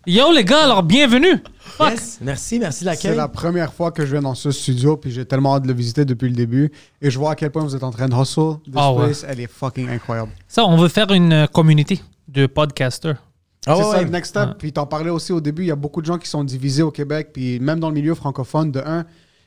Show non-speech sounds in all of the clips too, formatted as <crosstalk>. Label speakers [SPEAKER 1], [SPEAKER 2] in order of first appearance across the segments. [SPEAKER 1] Yo les gars, alors bienvenue.
[SPEAKER 2] Yes. Merci, merci de
[SPEAKER 3] C'est
[SPEAKER 2] l'accueil.
[SPEAKER 3] la première fois que je viens dans ce studio puis j'ai tellement hâte de le visiter depuis le début et je vois à quel point vous êtes en train de hustle. This
[SPEAKER 1] Ah ouais.
[SPEAKER 3] place, elle est fucking incroyable.
[SPEAKER 1] Ça, on veut faire une euh, communauté de podcasters.
[SPEAKER 2] Ah ouais,
[SPEAKER 3] c'est ça
[SPEAKER 2] ouais.
[SPEAKER 3] le next step. Puis t'en parlais aussi au début, il y a beaucoup de gens qui sont divisés au Québec, puis même dans le milieu francophone, de un,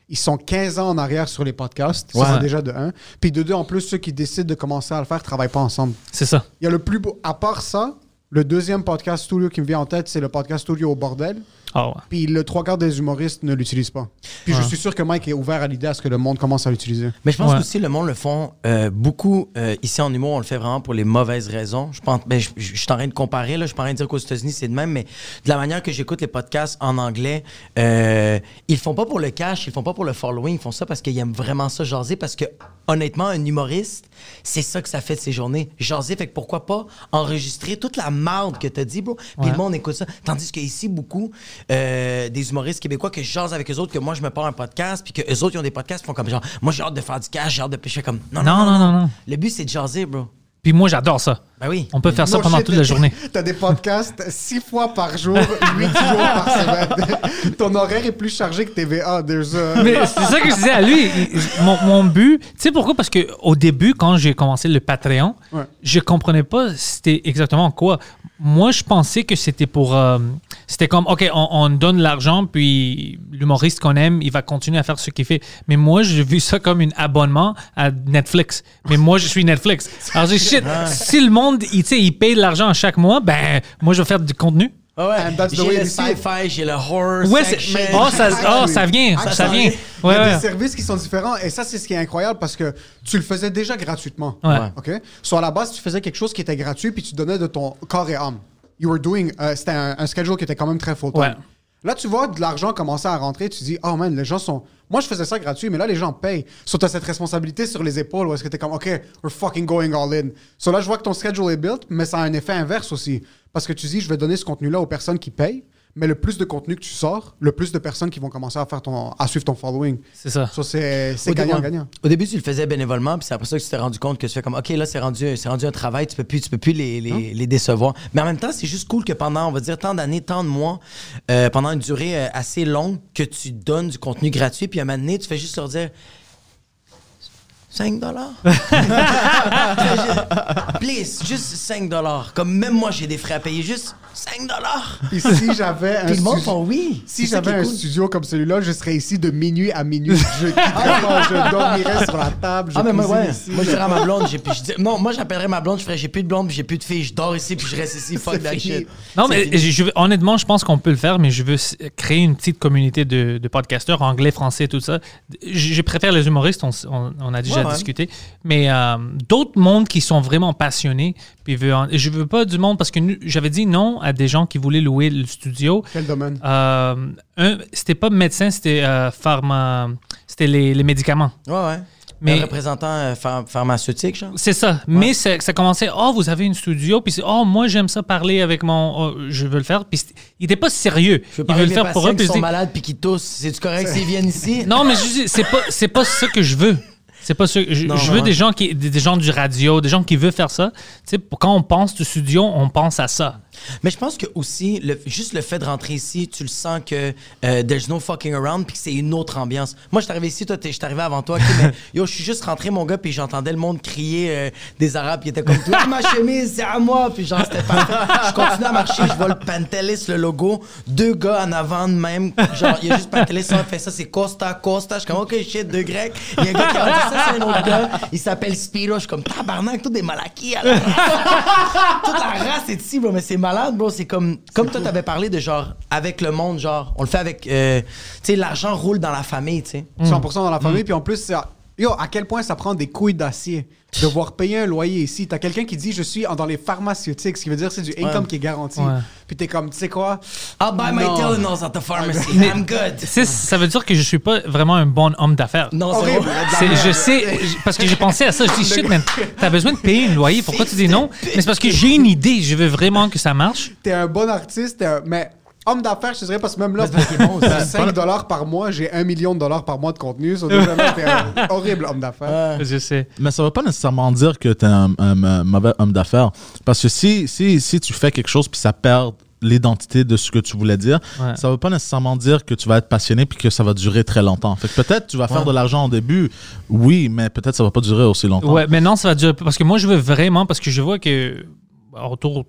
[SPEAKER 3] ils sont 15 ans en arrière sur les podcasts.
[SPEAKER 1] Ouais.
[SPEAKER 3] Ça, c'est déjà de un. Puis de deux, en plus, ceux qui décident de commencer à le faire travaillent pas ensemble.
[SPEAKER 1] C'est ça.
[SPEAKER 3] Il y a le plus beau. À part ça, le deuxième podcast studio qui me vient en tête, c'est le podcast studio au bordel.
[SPEAKER 1] Ah ouais.
[SPEAKER 3] Puis le trois quarts des humoristes ne l'utilisent pas. Puis je suis sûr que Mike est ouvert à l'idée à ce que le monde commence à l'utiliser.
[SPEAKER 2] Mais je pense
[SPEAKER 1] Ouais.
[SPEAKER 2] qu'aussi, le monde le font euh, beaucoup euh, ici en humour. On le fait vraiment pour les mauvaises raisons. Je pense, ben, je, je- je suis en train de comparer, là. Je suis pas en train de dire qu'aux États-Unis, c'est de même, mais de la manière que j'écoute les podcasts en anglais, euh, ils le font pas pour le cash, ils le font pas pour le following, ils font ça parce qu'ils aiment vraiment ça, jaser. Parce que, honnêtement, un humoriste, c'est ça que ça fait de ses journées. Jaser, fait que pourquoi pas enregistrer toute la marde que t'as dit, bro. Puis
[SPEAKER 1] Ouais.
[SPEAKER 2] le monde écoute ça. Tandis qu'ici, beaucoup euh, des humoristes québécois que je jase avec eux autres, que moi, je me parle un podcast, puis que eux autres, ils ont des podcasts, font comme genre, moi, j'ai hâte de faire du cash, j'ai hâte de pêcher comme. Non, non, non, non.
[SPEAKER 1] non, non.
[SPEAKER 2] Le but, c'est de jaser, bro.
[SPEAKER 1] Puis moi, j'adore ça.
[SPEAKER 2] Ben oui.
[SPEAKER 1] On peut faire ça
[SPEAKER 3] No
[SPEAKER 1] pendant
[SPEAKER 3] shit,
[SPEAKER 1] toute la journée.
[SPEAKER 3] <laughs> T'as des podcasts six fois par jour,
[SPEAKER 1] <laughs>
[SPEAKER 3] huit jours par semaine. Ton horaire est plus chargé que TVA. There's
[SPEAKER 1] <laughs>
[SPEAKER 3] a-
[SPEAKER 1] Mais c'est ça que je disais à lui. Il- Mon, mon but, tu sais pourquoi? Parce que au début, quand j'ai commencé le Patreon,
[SPEAKER 3] Ouais.
[SPEAKER 1] je comprenais pas c'était exactement quoi. Moi, je pensais que c'était pour. euh, c'était comme, OK, on, on donne l'argent, puis l'humoriste qu'on aime, il va continuer à faire ce qu'il fait. Mais moi, j'ai vu ça comme un abonnement à Netflix. Mais moi, je suis Netflix. Alors, j'ai shit. Si le monde, il, tu sais, il paye de l'argent à chaque mois, ben, moi, je vais faire du contenu.
[SPEAKER 2] Ah ouais,
[SPEAKER 3] And that's the
[SPEAKER 2] j'ai
[SPEAKER 3] way
[SPEAKER 2] le
[SPEAKER 3] we see it.
[SPEAKER 2] sci-fi, j'ai le horror.
[SPEAKER 1] Ouais, c'est-
[SPEAKER 2] section.
[SPEAKER 1] mais- oh, ça,
[SPEAKER 2] <laughs>
[SPEAKER 1] oh, ça vient.
[SPEAKER 3] Actually,
[SPEAKER 1] ça vient.
[SPEAKER 3] Ah, Il y
[SPEAKER 1] Ouais,
[SPEAKER 3] a
[SPEAKER 1] ouais.
[SPEAKER 3] des services qui sont différents et ça, c'est ce qui est incroyable parce que tu le faisais déjà gratuitement.
[SPEAKER 1] Ouais.
[SPEAKER 3] OK? Soit à la base, tu faisais quelque chose qui était gratuit puis tu donnais de ton corps et âme. You were doing. euh, C'était un, un schedule qui était quand même très full time.
[SPEAKER 1] Ouais.
[SPEAKER 3] Là, tu vois de l'argent commencer à rentrer, tu dis, oh man, les gens sont. Moi, je faisais ça gratuit, mais là, les gens payent. So, t'as cette responsabilité sur les épaules où est-ce que t'es comme, OK, we're fucking going all in. So, là, je vois que ton schedule est built, mais ça a un effet inverse aussi. Parce que tu dis, je vais donner ce contenu-là aux personnes qui payent, mais le plus de contenu que tu sors, le plus de personnes qui vont commencer à, faire ton, à suivre ton following.
[SPEAKER 1] C'est ça.
[SPEAKER 3] So, c'est c'est
[SPEAKER 2] Au début, ouais.
[SPEAKER 3] gagnant-gagnant.
[SPEAKER 2] Au début, tu le faisais bénévolement, puis c'est après ça que tu t'es rendu compte que tu fais comme, OK, là, c'est rendu, c'est rendu un travail, tu peux plus, tu peux plus les, les, les décevoir. Mais en même temps, c'est juste cool que pendant, on va dire, tant d'années, tant de mois, euh, pendant une durée euh, assez longue, que tu donnes du contenu gratuit, puis à un moment donné, tu fais juste leur dire 5 dollars. <laughs> Please, juste 5 dollars. Comme même moi, j'ai des frais à payer, juste 5 dollars.
[SPEAKER 3] Puis
[SPEAKER 2] <laughs>
[SPEAKER 3] Euh, si j'avais un
[SPEAKER 2] Puis le monde
[SPEAKER 3] sujet-
[SPEAKER 2] font oui.
[SPEAKER 3] Si
[SPEAKER 2] C'est ça qui
[SPEAKER 3] j'avais
[SPEAKER 2] est
[SPEAKER 3] un
[SPEAKER 2] cool.
[SPEAKER 3] studio comme celui-là, je serais ici de minuit à minuit. Je, quitterais, je dormirais sur la table. Je
[SPEAKER 2] Ah, mais moi,
[SPEAKER 3] cuisine
[SPEAKER 2] ouais.
[SPEAKER 3] ici.
[SPEAKER 2] Moi, je dirais à ma blonde, j'ai plus- je dis- non, moi, j'appellerais ma blonde, je ferais, j'ai plus de blonde, puis j'ai plus de filles, je dors ici, puis je reste ici, fuck
[SPEAKER 3] C'est
[SPEAKER 2] that
[SPEAKER 3] fini.
[SPEAKER 2] shit.
[SPEAKER 1] Non,
[SPEAKER 2] C'est
[SPEAKER 1] mais
[SPEAKER 2] fini.
[SPEAKER 1] je, veux- honnêtement, je pense qu'on peut le faire, mais je veux s- créer une petite communauté de, de podcasteurs anglais, français, tout ça. Je, je préfère les humoristes, on, s- on- on a déjà déjà
[SPEAKER 2] ouais.
[SPEAKER 1] discuté. Mais euh, d'autres mondes qui sont vraiment passionnés. Puis veut en- je veux pas du monde parce que nous- j'avais dit non à des gens qui voulaient louer le studio.
[SPEAKER 3] Quel domaine?
[SPEAKER 1] Euh, un, c'était pas médecin, c'était euh, pharma, c'était les, les médicaments.
[SPEAKER 2] Ouais, ouais.
[SPEAKER 1] Mais-
[SPEAKER 2] Un représentant euh, phar- pharmaceutique, genre.
[SPEAKER 1] C'est ça. Mais ça, ça commençait, oh, vous avez une studio, puis c'est, oh, moi, j'aime ça parler avec mon. oh, je veux le faire. Puis c'est- il était pas sérieux.
[SPEAKER 2] Je veux
[SPEAKER 1] il
[SPEAKER 2] parler
[SPEAKER 1] veut le
[SPEAKER 2] des
[SPEAKER 1] faire pour
[SPEAKER 2] patients
[SPEAKER 1] eux,
[SPEAKER 2] qui
[SPEAKER 1] puis je
[SPEAKER 2] sont
[SPEAKER 1] dis,
[SPEAKER 2] malades puis qui toussent. C'est-tu correct s'ils
[SPEAKER 1] <laughs>
[SPEAKER 2] viennent ici?
[SPEAKER 1] Non, mais je dis, c'est pas, c'est pas ça que je veux. C'est pas ça. Je,
[SPEAKER 2] Non,
[SPEAKER 1] je veux
[SPEAKER 2] ouais.
[SPEAKER 1] des gens qui, des, des gens du radio, des gens qui veulent faire ça. Tu sais, pour- quand on pense du studio, on pense à ça.
[SPEAKER 2] Mais je pense que aussi, le- juste le fait de rentrer ici, tu le sens que euh, there's no fucking around puis que c'est une autre ambiance. Moi, je suis arrivé ici, toi, t'es- je suis arrivé avant toi. ok, mais yo, je suis juste rentré, mon gars, puis j'entendais le monde crier euh, des Arabes qui étaient comme toi, ma chemise, c'est à moi. Puis genre, c'était parfait. Je continue à marcher, je vois le Pantelis, le logo, deux gars en avant de même. Genre, il y a juste Pantelis, ça, fait ça, c'est Costa, Costa. Je suis comme, ok, shit, deux Grecs. Il y a un gars qui a dit ça, c'est un autre gars. Il s'appelle Spiro. Je suis comme, tabarnak, tout des malakis à la toute la race est ici, bro. Mais c'est malade, bro. C'est comme, comme toi, t'avais parlé de genre, avec le monde, genre, on le fait avec. euh, tu sais, l'argent roule dans la famille, tu sais.
[SPEAKER 3] 100% dans la
[SPEAKER 2] Mm.
[SPEAKER 3] famille. Puis en plus, ça- yo, à quel point ça prend des couilles d'acier devoir payer un loyer ici. T'as quelqu'un qui dit je suis en- dans les pharmaceutiques, ce qui veut dire c'est du income qui est garanti.
[SPEAKER 1] Ouais.
[SPEAKER 3] Puis t'es comme, tu sais quoi?
[SPEAKER 2] I'll buy my
[SPEAKER 3] Non.
[SPEAKER 2] Tylenols at the pharmacy. I'm good.
[SPEAKER 1] Tu sais, ça veut dire que je suis pas vraiment un bon homme d'affaires.
[SPEAKER 2] Ah. Non, c'est
[SPEAKER 3] Horrible.
[SPEAKER 2] bon.
[SPEAKER 1] C'est- je sais, j- parce que j'ai pensé à ça.
[SPEAKER 2] <laughs>
[SPEAKER 1] Je dis, shit, man, t'as besoin de payer un loyer. Pourquoi tu dis non? Mais c'est parce que j'ai une idée. Je veux vraiment que ça marche.
[SPEAKER 3] T'es un bon artiste, t'es un- mais homme d'affaires, je te dirais, parce que même là,
[SPEAKER 2] Mais c'est parce qu'il est bon aussi.
[SPEAKER 3] pour 5 dollars par mois, j'ai 1 million de dollars par mois de contenu. So, déjà, là,
[SPEAKER 2] <laughs>
[SPEAKER 3] t'es un horrible homme d'affaires.
[SPEAKER 1] Je sais.
[SPEAKER 4] Mais ça ne veut pas nécessairement dire que tu es un, un- un mauvais homme d'affaires. Parce que si, si, si tu fais quelque chose puis ça perd l'identité de ce que tu voulais dire,
[SPEAKER 1] Ouais.
[SPEAKER 4] ça ne veut pas nécessairement dire que tu vas être passionné puis que ça va durer très longtemps. Fait que peut-être tu vas faire de l'argent au début, oui, mais peut-être ça va pas durer aussi longtemps.
[SPEAKER 1] Ouais, mais non, ça va durer. Parce que moi, je veux vraiment, parce que je vois que bah, autour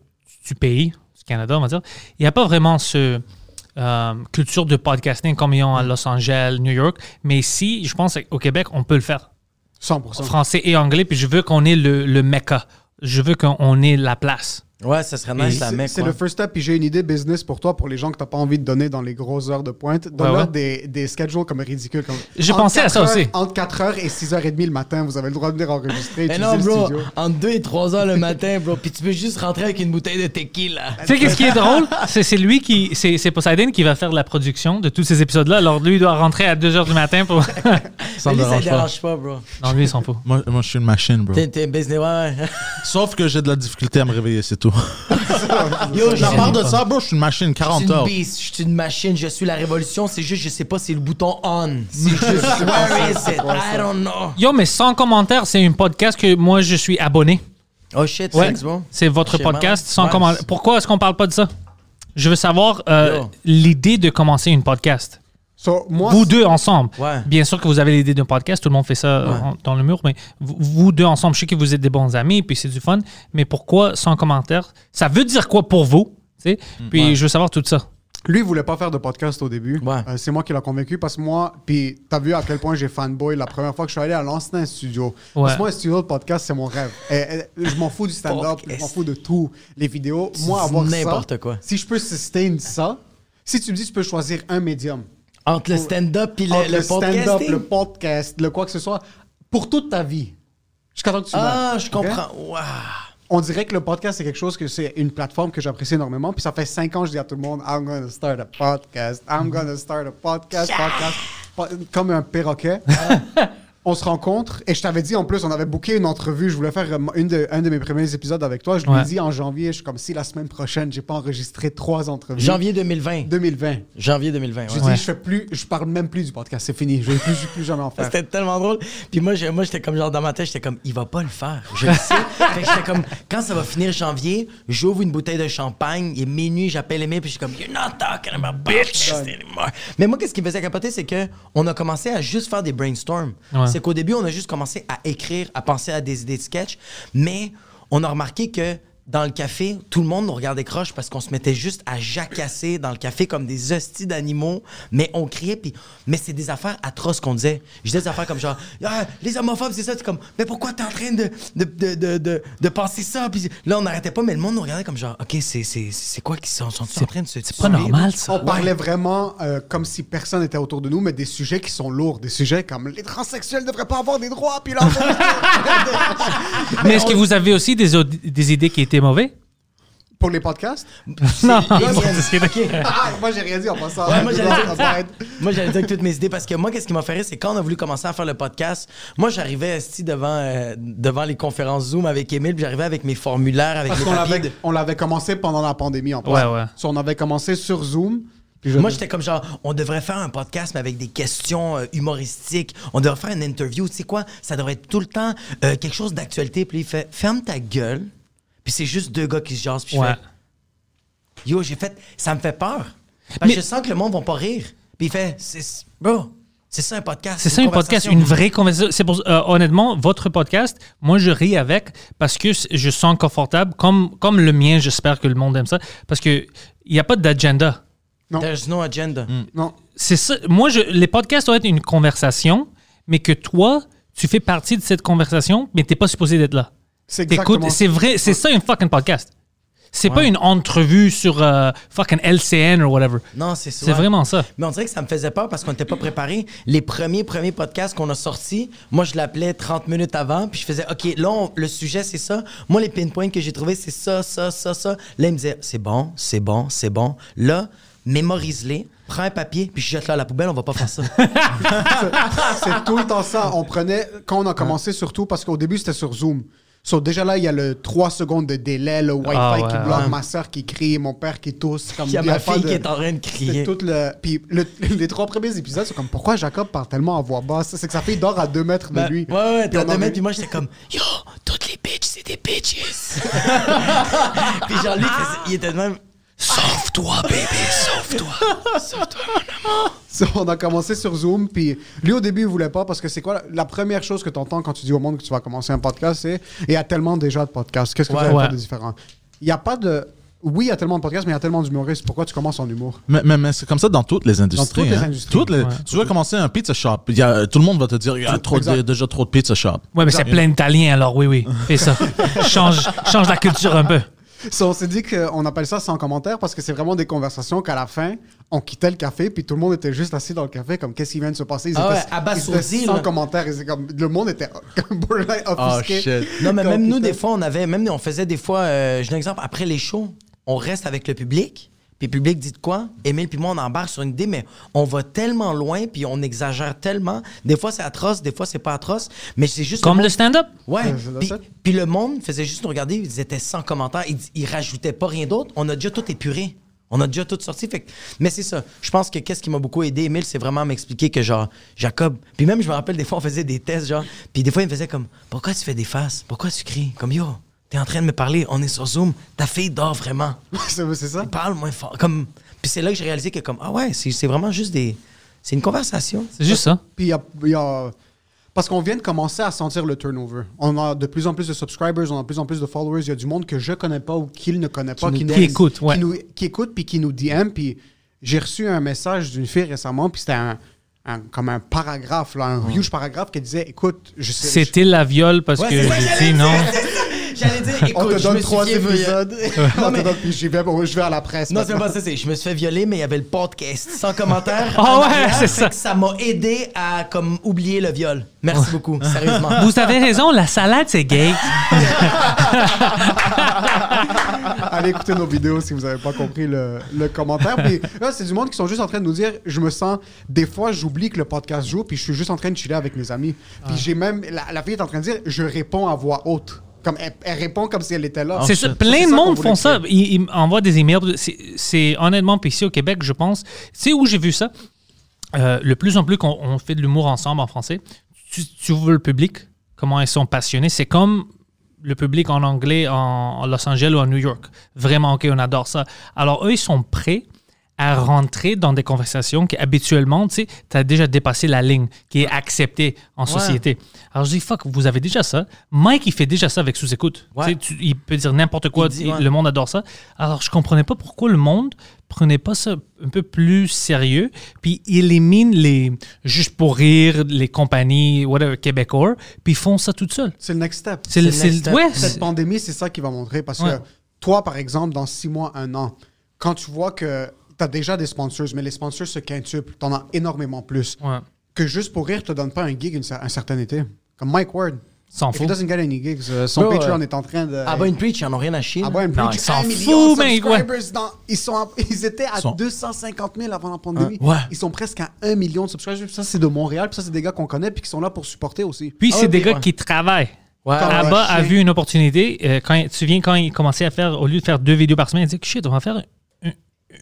[SPEAKER 1] du pays, du Canada, on va dire, il n'y a pas vraiment ce euh, culture de podcasting comme ils ont à Los Angeles, New York. Mais ici, je pense qu'au Québec, on peut le faire.
[SPEAKER 3] 100%.
[SPEAKER 1] Français et anglais, puis je veux qu'on ait le, le mecca. Je veux qu'on ait la place.
[SPEAKER 2] Ouais, ça serait nice, la
[SPEAKER 3] C'est-
[SPEAKER 2] mec.
[SPEAKER 3] C'est le first step, puis j'ai une idée business pour toi, pour les gens que t'as pas envie de donner dans les grosses heures de pointe. Donne-leur
[SPEAKER 1] ouais.
[SPEAKER 3] des, des schedules comme ridicules. Comme
[SPEAKER 1] J'ai
[SPEAKER 3] entre
[SPEAKER 1] pensé à ça
[SPEAKER 3] 4 heures-
[SPEAKER 1] aussi.
[SPEAKER 3] Entre 4h et 6h30 le matin, vous avez le droit de venir enregistrer.
[SPEAKER 2] Mais non,
[SPEAKER 3] utiliser le
[SPEAKER 1] <laughs>
[SPEAKER 2] bro,
[SPEAKER 3] studio.
[SPEAKER 2] entre 2 et 3 heures le matin, bro. Puis tu peux juste rentrer avec une bouteille de tequila.
[SPEAKER 1] Tu sais, qu'est-ce qui est drôle? C'est c'est lui qui. C'est c'est Poseidon qui va faire la production de tous ces épisodes-là. Alors, lui, il doit rentrer à 2 h du matin pour. <laughs>
[SPEAKER 4] Ça me
[SPEAKER 2] Lui, ça
[SPEAKER 4] dérange pas.
[SPEAKER 2] dérange pas, bro.
[SPEAKER 1] Non, lui, il s'en fout.
[SPEAKER 4] Moi, moi, je suis une machine, bro.
[SPEAKER 2] T'es t'es un business, ouais, ouais.
[SPEAKER 4] Sauf que j'ai de la difficulté à me réveiller, c'est tout.
[SPEAKER 2] Yo,
[SPEAKER 4] À
[SPEAKER 2] j'en
[SPEAKER 4] part
[SPEAKER 2] parle
[SPEAKER 4] de ça, bro, je suis une machine,
[SPEAKER 2] Je suis
[SPEAKER 4] 40
[SPEAKER 2] une
[SPEAKER 4] heures.
[SPEAKER 2] beast, je suis une machine, je suis la révolution. C'est juste, je sais pas, c'est le bouton on.
[SPEAKER 3] <laughs>
[SPEAKER 2] C'est juste, where is it? I don't know.
[SPEAKER 1] Yo, mais sans commentaire, c'est un podcast que moi, je suis abonné.
[SPEAKER 2] Oh shit,
[SPEAKER 1] Ouais.
[SPEAKER 2] thanks, bro.
[SPEAKER 1] C'est votre
[SPEAKER 2] Chez moi.
[SPEAKER 1] podcast. Sans
[SPEAKER 2] Ouais.
[SPEAKER 1] commentaire. Pourquoi est-ce qu'on parle pas de ça? Je veux savoir euh,
[SPEAKER 2] Yo.
[SPEAKER 1] l'idée de commencer une podcast.
[SPEAKER 3] So, moi,
[SPEAKER 1] Vous deux ensemble.
[SPEAKER 2] Ouais.
[SPEAKER 1] Bien sûr que vous avez l'idée d'un podcast, tout le monde fait ça euh, en- dans le mur, mais vous, vous deux ensemble, je sais que vous êtes des bons amis, puis c'est du fun, mais pourquoi sans commentaire Ça veut dire quoi pour vous tu sais?
[SPEAKER 2] Mm.
[SPEAKER 1] Puis je veux savoir tout ça.
[SPEAKER 3] Lui, il voulait pas faire de podcast au début.
[SPEAKER 2] Ouais.
[SPEAKER 3] Euh, c'est moi qui l'ai convaincu parce que moi, puis t'as vu à quel point j'ai fanboy la première fois que je suis allé à l'ancien studio. Parce
[SPEAKER 1] Ouais.
[SPEAKER 3] que moi, un studio de podcast, c'est mon rêve. Et- et je m'en fous du stand-up,
[SPEAKER 2] Fuck,
[SPEAKER 3] je m'en
[SPEAKER 2] est-ce-
[SPEAKER 3] fous de tout, les vidéos. moi,
[SPEAKER 2] dis
[SPEAKER 3] avoir ça,
[SPEAKER 2] n'importe quoi.
[SPEAKER 3] Si je peux sustain ça, si tu me dis, tu peux choisir un médium.
[SPEAKER 2] Entre le stand-up et
[SPEAKER 3] Entre
[SPEAKER 2] le, le
[SPEAKER 3] stand-up,
[SPEAKER 2] podcasting?
[SPEAKER 3] le podcast, le quoi que ce soit, pour toute ta vie. Jusqu'à temps que tu
[SPEAKER 2] Ah,
[SPEAKER 3] meurs.
[SPEAKER 2] je
[SPEAKER 3] Ok?
[SPEAKER 2] comprends. Waouh.
[SPEAKER 3] On dirait que le podcast, c'est quelque chose que c'est une plateforme que j'apprécie énormément. Puis ça fait cinq ans, je dis à tout le monde, I'm gonna start a podcast, I'm gonna start a podcast, podcast, po- comme un perroquet. on se rencontre et je t'avais dit en plus, on avait booké une entrevue. Je voulais faire euh, une de, un de mes premiers épisodes avec toi. Je lui
[SPEAKER 1] Ouais.
[SPEAKER 3] ai dit en janvier, je suis comme si la semaine prochaine, j'ai pas enregistré trois entrevues.
[SPEAKER 2] Janvier 2020.
[SPEAKER 3] 2020.
[SPEAKER 2] Janvier 2020,
[SPEAKER 3] Je
[SPEAKER 2] ouais.
[SPEAKER 3] dis,
[SPEAKER 1] Ouais.
[SPEAKER 3] je fais plus, je parle même plus du podcast, c'est fini, je vais plus, je vais plus jamais en faire.
[SPEAKER 2] C'était tellement drôle. Puis moi, j'ai- moi j'étais comme genre dans ma tête, j'étais comme, il va pas le faire. Je le
[SPEAKER 3] <laughs>
[SPEAKER 2] sais. fait que j'étais comme, quand ça va finir janvier, j'ouvre une bouteille de champagne, il est minuit, j'appelle Emile, puis je suis comme, you're not talking about bitch anymore. Mais moi, qu'est-ce qui me faisait capoter, c'est que on a commencé à juste faire des brainstorms.
[SPEAKER 1] Ouais.
[SPEAKER 2] C'est qu'au début, on a juste commencé à écrire, à penser à des idées de sketch, mais on a remarqué que dans le café, tout le monde nous regardait croche parce qu'on se mettait juste à jacasser dans le café comme des hosties d'animaux, mais on criait, puis... Mais c'est des affaires atroces qu'on disait. Je disais des affaires comme genre, Ah, les homophobes, c'est ça, c'est comme, mais pourquoi t'es en train de, de, de, de, de- de penser ça? Puis là, on n'arrêtait pas, mais le monde nous regardait comme genre, OK, c'est- c'est c'est quoi qu'ils sont, sont en train de se...
[SPEAKER 1] C'est pas normal, ça.
[SPEAKER 3] On parlait vraiment euh, comme si personne n'était autour de nous, mais des sujets qui sont lourds, des sujets comme les transsexuels devraient pas avoir des droits, puis là.
[SPEAKER 2] <laughs>
[SPEAKER 1] Mais est-ce que vous avez aussi des, audi- des idées qui étaient mauvaises?
[SPEAKER 3] Pour les podcasts
[SPEAKER 1] <laughs> Non,
[SPEAKER 3] Là,
[SPEAKER 1] pour
[SPEAKER 3] c'est-
[SPEAKER 1] des idées qui-
[SPEAKER 3] Ah, Moi, j'ai rien dit en passant.
[SPEAKER 2] Ouais, moi, j'allais
[SPEAKER 3] Là,
[SPEAKER 2] dire
[SPEAKER 3] ça
[SPEAKER 2] ça.
[SPEAKER 3] va être-
[SPEAKER 2] Moi, j'allais dire toutes mes idées parce que moi, qu'est-ce qui m'a fait rire, c'est quand on a voulu commencer à faire le podcast, moi, j'arrivais esti, devant, euh, devant les conférences Zoom avec Émile, puis j'arrivais avec mes formulaires, avec
[SPEAKER 3] Parce
[SPEAKER 2] mes
[SPEAKER 3] qu'on
[SPEAKER 2] papiers
[SPEAKER 3] l'avait, on l'avait commencé pendant la pandémie en
[SPEAKER 1] Ouais, ouais.
[SPEAKER 3] So, on avait commencé sur Zoom. puis je-
[SPEAKER 2] de- Moi, j'étais comme genre, on devrait faire un podcast, mais avec des questions euh, humoristiques. On devrait faire une interview, tu sais quoi? Ça devrait être tout le temps euh, quelque chose d'actualité. Puis il fait, ferme ta gueule. Puis c'est juste deux gars qui se jasent. Puis je
[SPEAKER 1] Ouais.
[SPEAKER 2] fais, yo, j'ai fait, ça me fait peur. Parce
[SPEAKER 1] Mais-
[SPEAKER 2] que je sens que le monde va pas rire. Puis il fait, c'est, bro, c'est ça un podcast.
[SPEAKER 1] C'est ça, un podcast,
[SPEAKER 2] conversation.
[SPEAKER 1] une vraie conversation. C'est pour, euh, honnêtement, votre podcast, moi, je ris avec parce que c- je sens confortable, comme, comme le mien, j'espère que le monde aime ça, parce qu'il n'y a pas d'agenda.
[SPEAKER 2] There's no agenda. <laughs>
[SPEAKER 3] Non.
[SPEAKER 1] C'est ça. Moi, je, les podcasts doivent être une conversation, mais que toi, tu fais partie de cette conversation, mais t'es pas supposé d'être là.
[SPEAKER 3] C'est
[SPEAKER 1] T'écoutes,
[SPEAKER 3] exactement
[SPEAKER 1] c'est vrai, c'est ça un fucking podcast. C'est pas une entrevue sur euh, fucking LCN ou whatever.
[SPEAKER 2] Non, c'est ça.
[SPEAKER 1] C'est vraiment ça.
[SPEAKER 2] Mais on dirait que ça me faisait peur parce qu'on n'était pas préparé. Les premiers, premiers podcasts qu'on a sortis, moi, je l'appelais 30 minutes avant, puis je faisais, OK, là, on- le sujet, c'est ça. Moi, les pinpoints que j'ai trouvés, c'est ça, ça, ça, ça. Là, il me disait, c'est bon, c'est bon, c'est bon. Là, mémorise-les, prends un papier, puis jette-le à la poubelle, on va pas faire ça. <laughs>
[SPEAKER 3] C'est tout le temps ça. On prenait, quand on a commencé surtout, parce qu'au début, c'était sur Zoom. So, déjà là, il y a le 3 secondes de délai, le Wi-Fi
[SPEAKER 1] Ah, ouais,
[SPEAKER 3] qui
[SPEAKER 1] ouais.
[SPEAKER 3] bloque, ma soeur qui crie, mon père qui tousse. Comme,
[SPEAKER 2] Il y a
[SPEAKER 3] y
[SPEAKER 2] ma
[SPEAKER 3] pas
[SPEAKER 2] fille
[SPEAKER 3] de-
[SPEAKER 2] qui est en train de
[SPEAKER 3] C'est
[SPEAKER 2] crier.
[SPEAKER 3] tout le. Puis le- <laughs> les trois premiers épisodes, c'est comme pourquoi Jacob parle tellement en voix basse. C'est que sa fille dort à 2 mètres de
[SPEAKER 2] Ben,
[SPEAKER 3] lui.
[SPEAKER 2] Ouais, ouais,
[SPEAKER 3] Puis
[SPEAKER 2] t'as
[SPEAKER 3] on en
[SPEAKER 2] deux
[SPEAKER 3] a-
[SPEAKER 2] mètres, puis moi j'étais comme Yo, toutes les bitches, c'est des bitches. <laughs> puis genre, lui, il faisait- il était de même Sauve-toi, bébé, sauve-toi. Sauve-toi, mon amour.
[SPEAKER 3] So, <laughs> on a commencé sur Zoom, puis lui au début il voulait pas parce que c'est quoi la, la première chose que tu entends quand tu dis au monde que tu vas commencer un podcast, c'est il y a tellement déjà de podcasts, qu'est-ce que
[SPEAKER 2] Ouais.
[SPEAKER 3] tu vas
[SPEAKER 1] Ouais.
[SPEAKER 3] faire de différent Il y a pas de oui, il y a tellement de podcasts, mais il y a tellement d'humoristes. Pourquoi tu commences en humour
[SPEAKER 4] Mais, mais, mais c'est comme ça dans toutes les
[SPEAKER 3] Dans
[SPEAKER 4] industries.
[SPEAKER 3] toutes les
[SPEAKER 4] hein.
[SPEAKER 3] industries,
[SPEAKER 4] Toutes les- Tu veux commencer un pizza shop, il y a- tout le monde va te dire il y a trop de-
[SPEAKER 3] Exact.
[SPEAKER 4] déjà trop de pizza shop.
[SPEAKER 1] Ouais, mais c'est plein d'Italiens, alors oui, oui. Fais ça. change, change la culture un peu.
[SPEAKER 3] So, on s'est dit qu'on appelle ça sans commentaire parce que c'est vraiment des conversations qu'à la fin, on quittait le café, puis tout le monde était juste assis dans le café, comme qu'est-ce qui vient de se passer Ils
[SPEAKER 2] Ah ouais,
[SPEAKER 3] étaient-
[SPEAKER 2] abasourdi,
[SPEAKER 3] ils étaient sans
[SPEAKER 2] là. Oh,
[SPEAKER 3] commentaire. et c'est comme, le monde était <laughs> comme borderline offusqué.
[SPEAKER 4] Ah, shit.
[SPEAKER 3] <laughs>
[SPEAKER 2] Non, mais
[SPEAKER 3] Comme
[SPEAKER 2] même nous,
[SPEAKER 3] putain.
[SPEAKER 2] des fois, on avait, même on faisait des fois, euh, je donne un exemple, après les shows, on reste avec le public. Puis le public dit de quoi? Émile puis moi, on embarque sur une idée, mais on va tellement loin, puis on exagère tellement. Des fois, c'est atroce, des fois, c'est pas atroce. Mais c'est juste.
[SPEAKER 1] Comme
[SPEAKER 2] monde-
[SPEAKER 1] le stand-up.
[SPEAKER 2] Ouais.
[SPEAKER 3] Euh, c'est
[SPEAKER 2] Puis,
[SPEAKER 3] ça.
[SPEAKER 2] puis le monde faisait juste nous regarder, ils étaient sans commentaire, ils, ils rajoutaient pas rien d'autre. On a déjà tout épuré. On a déjà tout sorti. Fait que- mais c'est ça. Je pense que qu'est-ce qui m'a beaucoup aidé, Emile, c'est vraiment m'expliquer que genre, Jacob. Puis même, je me rappelle, des fois, on faisait des tests, genre. Puis des fois, il me faisait comme, pourquoi tu fais des faces? Pourquoi tu cries? Comme, yo, t'es en train de me parler, on est sur Zoom, ta fille dort vraiment.
[SPEAKER 3] c'est c'est ça.
[SPEAKER 2] Parle moins fort. Comme, puis c'est là que j'ai réalisé que, comme, ah ouais, c'est c'est vraiment juste des. C'est une conversation.
[SPEAKER 1] C'est juste ça.
[SPEAKER 3] Puis il y a- il y a- Parce qu'on vient de commencer à sentir le turnover. On a de plus en plus de subscribers, on a de plus en plus de followers. Il y a du monde que je connais pas ou qu'il ne connaît pas,
[SPEAKER 1] Qui nous-
[SPEAKER 3] nous-
[SPEAKER 1] qui écoute, ouais.
[SPEAKER 3] qui, nous, qui écoute puis qui nous DM. Puis j'ai reçu un message d'une fille récemment, puis c'était un, un- comme un paragraphe, là, un huge paragraphe qui disait Écoute, je sais.
[SPEAKER 1] C'était la viole parce
[SPEAKER 2] Ouais,
[SPEAKER 1] que
[SPEAKER 2] c'est ça que
[SPEAKER 1] j'ai
[SPEAKER 2] j'allais
[SPEAKER 1] dit
[SPEAKER 2] dire, <laughs>
[SPEAKER 1] non.
[SPEAKER 2] c'est ça. J'allais dire,
[SPEAKER 3] je- on
[SPEAKER 2] écoute,
[SPEAKER 3] te
[SPEAKER 2] je me
[SPEAKER 3] donne
[SPEAKER 2] suis
[SPEAKER 3] trois
[SPEAKER 2] fait violer. <laughs>
[SPEAKER 3] épisodes.
[SPEAKER 2] Non,
[SPEAKER 3] On te
[SPEAKER 2] mais-
[SPEAKER 3] donne- puis j'y vais, bon, je vais à la presse.
[SPEAKER 2] Non, c'est
[SPEAKER 3] maintenant.
[SPEAKER 2] pas ça, c'est je me suis fait violer, mais il y avait le podcast sans commentaire.
[SPEAKER 1] Ah
[SPEAKER 2] en
[SPEAKER 1] ouais,
[SPEAKER 2] arrière,
[SPEAKER 1] c'est
[SPEAKER 2] fait
[SPEAKER 1] ça.
[SPEAKER 2] que Ça m'a aidé à comme oublier le viol. Merci beaucoup, sérieusement.
[SPEAKER 1] <laughs> Vous avez raison, la salade, c'est gay.
[SPEAKER 3] Allez écouter nos vidéos si vous n'avez pas compris le, le commentaire. Puis là, c'est du monde qui sont juste en train de nous dire je me sens. Des fois, j'oublie que le podcast joue, puis je suis juste en train de chiller avec mes amis. Puis j'ai même. La, la fille est en train de dire je réponds à voix haute. Comme elle, elle répond comme si elle était là.
[SPEAKER 1] C'est ça, plein
[SPEAKER 3] c'est
[SPEAKER 1] de
[SPEAKER 3] ça qu'on
[SPEAKER 1] monde
[SPEAKER 3] voulait
[SPEAKER 1] font ça.
[SPEAKER 3] dire.
[SPEAKER 1] Ils, ils m'envoient des emails. C'est- C'est honnêtement, puis ici au Québec, je pense. Tu sais où j'ai vu ça? Euh, le plus en plus qu'on on fait de l'humour ensemble en français, tu, tu vois le public, comment ils sont passionnés. C'est comme le public en anglais en, en Los Angeles ou à New York. Vraiment, OK, on adore ça. Alors, eux, ils sont prêts à rentrer dans des conversations qui habituellement, tu sais, as déjà dépassé la ligne qui est acceptée en société. Alors je dis, fuck, vous avez déjà ça. Mike, il fait déjà ça avec sous-écoute.
[SPEAKER 2] Ouais.
[SPEAKER 1] Tu sais, tu- Il peut dire n'importe quoi,
[SPEAKER 2] dit,
[SPEAKER 1] il-
[SPEAKER 2] ouais.
[SPEAKER 1] le monde adore ça. Alors je comprenais pas pourquoi le monde prenait pas ça un peu plus sérieux, puis élimine les juste pour rire, les compagnies, whatever, québécois, puis ils font ça tout seul.
[SPEAKER 3] C'est le next step.
[SPEAKER 1] C'est le,
[SPEAKER 2] C'est
[SPEAKER 1] c'est
[SPEAKER 2] le
[SPEAKER 1] le-
[SPEAKER 2] next step.
[SPEAKER 1] ouais,
[SPEAKER 3] Cette
[SPEAKER 1] c'est-
[SPEAKER 3] pandémie, c'est ça qui va montrer. Parce
[SPEAKER 1] Ouais.
[SPEAKER 3] que toi, par exemple, dans six mois, un an, quand tu vois que tu as déjà des sponsors, mais les sponsors se quintuplent, t'en as énormément plus.
[SPEAKER 1] ouais,
[SPEAKER 3] Que juste pour rire, te donne pas un gig une cer- un certain été. Comme Mike Ward.
[SPEAKER 1] s'en
[SPEAKER 3] If he
[SPEAKER 1] fout.
[SPEAKER 3] doesn't get any gigs, euh, son
[SPEAKER 2] Bro,
[SPEAKER 3] Patreon
[SPEAKER 2] euh,
[SPEAKER 3] est en train de.
[SPEAKER 2] Ah bah une preach, ils en ont rien à chier. là.
[SPEAKER 3] Ah bah, une
[SPEAKER 2] Non,
[SPEAKER 3] preach,
[SPEAKER 2] ils s'en
[SPEAKER 3] un
[SPEAKER 2] foutent.
[SPEAKER 3] million de
[SPEAKER 1] mais ouais.
[SPEAKER 3] subscribers dans- ils, sont à- <laughs> ils étaient à
[SPEAKER 4] sont-
[SPEAKER 3] 250 000 avant la pandémie.
[SPEAKER 2] Ouais.
[SPEAKER 3] Ils sont presque à 1 million de subscribers. Ça, c'est de Montréal. Puis ça, c'est des gars qu'on connaît puis qui sont là pour supporter aussi.
[SPEAKER 1] Puis
[SPEAKER 2] Ah
[SPEAKER 1] c'est
[SPEAKER 2] oui,
[SPEAKER 1] des
[SPEAKER 2] oui,
[SPEAKER 1] gars
[SPEAKER 2] ouais.
[SPEAKER 1] qui travaillent.
[SPEAKER 2] Ouais, ouais,
[SPEAKER 1] Abba
[SPEAKER 3] ouais,
[SPEAKER 1] a
[SPEAKER 3] chien.
[SPEAKER 1] vu une opportunité. euh, quand, il- tu te souviens quand il commençait à faire, au lieu de faire deux vidéos par semaine, il dit shit, on va faire un,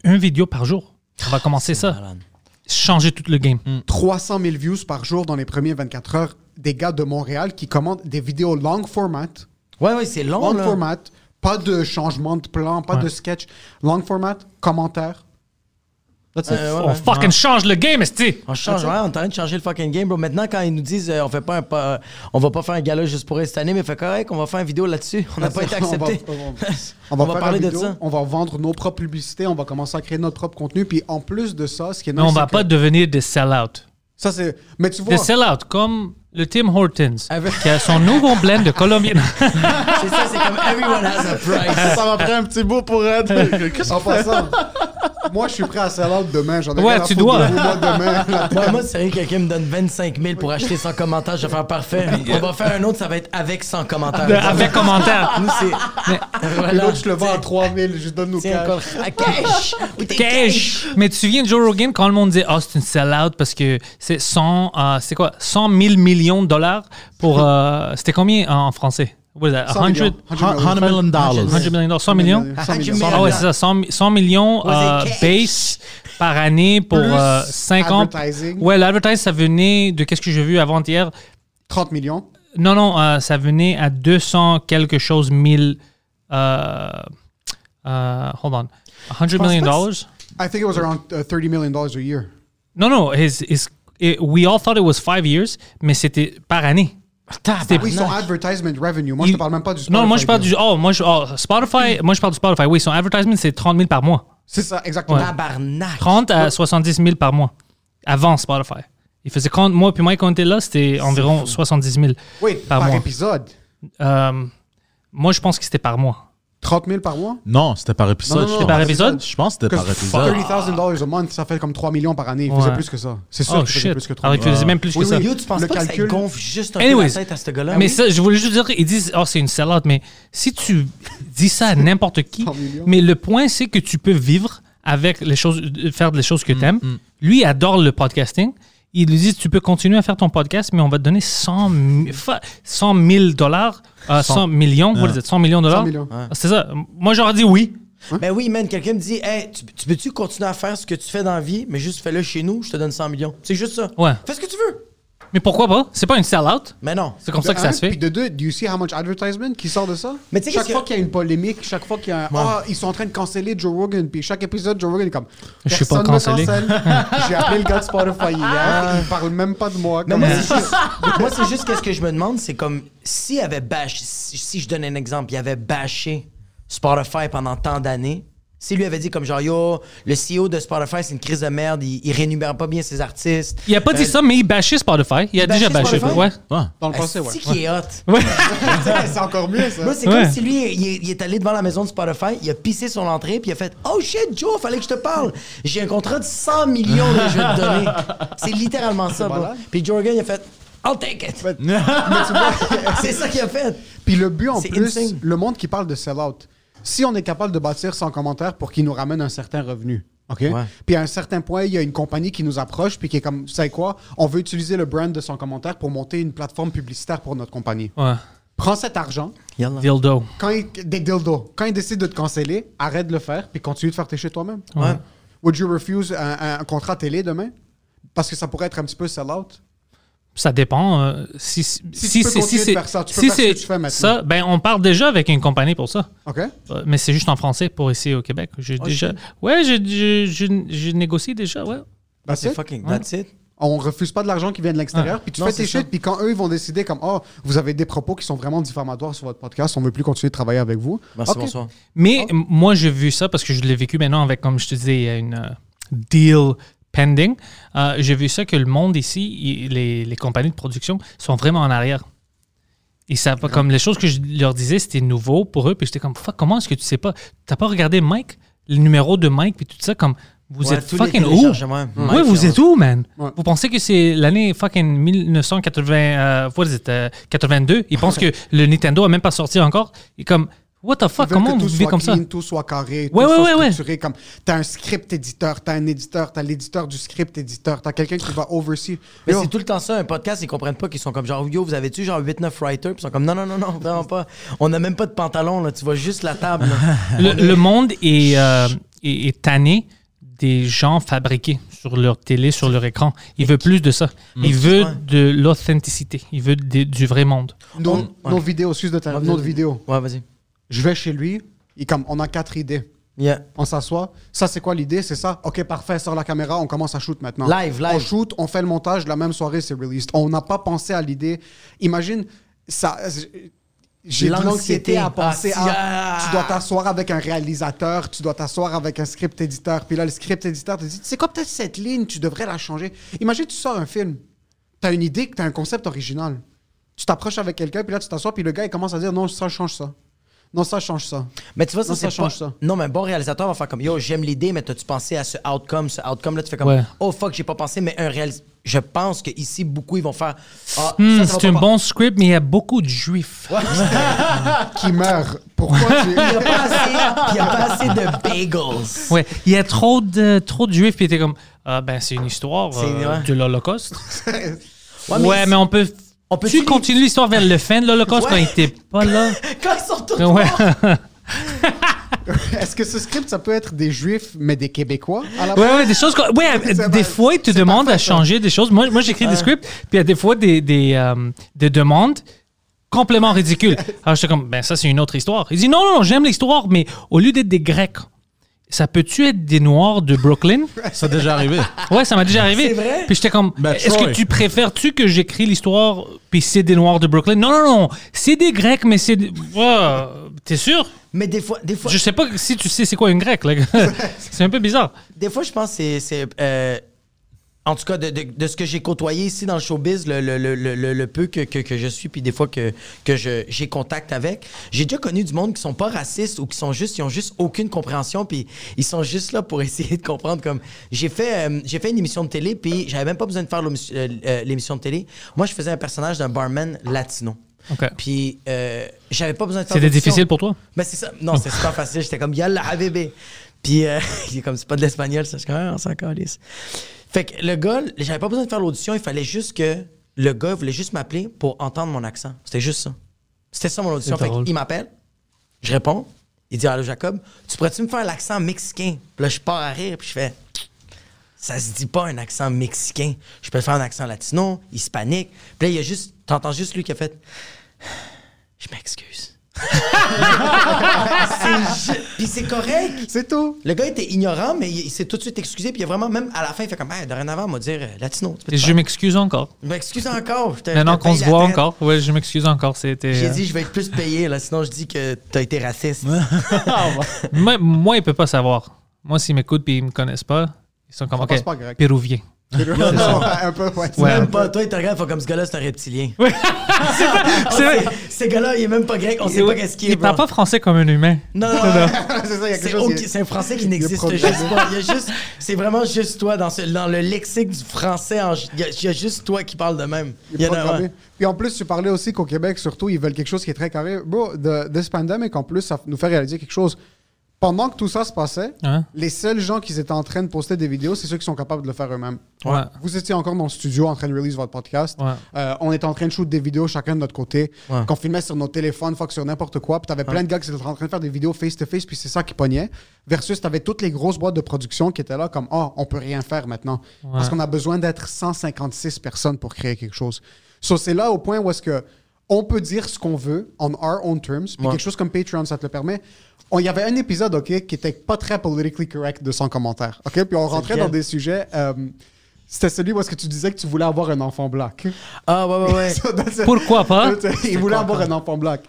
[SPEAKER 1] un vidéo par jour. On va commencer ça.
[SPEAKER 2] Malade. Mm.
[SPEAKER 1] Changer tout le game.
[SPEAKER 3] 300 000 views par jour dans les premiers 24 heures des gars de Montréal qui commandent des vidéos long format.
[SPEAKER 2] Ouais, ouais, c'est long,
[SPEAKER 3] Long
[SPEAKER 2] Oh là.
[SPEAKER 3] format. Pas de changement de plan, pas
[SPEAKER 1] Ouais.
[SPEAKER 3] de sketch. Long format, commentaire. That's it.
[SPEAKER 2] Euh, ouais,
[SPEAKER 1] on
[SPEAKER 2] ouais. Ah,
[SPEAKER 1] fucking change le game, esti.
[SPEAKER 2] On change, ouais, on est en train de changer le fucking game, bro. Maintenant, quand ils nous disent euh, on fait pas un pa- euh, on va pas faire un gala juste pour elle cette année, mais fait correct, on va faire une vidéo là-dessus. On n'a pas été
[SPEAKER 3] <laughs> On va-
[SPEAKER 2] accepté. <laughs>
[SPEAKER 3] On va,
[SPEAKER 2] On va
[SPEAKER 3] faire
[SPEAKER 2] parler
[SPEAKER 3] la
[SPEAKER 2] de
[SPEAKER 3] vidéo,
[SPEAKER 2] ça.
[SPEAKER 3] On va vendre nos propres publicités, on va commencer à créer notre propre contenu. Puis en plus de ça, ce qui est
[SPEAKER 1] Mais on
[SPEAKER 3] nice,
[SPEAKER 1] va
[SPEAKER 3] c'est
[SPEAKER 1] pas
[SPEAKER 3] que-
[SPEAKER 1] devenir des sell-out.
[SPEAKER 3] Ça, c'est. Mais tu vois.
[SPEAKER 1] Des sell-out, comme le Tim Hortons,
[SPEAKER 2] Avec-
[SPEAKER 1] qui a son nouveau blend de
[SPEAKER 2] <laughs>
[SPEAKER 1] Colombien.
[SPEAKER 2] c'est ça, c'est comme everyone has a
[SPEAKER 3] <laughs>
[SPEAKER 2] price.
[SPEAKER 4] Ça m'a pris un petit bout pour <laughs> être. Qu'est-ce
[SPEAKER 3] En passant, <laughs> moi, je suis prêt à sell out demain. J'en ai
[SPEAKER 1] Ouais,
[SPEAKER 3] rien à
[SPEAKER 1] tu
[SPEAKER 3] foutre
[SPEAKER 1] dois.
[SPEAKER 3] de vous,
[SPEAKER 1] <laughs>
[SPEAKER 3] moi, demain. La-
[SPEAKER 2] Moi, moi, sérieux, quelqu'un me donne 25 000 pour acheter sans commentaire, je vais faire parfait.
[SPEAKER 1] <laughs>
[SPEAKER 2] On va faire un autre, ça va être avec sans commentaire.
[SPEAKER 1] De- <laughs> avec commentaire.
[SPEAKER 2] Nous, c'est.
[SPEAKER 3] Et
[SPEAKER 2] Voilà.
[SPEAKER 3] l'autre, je le vends à 3000, juste donne-nous
[SPEAKER 2] Tiens,
[SPEAKER 3] cash.
[SPEAKER 2] encore. Ah, cash! Où t'es
[SPEAKER 1] Cash. Mais tu te souviens de Joe Rogan quand le monde disait Ah, c'est une sell-out parce que c'est 100, euh, c'est quoi, 100 000 millions de dollars pour. euh, C'était combien en français What is that,
[SPEAKER 3] 100 millions.
[SPEAKER 1] 100
[SPEAKER 4] 100 million dollars.
[SPEAKER 1] 100 millions, dollars, 100 millions.
[SPEAKER 3] 100 millions.
[SPEAKER 1] Ah ouais, c'est ça, 100, mi- 100 millions
[SPEAKER 2] Ouais,
[SPEAKER 1] euh,
[SPEAKER 2] c'est
[SPEAKER 1] base par année pour
[SPEAKER 3] Plus
[SPEAKER 1] 50.
[SPEAKER 3] advertising.
[SPEAKER 1] Ouais, l'advertising, ça venait de qu'est-ce que j'ai vu avant-hier
[SPEAKER 3] 30 millions.
[SPEAKER 1] Non, non, euh, ça venait à 200 quelque chose mille. Euh, euh, hold on. 100 million dollars?
[SPEAKER 3] I think it was around uh, 30 million dollars a year.
[SPEAKER 1] Non, non, his, his, it- we all thought it was five years, mais c'était par année.
[SPEAKER 2] Ah,
[SPEAKER 1] C'était-
[SPEAKER 3] Ah Oui, son advertisement revenue. Moi, je te parle même pas du
[SPEAKER 1] Non, moi je
[SPEAKER 3] Spotify
[SPEAKER 1] parle
[SPEAKER 3] deal.
[SPEAKER 1] du. Oh, moi je. oh, Spotify, moi je parle du Spotify. Oui, son advertisement, c'est 30 000 par mois.
[SPEAKER 3] C'est ça, exactement.
[SPEAKER 2] Tabarnak!
[SPEAKER 1] 30 à 70 000 par mois avant Spotify. Il faisait quand moi puis moi quand on était là, c'était environ 70 000
[SPEAKER 3] Oui,
[SPEAKER 1] par,
[SPEAKER 3] par,
[SPEAKER 1] mois.
[SPEAKER 3] épisode.
[SPEAKER 1] Euh, moi, je pense que c'était par mois.
[SPEAKER 3] 30 000 par mois?
[SPEAKER 4] Non, c'était par
[SPEAKER 3] Non,
[SPEAKER 4] épisode.
[SPEAKER 3] non,
[SPEAKER 4] je
[SPEAKER 3] non,
[SPEAKER 4] pense.
[SPEAKER 1] par épisode?
[SPEAKER 4] Je pense que c'était
[SPEAKER 3] Parce
[SPEAKER 4] par
[SPEAKER 3] que
[SPEAKER 4] épisode.
[SPEAKER 3] 30 000 a month, ça fait comme 3 millions par année. Il faisait
[SPEAKER 1] Ouais.
[SPEAKER 3] plus que ça. C'est sûr
[SPEAKER 1] Oh
[SPEAKER 3] qu'il faisait
[SPEAKER 1] shit.
[SPEAKER 3] plus que 3
[SPEAKER 1] Alors, il
[SPEAKER 3] millions.
[SPEAKER 1] faisait même plus
[SPEAKER 3] Oui,
[SPEAKER 1] que
[SPEAKER 3] oui.
[SPEAKER 1] ça.
[SPEAKER 2] Yo, tu penses
[SPEAKER 3] Le
[SPEAKER 2] pas
[SPEAKER 3] calcul-
[SPEAKER 2] que ça gonfle juste un peu
[SPEAKER 1] Anyways,
[SPEAKER 2] la tête à ce gars-là?
[SPEAKER 1] mais
[SPEAKER 2] oui?
[SPEAKER 1] ça, je voulais juste dire, ils disent, oh, c'est une salade, mais si tu dis ça à n'importe qui,
[SPEAKER 3] 100 millions.
[SPEAKER 1] mais le point, c'est que tu peux vivre avec les choses, euh, faire des
[SPEAKER 2] Mm,
[SPEAKER 1] choses que tu aimes. Lui, il adore le podcasting. Ils lui disent, tu peux continuer à faire ton podcast, mais on va te donner 100, mi- fa- 100 000 dollars, euh, 100 millions,
[SPEAKER 2] Ah.
[SPEAKER 1] what is it, 100 millions de dollars.
[SPEAKER 3] 100 millions.
[SPEAKER 1] Ah, C'est ça. Moi, j'aurais dit oui.
[SPEAKER 2] Ben oui, man, quelqu'un me dit, hey, tu, tu peux-tu continuer à faire ce que tu fais dans la vie, mais juste fais-le chez nous, je te donne 100 millions. C'est juste ça.
[SPEAKER 1] Ouais.
[SPEAKER 2] Fais ce que tu veux.
[SPEAKER 1] Mais pourquoi pas? C'est pas une sell-out.
[SPEAKER 2] Mais non.
[SPEAKER 1] C'est comme ça que
[SPEAKER 3] De un,
[SPEAKER 1] ça se
[SPEAKER 3] Puis
[SPEAKER 1] fait.
[SPEAKER 3] de deux, do you see how much advertisement qui sort de ça?
[SPEAKER 2] Mais tu sais
[SPEAKER 3] chaque
[SPEAKER 2] qu'est-ce
[SPEAKER 3] fois
[SPEAKER 2] que-
[SPEAKER 3] qu'il y a une polémique, chaque fois qu'il y a un. Ah, ils sont en train de canceller Joe Rogan. Puis chaque épisode, Joe Rogan est comme.
[SPEAKER 1] Je suis
[SPEAKER 3] personne
[SPEAKER 1] pas
[SPEAKER 3] me
[SPEAKER 1] cancellé. <laughs>
[SPEAKER 3] cancelle. J'ai appelé le gars de Spotify hier. Il parle même pas de moi.
[SPEAKER 2] Mais
[SPEAKER 3] comme-
[SPEAKER 2] moi, c'est juste, moi, c'est juste qu'est-ce que je me demande, c'est comme s'il avait bâché, si, si je donne un exemple, il avait bâché Spotify pendant tant d'années. S'il lui avait dit comme genre, yo, le CEO de Spotify, c'est une crise de merde, il, il rémunère pas bien ses artistes.
[SPEAKER 1] Il a pas dit ça, mais il bâchait Spotify. Il a déjà bâché.
[SPEAKER 2] bâchait Spotify?
[SPEAKER 1] Ouais.
[SPEAKER 4] Ouais.
[SPEAKER 3] Dans le passé,
[SPEAKER 2] C'est
[SPEAKER 3] ouais.
[SPEAKER 2] qui Euh, est hot.
[SPEAKER 3] <laughs> c'est encore mieux, ça.
[SPEAKER 2] Moi, c'est
[SPEAKER 1] Ouais.
[SPEAKER 2] comme si lui, il est, il est allé devant la maison de Spotify, il a pissé son entrée, puis il a fait Oh shit, Joe, fallait que je te parle. J'ai un contrat de 100 millions là, je vais
[SPEAKER 1] <laughs>
[SPEAKER 2] te donner. C'est littéralement ça, bro.
[SPEAKER 3] malade.
[SPEAKER 2] Puis Joe Rogan, il a fait I'll take it. <laughs> c'est ça qu'il a fait.
[SPEAKER 3] Puis le but en
[SPEAKER 2] C'est
[SPEAKER 3] plus,
[SPEAKER 2] insane.
[SPEAKER 3] le monde qui parle de sell-out, si on est capable de bâtir sans commentaire pour qu'il nous ramène un certain revenu, OK? Puis à un certain point, il y a une compagnie qui nous approche puis qui est comme, tu sais quoi, on veut utiliser le brand de sans commentaire pour monter une plateforme publicitaire pour notre compagnie.
[SPEAKER 1] Ouais.
[SPEAKER 3] Prends cet argent,
[SPEAKER 2] Yallah.
[SPEAKER 1] Dildo.
[SPEAKER 3] quand il, des dildos, quand il décide de te canceller, arrête de le faire puis continue de faire tes chez toi-même.
[SPEAKER 2] Ouais.
[SPEAKER 3] Would you refuse un, un contrat télé demain? Parce que ça pourrait être un petit peu sell-out.
[SPEAKER 1] Ça dépend. euh, si si,
[SPEAKER 3] tu
[SPEAKER 1] si
[SPEAKER 3] peux
[SPEAKER 1] c'est- si
[SPEAKER 3] continuer de
[SPEAKER 1] c'est-
[SPEAKER 3] faire ça, tu peux
[SPEAKER 1] si
[SPEAKER 3] faire ce que
[SPEAKER 1] c'est
[SPEAKER 3] tu fais maintenant.
[SPEAKER 1] ça, ben on parle déjà avec une compagnie pour ça.
[SPEAKER 3] OK?
[SPEAKER 1] Euh, Mais c'est juste en français pour ici au Québec. J'ai déjà. Ouais, j'ai- j'ai j'ai- j'ai négocié déjà, ouais.
[SPEAKER 3] That's
[SPEAKER 2] C'est
[SPEAKER 3] it.
[SPEAKER 2] fucking, that's it.
[SPEAKER 3] On refuse pas de l'argent qui vient de l'extérieur,
[SPEAKER 1] Ah.
[SPEAKER 3] puis tu
[SPEAKER 2] Non,
[SPEAKER 3] fais tes
[SPEAKER 2] c'est ça.
[SPEAKER 3] shit, puis quand eux, ils vont décider comme, oh, vous avez des propos qui sont vraiment diffamatoires sur votre podcast, on veut plus continuer de travailler avec vous.
[SPEAKER 2] Merci,
[SPEAKER 3] OK.
[SPEAKER 2] bonsoir.
[SPEAKER 1] Mais
[SPEAKER 2] Oh.
[SPEAKER 1] m- moi, j'ai vu ça parce que je l'ai vécu maintenant avec, comme je te disais, il y a une euh, deal pending. Euh, j'ai vu ça que le monde ici, il- les, les compagnies de production sont vraiment en arrière. Ils savent pas, comme les choses que je leur disais, c'était nouveau pour eux. Puis j'étais comme, fuck, comment est-ce que tu sais pas? T'as pas regardé Mike, le numéro de Mike, puis tout ça, comme, vous
[SPEAKER 2] Ouais,
[SPEAKER 1] êtes
[SPEAKER 2] tous les
[SPEAKER 1] fucking où?
[SPEAKER 2] téléchargements, Mike,
[SPEAKER 1] Ouais, vous
[SPEAKER 2] c'est
[SPEAKER 1] êtes où, man?
[SPEAKER 3] Ouais.
[SPEAKER 1] Vous pensez que c'est l'année fucking 1980, euh, what is it, euh, 82? Ils pensent que le Nintendo a même pas sorti encore. Et comme, what the
[SPEAKER 3] Ils
[SPEAKER 1] fuck,
[SPEAKER 3] veulent
[SPEAKER 1] Ah, comment
[SPEAKER 3] que
[SPEAKER 1] vous
[SPEAKER 3] tout
[SPEAKER 1] vivez
[SPEAKER 3] soit
[SPEAKER 1] comme ça?
[SPEAKER 3] clean, tout soit carré,
[SPEAKER 1] Ouais,
[SPEAKER 3] tout
[SPEAKER 1] ouais,
[SPEAKER 3] soit
[SPEAKER 1] ouais, ouais.
[SPEAKER 3] structuré. Comme t'as un script éditeur, t'as un éditeur, t'as l'éditeur du script éditeur, t'as quelqu'un qui va oversee.
[SPEAKER 2] Mais
[SPEAKER 3] Yo,
[SPEAKER 2] c'est tout le temps ça, un podcast, ils comprennent pas qu'ils sont comme genre, yo, vous avez-tu genre 8-9 writers? Puis ils sont comme, non, non, non, non, vraiment pas. On n'a même pas de pantalon, là, tu vois juste la table.
[SPEAKER 1] <laughs>
[SPEAKER 2] là.
[SPEAKER 1] Le, le monde est, euh, est, est tanné des gens fabriqués sur leur télé, sur leur écran. Il veut plus de ça.
[SPEAKER 3] Hmm.
[SPEAKER 1] Il veut de l'authenticité. Il veut des- du vrai monde.
[SPEAKER 3] nos,
[SPEAKER 2] on-
[SPEAKER 3] nos
[SPEAKER 2] ouais.
[SPEAKER 3] vidéos, excuse de ta, nos vidéos.
[SPEAKER 2] Ouais, vas-y.
[SPEAKER 3] Je vais chez lui, et comme on a quatre idées.
[SPEAKER 2] Yeah.
[SPEAKER 3] On s'assoit. Ça, c'est quoi l'idée? C'est ça? OK, parfait. Sors la caméra. On commence à shoot maintenant.
[SPEAKER 2] Live, live.
[SPEAKER 3] On shoot, on fait le montage. La même soirée, c'est released. On n'a pas pensé à l'idée. Imagine, ça... J'ai de
[SPEAKER 2] L'anxiété.
[SPEAKER 3] l'anxiété à penser
[SPEAKER 2] Ah, si,
[SPEAKER 3] à...
[SPEAKER 2] ah.
[SPEAKER 3] Tu dois t'asseoir avec un réalisateur, tu dois t'asseoir avec un script éditeur. Puis là, le script éditeur te dit, c'est quoi peut-être cette ligne? Tu devrais la changer. Imagine, tu sors un film. T'as une idée, t'as un concept original. Tu t'approches avec quelqu'un, puis là, tu t'assois, puis le gars, il commence à dire, non, ça, change ça. Non, ça, change ça.
[SPEAKER 2] Mais tu vois, ça,
[SPEAKER 3] Non, ça
[SPEAKER 2] c'est
[SPEAKER 3] change
[SPEAKER 2] pas-
[SPEAKER 3] ça.
[SPEAKER 2] Non, mais un bon réalisateur va faire comme, yo, j'aime l'idée, mais t'as-tu pensé à ce outcome? Ce outcome-là, tu fais comme,
[SPEAKER 1] Ouais.
[SPEAKER 2] oh fuck, j'ai pas pensé, mais un réalisateur. Je pense que ici beaucoup, ils vont faire. Ah,
[SPEAKER 1] Hmm,
[SPEAKER 2] ça, ça va
[SPEAKER 1] c'est un
[SPEAKER 2] pas-
[SPEAKER 1] bon script, mais il y a beaucoup de juifs.
[SPEAKER 3] Qui meurt. Ah, <laughs> Pourquoi
[SPEAKER 2] Il y a
[SPEAKER 3] tu...
[SPEAKER 2] pas assez, il y a pas assez de bagels.
[SPEAKER 1] Ouais, il y a trop de, trop de juifs, puis t'es comme, ah ben c'est une histoire
[SPEAKER 2] C'est-
[SPEAKER 1] euh,
[SPEAKER 2] ouais.
[SPEAKER 1] de l'Holocauste.
[SPEAKER 2] Ouais,
[SPEAKER 1] ouais,
[SPEAKER 2] Ah, mais
[SPEAKER 1] mais,
[SPEAKER 2] c'est-
[SPEAKER 1] on peut.
[SPEAKER 2] on peut
[SPEAKER 1] tu
[SPEAKER 2] finir-
[SPEAKER 1] continues l'histoire vers le fin de l'Holocauste
[SPEAKER 2] Ouais.
[SPEAKER 1] quand il était pas
[SPEAKER 2] <laughs>
[SPEAKER 1] là.
[SPEAKER 2] Quand ils sont tous
[SPEAKER 1] Ouais.
[SPEAKER 2] morts.
[SPEAKER 3] Est-ce que ce script, ça peut être des Juifs, mais des Québécois à la
[SPEAKER 1] Ouais, ouais, des choses. qu'on- Ouais,
[SPEAKER 3] C'est
[SPEAKER 1] des
[SPEAKER 3] pas-
[SPEAKER 1] fois, ils te demandent à changer des choses. Moi, moi j'écris des scripts, puis il y a des fois des, des, euh, des demandes complètement
[SPEAKER 3] <laughs>
[SPEAKER 1] ridicules. Alors, j'étais comme, ben, ça, c'est une autre histoire. Il dit, non, non, non, j'aime l'histoire, mais au lieu d'être des Grecs, ça peut-tu être des Noirs de
[SPEAKER 3] <laughs>
[SPEAKER 1] Brooklyn?
[SPEAKER 4] Ça a déjà arrivé.
[SPEAKER 1] Ouais, ça m'a déjà arrivé.
[SPEAKER 2] C'est vrai?
[SPEAKER 1] Puis j'étais comme,
[SPEAKER 4] Ben,
[SPEAKER 1] est-ce
[SPEAKER 4] Troy.
[SPEAKER 1] que tu préfères-tu que j'écris l'histoire, puis c'est des Noirs de Brooklyn? Non, non, non, c'est des Grecs, mais c'est. des- Ouais, t'es sûr?
[SPEAKER 2] Mais des fois, des fois,
[SPEAKER 1] Je sais pas si tu sais c'est quoi une grecque, là. c'est un peu bizarre.
[SPEAKER 2] des fois, je pense que c'est- c'est. euh, en tout cas, de, de- de ce que j'ai côtoyé ici dans le showbiz, le, le- le- le- le- le peu que, que- que je suis, puis des fois que, que je- j'ai contact avec, j'ai déjà connu du monde qui sont pas racistes ou qui sont juste, ils ont juste aucune compréhension, puis ils sont juste là pour <laughs> essayer de comprendre. Comme j'ai fait, euh, j'ai fait une émission de télé, puis j'avais même pas besoin de faire l'émission euh, euh, l'émission de télé. Moi, je faisais un personnage d'un barman latino.
[SPEAKER 1] OK.
[SPEAKER 2] Puis euh, j'avais pas besoin de faire
[SPEAKER 1] C'était
[SPEAKER 2] d'audition.
[SPEAKER 1] difficile pour toi?
[SPEAKER 2] Ben c'est ça. Non, c'est super facile. J'étais comme Yalla Habibé. Puis euh, <laughs> il est comme c'est pas de l'espagnol, ça. Je suis comme ah, on s'en calisse. Fait que le gars, j'avais pas besoin de faire l'audition. Il fallait juste que le gars voulait juste m'appeler pour entendre mon accent. C'était juste ça. C'était ça mon audition.
[SPEAKER 1] C'est
[SPEAKER 2] Fait
[SPEAKER 1] drôle.
[SPEAKER 2] qu'il m'appelle. Je réponds. Il dit Allô Jacob, tu pourrais-tu me faire l'accent mexicain? Puis là, je pars à rire, puis je fais ça se dit pas un accent mexicain. Je peux faire un accent latino, hispanique. Puis là, il y a juste, t'entends juste lui qui a fait Je m'excuse.
[SPEAKER 1] Ah.
[SPEAKER 2] C'est ju- Puis c'est correct. <laughs>
[SPEAKER 3] C'est tout.
[SPEAKER 2] Le gars était ignorant, mais il, il s'est tout de suite excusé. Puis il a vraiment, même à la fin, il fait comme hey, dorénavant, on va dire euh, latino. tu peux te
[SPEAKER 1] Et je
[SPEAKER 2] faire-
[SPEAKER 1] m'excuse encore.
[SPEAKER 2] Je m'excuse encore. je te-
[SPEAKER 1] Maintenant
[SPEAKER 2] je te
[SPEAKER 1] qu'on
[SPEAKER 2] paye
[SPEAKER 1] se
[SPEAKER 2] la
[SPEAKER 1] voit
[SPEAKER 2] traite.
[SPEAKER 1] encore, ouais, je m'excuse encore. C'était.
[SPEAKER 2] ben, J'ai
[SPEAKER 1] euh,
[SPEAKER 2] dit, je vais être plus payé, là, sinon je dis que t'as été raciste.
[SPEAKER 1] moi, moi, ils peuvent pas savoir. Moi, s'ils m'écoutent et ils me connaissent pas, ils sont comme,
[SPEAKER 3] passe
[SPEAKER 1] OK,
[SPEAKER 3] pas grec.
[SPEAKER 1] péruvien.
[SPEAKER 3] un peu, ouais.
[SPEAKER 1] Ouais.
[SPEAKER 2] Même pas, toi, il te regarde, faut comme ce gars-là, c'est un reptilien.
[SPEAKER 1] <laughs> C'est vrai.
[SPEAKER 2] <laughs> Ce gars-là, il est même pas grec, on sait pas qu'est-ce qu'il est.
[SPEAKER 1] Il parle
[SPEAKER 2] bro.
[SPEAKER 1] pas français comme un humain.
[SPEAKER 2] Non, non, non.
[SPEAKER 3] <laughs> c'est ça, il y a quelque
[SPEAKER 2] C'est
[SPEAKER 3] chose.
[SPEAKER 2] ok,
[SPEAKER 3] qui-
[SPEAKER 2] c'est un français qui
[SPEAKER 3] il y a
[SPEAKER 2] n'existe
[SPEAKER 3] problème.
[SPEAKER 2] juste pas. Il y a juste, c'est vraiment juste toi dans, ce- dans le lexique du français. en- il, y a, il y a juste toi qui parle de même. Il y en a
[SPEAKER 3] programmé.
[SPEAKER 2] un.
[SPEAKER 3] Puis en plus, tu parlais aussi qu'au Québec, surtout, ils veulent quelque chose qui est très carré. Bro, de this pandemic, en plus, ça nous fait réaliser quelque chose. Pendant que tout ça se passait,
[SPEAKER 1] Hein?
[SPEAKER 3] les seuls gens qui étaient en train de poster des vidéos, c'est ceux qui sont capables de le faire eux-mêmes.
[SPEAKER 1] Ouais.
[SPEAKER 3] Vous étiez encore dans le studio en train de release votre podcast.
[SPEAKER 1] Ouais.
[SPEAKER 3] Euh, on était en train de shoot des vidéos chacun de notre côté.
[SPEAKER 2] Ouais.
[SPEAKER 3] Qu'on filmait sur nos téléphones, fuck sur n'importe quoi. Puis t'avais plein de gars qui étaient en train de faire des vidéos face-to-face, puis c'est ça qui pognait. Versus t'avais toutes les grosses boîtes de production qui étaient là comme « Ah, on peut rien faire maintenant. Parce qu'on a besoin d'être 156 personnes pour créer quelque chose. So, c'est là au point où est-ce que on peut dire ce qu'on veut on our own terms. Puis
[SPEAKER 2] Ouais.
[SPEAKER 3] quelque chose comme Patreon, ça te le permet. On- Il y avait un épisode, OK, qui était pas très politically correct de 100 commentaires. OK, puis on rentrait
[SPEAKER 2] lequel?
[SPEAKER 3] dans des sujets... euh, c'était celui où est-ce que tu disais que tu voulais avoir un enfant black.
[SPEAKER 2] Ah, ouais, ouais,
[SPEAKER 3] <laughs>
[SPEAKER 2] ouais.
[SPEAKER 3] So, that's it.
[SPEAKER 1] Pourquoi pas?
[SPEAKER 3] Il voulait avoir un enfant black.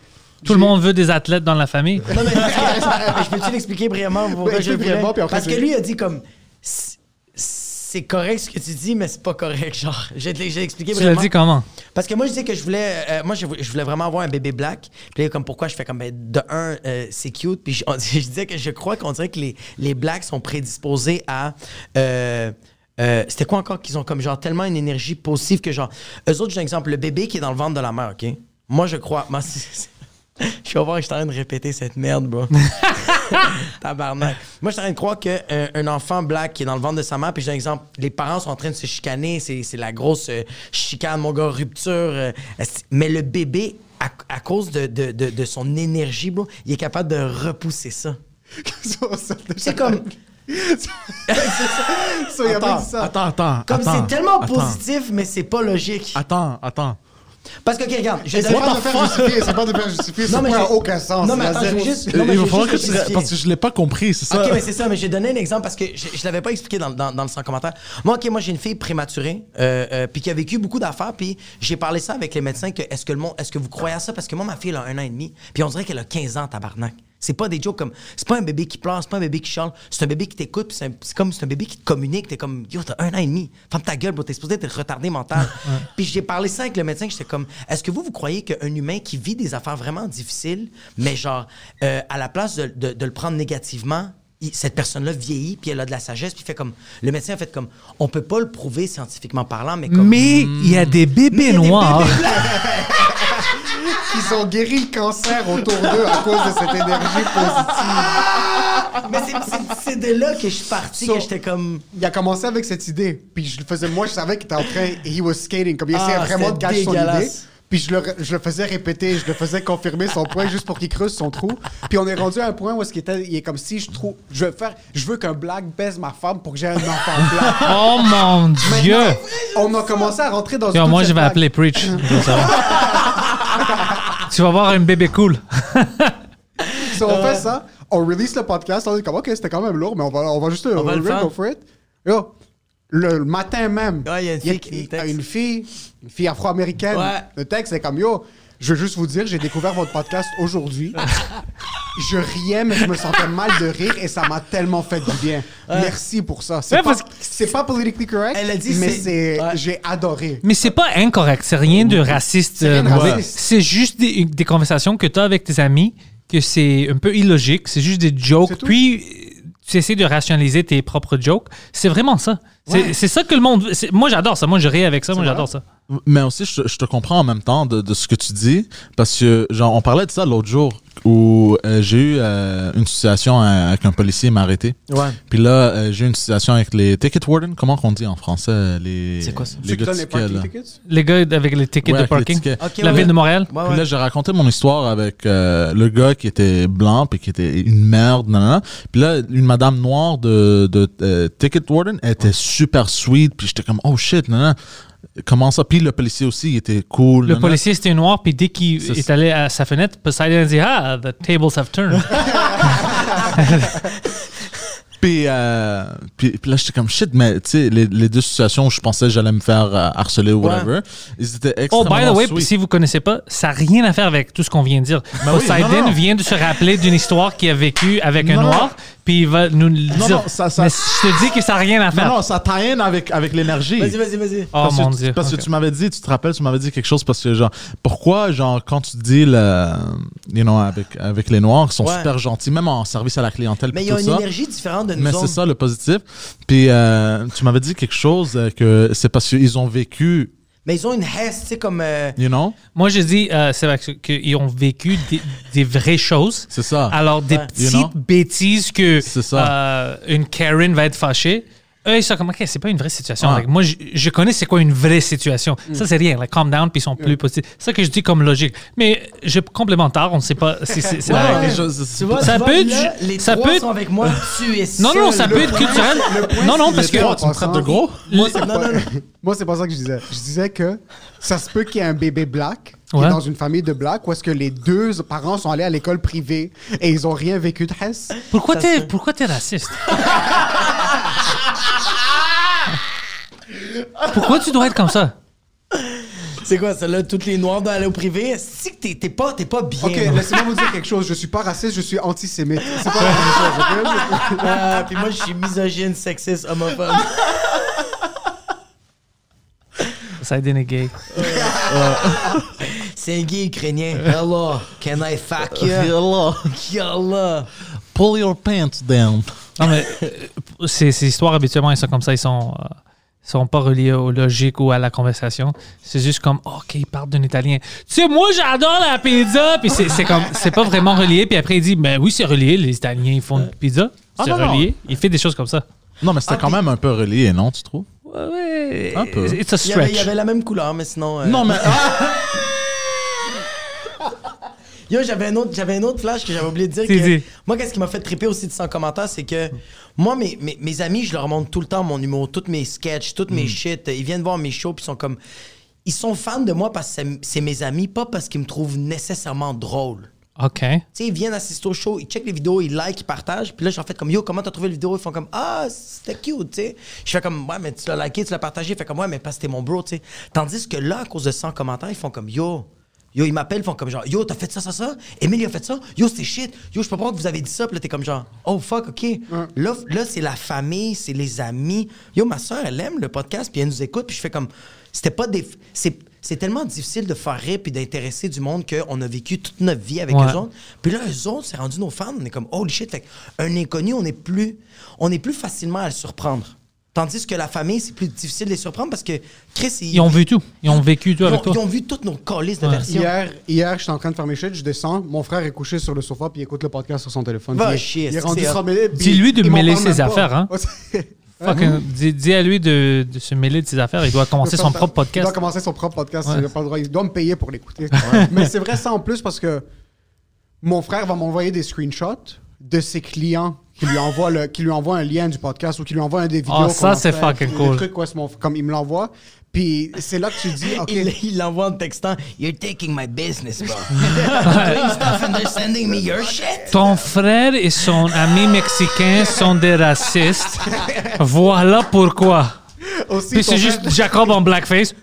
[SPEAKER 1] Tout le monde veut des athlètes dans la famille.
[SPEAKER 2] Non, mais je peux-tu l'expliquer brièvement pourquoi
[SPEAKER 3] Ben,
[SPEAKER 2] je le
[SPEAKER 3] explique brièvement,
[SPEAKER 2] voulais?
[SPEAKER 3] puis après,
[SPEAKER 2] Parce que
[SPEAKER 3] c'est-
[SPEAKER 2] lui a dit comme. C'est- C'est correct ce que tu dis, mais c'est pas correct, genre. J'ai j'ai expliqué
[SPEAKER 1] Tu l'as
[SPEAKER 2] brièvement.
[SPEAKER 1] dit comment?
[SPEAKER 2] Parce que moi, je disais que je voulais. euh, moi, je voulais, je voulais vraiment avoir un bébé black. Puis là, comme pourquoi je fais comme. ben, de un, euh, c'est cute. Puis je, on- <laughs> je disais que je crois qu'on dirait que les, les blacks sont prédisposés à. euh, euh, C'était quoi encore qu'ils ont comme genre tellement une énergie positive que genre. Eux autres, j'ai un exemple, le bébé qui est dans le ventre de la mère, OK? Moi, je crois. <laughs> moi, c'est- c'est- je suis au voir que je suis en train de répéter cette merde, bro. <laughs> Tabarnak. Moi, je suis en train de croire qu'un un enfant black qui est dans le ventre de sa mère, puis j'ai un exemple, les parents sont en train de se chicaner, c'est c'est la grosse euh, chicane, mon gars, rupture. euh, esti- mais le bébé, à, à cause de, de- de- de son énergie, bro, il est capable de repousser ça.
[SPEAKER 3] So, <laughs> ça-
[SPEAKER 2] C'est comme.
[SPEAKER 3] so, il avait
[SPEAKER 4] Attends,
[SPEAKER 3] dit ça.
[SPEAKER 4] attends, attends.
[SPEAKER 2] Comme
[SPEAKER 4] attends,
[SPEAKER 2] c'est tellement
[SPEAKER 4] attends.
[SPEAKER 2] positif, mais c'est pas logique.
[SPEAKER 4] Attends, attends.
[SPEAKER 2] Parce que, ok, regarde, je
[SPEAKER 3] C'est pas de faire justifier, c'est pas de faire justifier, ça n'a
[SPEAKER 2] j'ai-
[SPEAKER 3] aucun sens.
[SPEAKER 2] Non, mais
[SPEAKER 3] Il y a
[SPEAKER 2] attends, je
[SPEAKER 3] zéro-
[SPEAKER 2] vais juste. non, mais
[SPEAKER 4] Il
[SPEAKER 2] je
[SPEAKER 4] va
[SPEAKER 2] vais
[SPEAKER 4] falloir que
[SPEAKER 2] juste
[SPEAKER 4] tu.
[SPEAKER 2] justifier.
[SPEAKER 4] Parce que je l'ai pas compris, c'est ça.
[SPEAKER 2] Ok, mais c'est ça, mais j'ai donné un exemple parce que je, je l'avais pas expliqué dans, dans, dans le 100 commentaires. Moi, ok, moi j'ai une fille prématurée, euh, euh, puis qui a vécu beaucoup d'affaires, puis j'ai parlé ça avec les médecins que est-ce que le monde, est-ce que vous croyez à ça parce que moi ma fille elle a un an et demi, puis on dirait qu'elle a 15 ans tabarnak. C'est pas des jokes comme c'est pas un bébé qui pleure, c'est pas un bébé qui chante, c'est un bébé qui t'écoute, puis c'est un- c'est comme c'est un bébé qui te communique, t'es comme yo t'as un an et demi, ferme ta gueule, bro, t'es supposé être retardé mental. puis j'ai parlé ça avec le médecin, j'étais comme est-ce que vous vous croyez qu'un humain qui vit des affaires vraiment difficiles, mais genre euh, à la place de- de- de le prendre négativement il- cette personne-là vieillit, puis elle a de la sagesse, puis fait comme. Le médecin a fait comme. On peut pas le prouver scientifiquement parlant, mais comme.
[SPEAKER 1] Mais il y a des bébés
[SPEAKER 2] des
[SPEAKER 1] noirs.
[SPEAKER 3] Ils ont guéri le cancer autour d'eux à cause de cette énergie positive.
[SPEAKER 2] Ah, Mais c'est- c'est- c'est de là que je suis parti,
[SPEAKER 3] So-
[SPEAKER 2] que j'étais comme.
[SPEAKER 3] Il a commencé avec cette idée, puis je le faisais, moi je savais qu'il était en train, he was skating, comme il
[SPEAKER 2] Ah,
[SPEAKER 3] essayait vraiment de
[SPEAKER 2] c'était
[SPEAKER 3] cacher son idée.
[SPEAKER 2] dégueulasse.
[SPEAKER 3] Puis je le, je le faisais répéter, je le faisais confirmer son point juste pour qu'il creuse son trou. Puis on est rendu à un point où est-ce qu'il était, il est comme si je trouve, je veux faire, je veux qu'un black baise ma femme pour que j'ai un enfant black.
[SPEAKER 1] <laughs> Oh mon Dieu!
[SPEAKER 3] On a commencé à rentrer dans
[SPEAKER 1] Yo,
[SPEAKER 3] toute
[SPEAKER 1] moi, je
[SPEAKER 3] cette
[SPEAKER 1] vais
[SPEAKER 3] vague.
[SPEAKER 1] appeler Preach. Ça va. tu vas voir un bébé cool.
[SPEAKER 3] So,
[SPEAKER 2] Euh.
[SPEAKER 3] on fait ça, on release le podcast, on est comme, OK, c'était quand même lourd, mais on va, on va juste on
[SPEAKER 2] va le faire.
[SPEAKER 3] go for it. Yo, le matin même,
[SPEAKER 2] Ouais, il y a une fille qui nous
[SPEAKER 3] il y a
[SPEAKER 2] texte.
[SPEAKER 3] une fille, une fille afro-américaine.
[SPEAKER 2] Ouais.
[SPEAKER 3] Le texte est comme, yo, je veux juste vous dire, j'ai découvert votre podcast
[SPEAKER 2] <laughs>
[SPEAKER 3] aujourd'hui. je riais, mais je me sentais mal de rire et ça m'a tellement fait du bien. Merci pour ça. C'est
[SPEAKER 1] Ouais,
[SPEAKER 3] pas,
[SPEAKER 1] parce que-
[SPEAKER 3] c'est pas politically correct,
[SPEAKER 2] Elle a dit,
[SPEAKER 3] mais
[SPEAKER 2] c'est-
[SPEAKER 3] c'est,
[SPEAKER 2] Ouais.
[SPEAKER 3] j'ai adoré.
[SPEAKER 1] Mais c'est pas incorrect, c'est rien de raciste.
[SPEAKER 3] rien de
[SPEAKER 1] euh,
[SPEAKER 3] raciste.
[SPEAKER 1] ouais. C'est juste des, des conversations que tu as avec tes amis, que c'est un peu illogique, c'est juste des
[SPEAKER 3] C'est
[SPEAKER 1] jokes.
[SPEAKER 3] tout.
[SPEAKER 1] Puis euh, tu essaies de rationaliser tes propres jokes. C'est vraiment ça. C'est c'est ça que le monde. veut. C'est- Moi, j'adore ça. Moi, je ris avec ça. Moi,
[SPEAKER 3] vrai.
[SPEAKER 1] j'adore ça.
[SPEAKER 4] Mais aussi, je, te- je te comprends en même temps de, de ce que tu dis, parce que, genre, on parlait de ça l'autre jour, où euh, j'ai eu euh, une situation euh, avec un policier m'a arrêté.
[SPEAKER 2] Ouais.
[SPEAKER 4] Puis là, euh, j'ai eu une situation avec les ticket warden, comment qu'on dit en français euh, les,
[SPEAKER 2] C'est quoi ça?
[SPEAKER 4] les
[SPEAKER 3] Ceux qui
[SPEAKER 4] gars de
[SPEAKER 3] donnent les
[SPEAKER 4] tickets,
[SPEAKER 3] parking
[SPEAKER 4] là.
[SPEAKER 3] tickets?
[SPEAKER 1] Les gars avec les tickets
[SPEAKER 4] Ouais,
[SPEAKER 1] de
[SPEAKER 4] avec les
[SPEAKER 1] parking,
[SPEAKER 4] tickets.
[SPEAKER 2] Ok,
[SPEAKER 1] la
[SPEAKER 2] ouais.
[SPEAKER 1] ville de Montréal.
[SPEAKER 2] Ouais,
[SPEAKER 4] Puis
[SPEAKER 2] ouais.
[SPEAKER 4] là, j'ai raconté mon histoire avec euh, le gars qui était blanc, puis qui était une merde, nanana. Puis là, une madame noire de, de euh, Ticket Warden, elle était super sweet, puis j'étais comme, oh shit, nanana. Comment ça? Puis le policier aussi, il était cool.
[SPEAKER 1] Le
[SPEAKER 4] nanana.
[SPEAKER 1] policier, c'était noir, puis dès qu'il
[SPEAKER 4] C'est
[SPEAKER 1] est,
[SPEAKER 4] ça.
[SPEAKER 1] allé à sa fenêtre, Poseidon a dit Ah, the tables have
[SPEAKER 3] <laughs>
[SPEAKER 1] turned.
[SPEAKER 4] Puis, euh, puis, puis là, j'étais comme, shit, mais tu sais, les, les deux situations où je pensais que j'allais me faire euh, harceler ou whatever, ils étaient
[SPEAKER 1] oh,
[SPEAKER 4] extrêmement
[SPEAKER 1] by the way,
[SPEAKER 4] sweet.
[SPEAKER 1] si vous connaissez pas, ça n'a rien à faire avec tout ce qu'on vient de dire.
[SPEAKER 4] Ben oui,
[SPEAKER 1] Poseidon
[SPEAKER 4] non, non.
[SPEAKER 1] vient de se rappeler d'une histoire qu'il a vécue avec un
[SPEAKER 4] Non, non.
[SPEAKER 1] noir, puis il va nous le dire.
[SPEAKER 4] Non, non, ça- ça-
[SPEAKER 1] Mais je te dis que ça n'a rien à faire.
[SPEAKER 4] Non, non, ça tie avec, avec l'énergie.
[SPEAKER 2] Vas-y, vas-y, vas-y.
[SPEAKER 1] oh
[SPEAKER 4] parce
[SPEAKER 1] mon
[SPEAKER 4] que, tu-
[SPEAKER 1] Dieu.
[SPEAKER 4] Parce
[SPEAKER 1] Ok.
[SPEAKER 4] que tu m'avais dit, tu te rappelles, tu m'avais dit quelque chose parce que, genre, pourquoi, genre, quand tu dis, le, you know, avec, avec les Noirs, ils sont
[SPEAKER 2] Ouais.
[SPEAKER 4] super gentils, même en service à la clientèle.
[SPEAKER 2] Mais
[SPEAKER 4] puis
[SPEAKER 2] il y a
[SPEAKER 4] tout
[SPEAKER 2] une
[SPEAKER 4] ça.
[SPEAKER 2] énergie différente de nous
[SPEAKER 4] Mais
[SPEAKER 2] autres.
[SPEAKER 4] c'est ça le positif. Puis euh, tu m'avais dit quelque chose euh, que c'est parce qu'ils ont vécu
[SPEAKER 2] Mais ils ont une hesse, tu sais, comme. euh,
[SPEAKER 4] You know?
[SPEAKER 1] Moi, je dis, euh, c'est vrai que- qu'ils ont vécu des, des vraies choses.
[SPEAKER 4] C'est ça.
[SPEAKER 1] Alors, des
[SPEAKER 2] Ouais.
[SPEAKER 1] petites
[SPEAKER 4] Ah. You know?
[SPEAKER 1] bêtises que
[SPEAKER 4] C'est ça.
[SPEAKER 1] euh, une Karen va être fâchée. Eux, ils sont comme, OK, c'est pas une vraie situation.
[SPEAKER 4] Ouais.
[SPEAKER 1] Like, moi, je, je connais c'est quoi une vraie situation. Ça, c'est rien. Like, calm down, puis ils sont plus positifs. C'est ça que je dis comme logique. Mais je complémente tard, on ne sait pas si c'est c'est la
[SPEAKER 4] Ouais,
[SPEAKER 1] règle.
[SPEAKER 4] mais je- c'est-
[SPEAKER 2] tu vois,
[SPEAKER 1] ça
[SPEAKER 2] tu
[SPEAKER 1] peut
[SPEAKER 2] vois,
[SPEAKER 1] être
[SPEAKER 2] là,
[SPEAKER 1] ju-
[SPEAKER 2] les
[SPEAKER 1] ça
[SPEAKER 2] trois
[SPEAKER 1] peut être-
[SPEAKER 2] sont avec moi, tu es
[SPEAKER 1] <laughs> Non, non,
[SPEAKER 2] seul.
[SPEAKER 1] ça peut être culturel. Non, non, parce que.
[SPEAKER 3] le point,
[SPEAKER 4] Traite de gros?
[SPEAKER 3] Moi, c'est
[SPEAKER 1] Non,
[SPEAKER 3] pas-
[SPEAKER 2] non, non.
[SPEAKER 3] Moi, c'est pas ça que je disais. Je disais que ça se peut qu'il y ait un bébé black qui est
[SPEAKER 1] Ouais.
[SPEAKER 3] dans une famille de black où est-ce que les deux parents sont allés à l'école privée et ils ont rien vécu de Hess.
[SPEAKER 1] Pourquoi
[SPEAKER 2] Ça
[SPEAKER 1] t'es
[SPEAKER 2] se-
[SPEAKER 1] pourquoi t'es raciste Pourquoi tu dois être comme ça
[SPEAKER 2] <laughs> C'est quoi, ça là, toutes les noirs doivent aller au privé? Si que t'es- t'es pas, t'es pas bien.
[SPEAKER 3] Ok,
[SPEAKER 2] là.
[SPEAKER 3] laissez-moi vous dire quelque chose. Je suis pas raciste, je suis antisémite. C'est pas la même chose, ok? <laughs>
[SPEAKER 2] Ah, puis moi, je suis misogyne,
[SPEAKER 1] <laughs>
[SPEAKER 2] sexiste, homophobe.
[SPEAKER 1] Ça a dénégué.
[SPEAKER 2] C'est un gay ukrainien. Hello, can
[SPEAKER 1] <laughs>
[SPEAKER 2] I fuck you?
[SPEAKER 4] Yalla.
[SPEAKER 2] Yallah.
[SPEAKER 4] Pull your pants down.
[SPEAKER 1] Non mais euh, ces, ces histoires habituellement ils sont comme ça, ils sont euh, ils sont pas reliés aux logiques ou à la conversation. C'est juste comme ok ils parlent d'un italien. Tu sais moi j'adore la pizza puis c'est c'est comme c'est pas vraiment relié puis après il dit ben oui c'est relié les Italiens ils font une pizza
[SPEAKER 4] Ah,
[SPEAKER 1] c'est
[SPEAKER 4] non, non.
[SPEAKER 1] relié il fait des choses comme ça.
[SPEAKER 4] Non, Ah, mais c'était quand même un peu relié, non, tu trouves?
[SPEAKER 1] Ouais,
[SPEAKER 4] Un peu.
[SPEAKER 1] It's a
[SPEAKER 2] Il y, avait,
[SPEAKER 1] stretch.
[SPEAKER 2] il y avait la même couleur, mais sinon. euh,
[SPEAKER 4] Non, mais. ah!
[SPEAKER 2] Yo, j'avais un autre, j'avais un autre flash que j'avais oublié de dire.
[SPEAKER 1] Si,
[SPEAKER 2] que-
[SPEAKER 1] si.
[SPEAKER 2] Moi, qu'est-ce qui m'a fait triper aussi de 100 commentaires, c'est que moi, mes, mes, mes amis, je leur montre tout le temps mon humour, toutes mes sketchs, toutes
[SPEAKER 1] Mm.
[SPEAKER 2] mes shit. Ils viennent voir mes shows, puis ils sont comme. Ils sont fans de moi parce que c'est- c'est mes amis, pas parce qu'ils me trouvent nécessairement drôle.
[SPEAKER 1] Ok.
[SPEAKER 2] Tu sais, ils viennent assister au show, ils checkent les vidéos, ils like, ils partagent. Puis là, j'en fais comme Yo, comment t'as trouvé la vidéo Ils font comme Ah, c'était cute, tu sais. Je fais comme Ouais, mais tu l'as liké, tu l'as partagé. Fait comme Ouais, mais parce que t'es mon bro, tu sais. Tandis que là, à cause de 100 commentaires, ils font comme Yo. Yo, ils m'appellent, ils font comme genre Yo, t'as fait ça, ça, ça. Emile, il a fait ça. Yo, c'est shit. Yo, je peux pas croire que vous avez dit ça. Puis là, t'es comme genre Oh fuck, ok. Là, f- là c'est la famille, c'est les amis. Yo, ma soeur, elle aime le podcast, puis elle nous écoute. Puis je fais comme C'était pas des. C'est c'est tellement difficile de faire rire puis d'intéresser du monde qu'on a vécu toute notre vie avec
[SPEAKER 1] Ouais.
[SPEAKER 2] eux autres. Puis là, eux autres, c'est rendu nos fans. On est comme, holy shit. Fait un inconnu, on est plus, on est plus facilement à le surprendre. Tandis que la famille, c'est plus difficile de les surprendre parce que Chris, ils,
[SPEAKER 1] Ils ont vu tout. Ils ont vécu tout
[SPEAKER 2] ils
[SPEAKER 1] avec
[SPEAKER 2] ont,
[SPEAKER 1] toi.
[SPEAKER 2] ils ont vu toutes nos colis de
[SPEAKER 1] Ouais.
[SPEAKER 2] versions.
[SPEAKER 3] Hier, hier je suis en train de faire mes shit, je descends, mon frère est couché sur le sofa puis il écoute le podcast sur son téléphone.
[SPEAKER 2] Va
[SPEAKER 3] Puis il-
[SPEAKER 2] chier,
[SPEAKER 3] il est
[SPEAKER 2] c'est
[SPEAKER 3] rendu
[SPEAKER 2] que c'est
[SPEAKER 3] se
[SPEAKER 2] hot.
[SPEAKER 3] remêler, puis
[SPEAKER 1] Dis-lui de
[SPEAKER 3] il m'en
[SPEAKER 1] mêler
[SPEAKER 3] parle
[SPEAKER 1] ses
[SPEAKER 3] même pas.
[SPEAKER 1] affaire, hein. Fucking-
[SPEAKER 3] Mhm.
[SPEAKER 1] dis, dis à lui de, de se mêler de ses affaires. Il doit commencer son propre
[SPEAKER 3] Il doit
[SPEAKER 1] podcast.
[SPEAKER 3] commencer son propre podcast.
[SPEAKER 1] Ouais.
[SPEAKER 3] Il, a pas le droit. Il doit me payer pour l'écouter. Mais c'est vrai ça en plus parce que mon frère va m'envoyer des screenshots de ses clients qui lui envoient le, qui lui envoient un lien du podcast ou qui lui envoient un des vidéos.
[SPEAKER 1] Ah,
[SPEAKER 3] qu'on
[SPEAKER 1] ça,
[SPEAKER 3] a
[SPEAKER 1] c'est
[SPEAKER 3] fait,
[SPEAKER 1] fucking
[SPEAKER 3] des
[SPEAKER 1] cool.
[SPEAKER 3] trucs, ouais, c'est mon- comme il me l'envoie. Puis c'est là que tu dis, ok.
[SPEAKER 2] Il- Il l'envoie en textant You're taking my business, <laughs> bro. Please stop understanding me your shit.
[SPEAKER 1] Ton frère et son ami mexicain sont des racistes. Voilà pourquoi.
[SPEAKER 3] aussi,
[SPEAKER 1] Puis
[SPEAKER 3] ton
[SPEAKER 1] c'est juste
[SPEAKER 3] frère-
[SPEAKER 1] Jacob en blackface.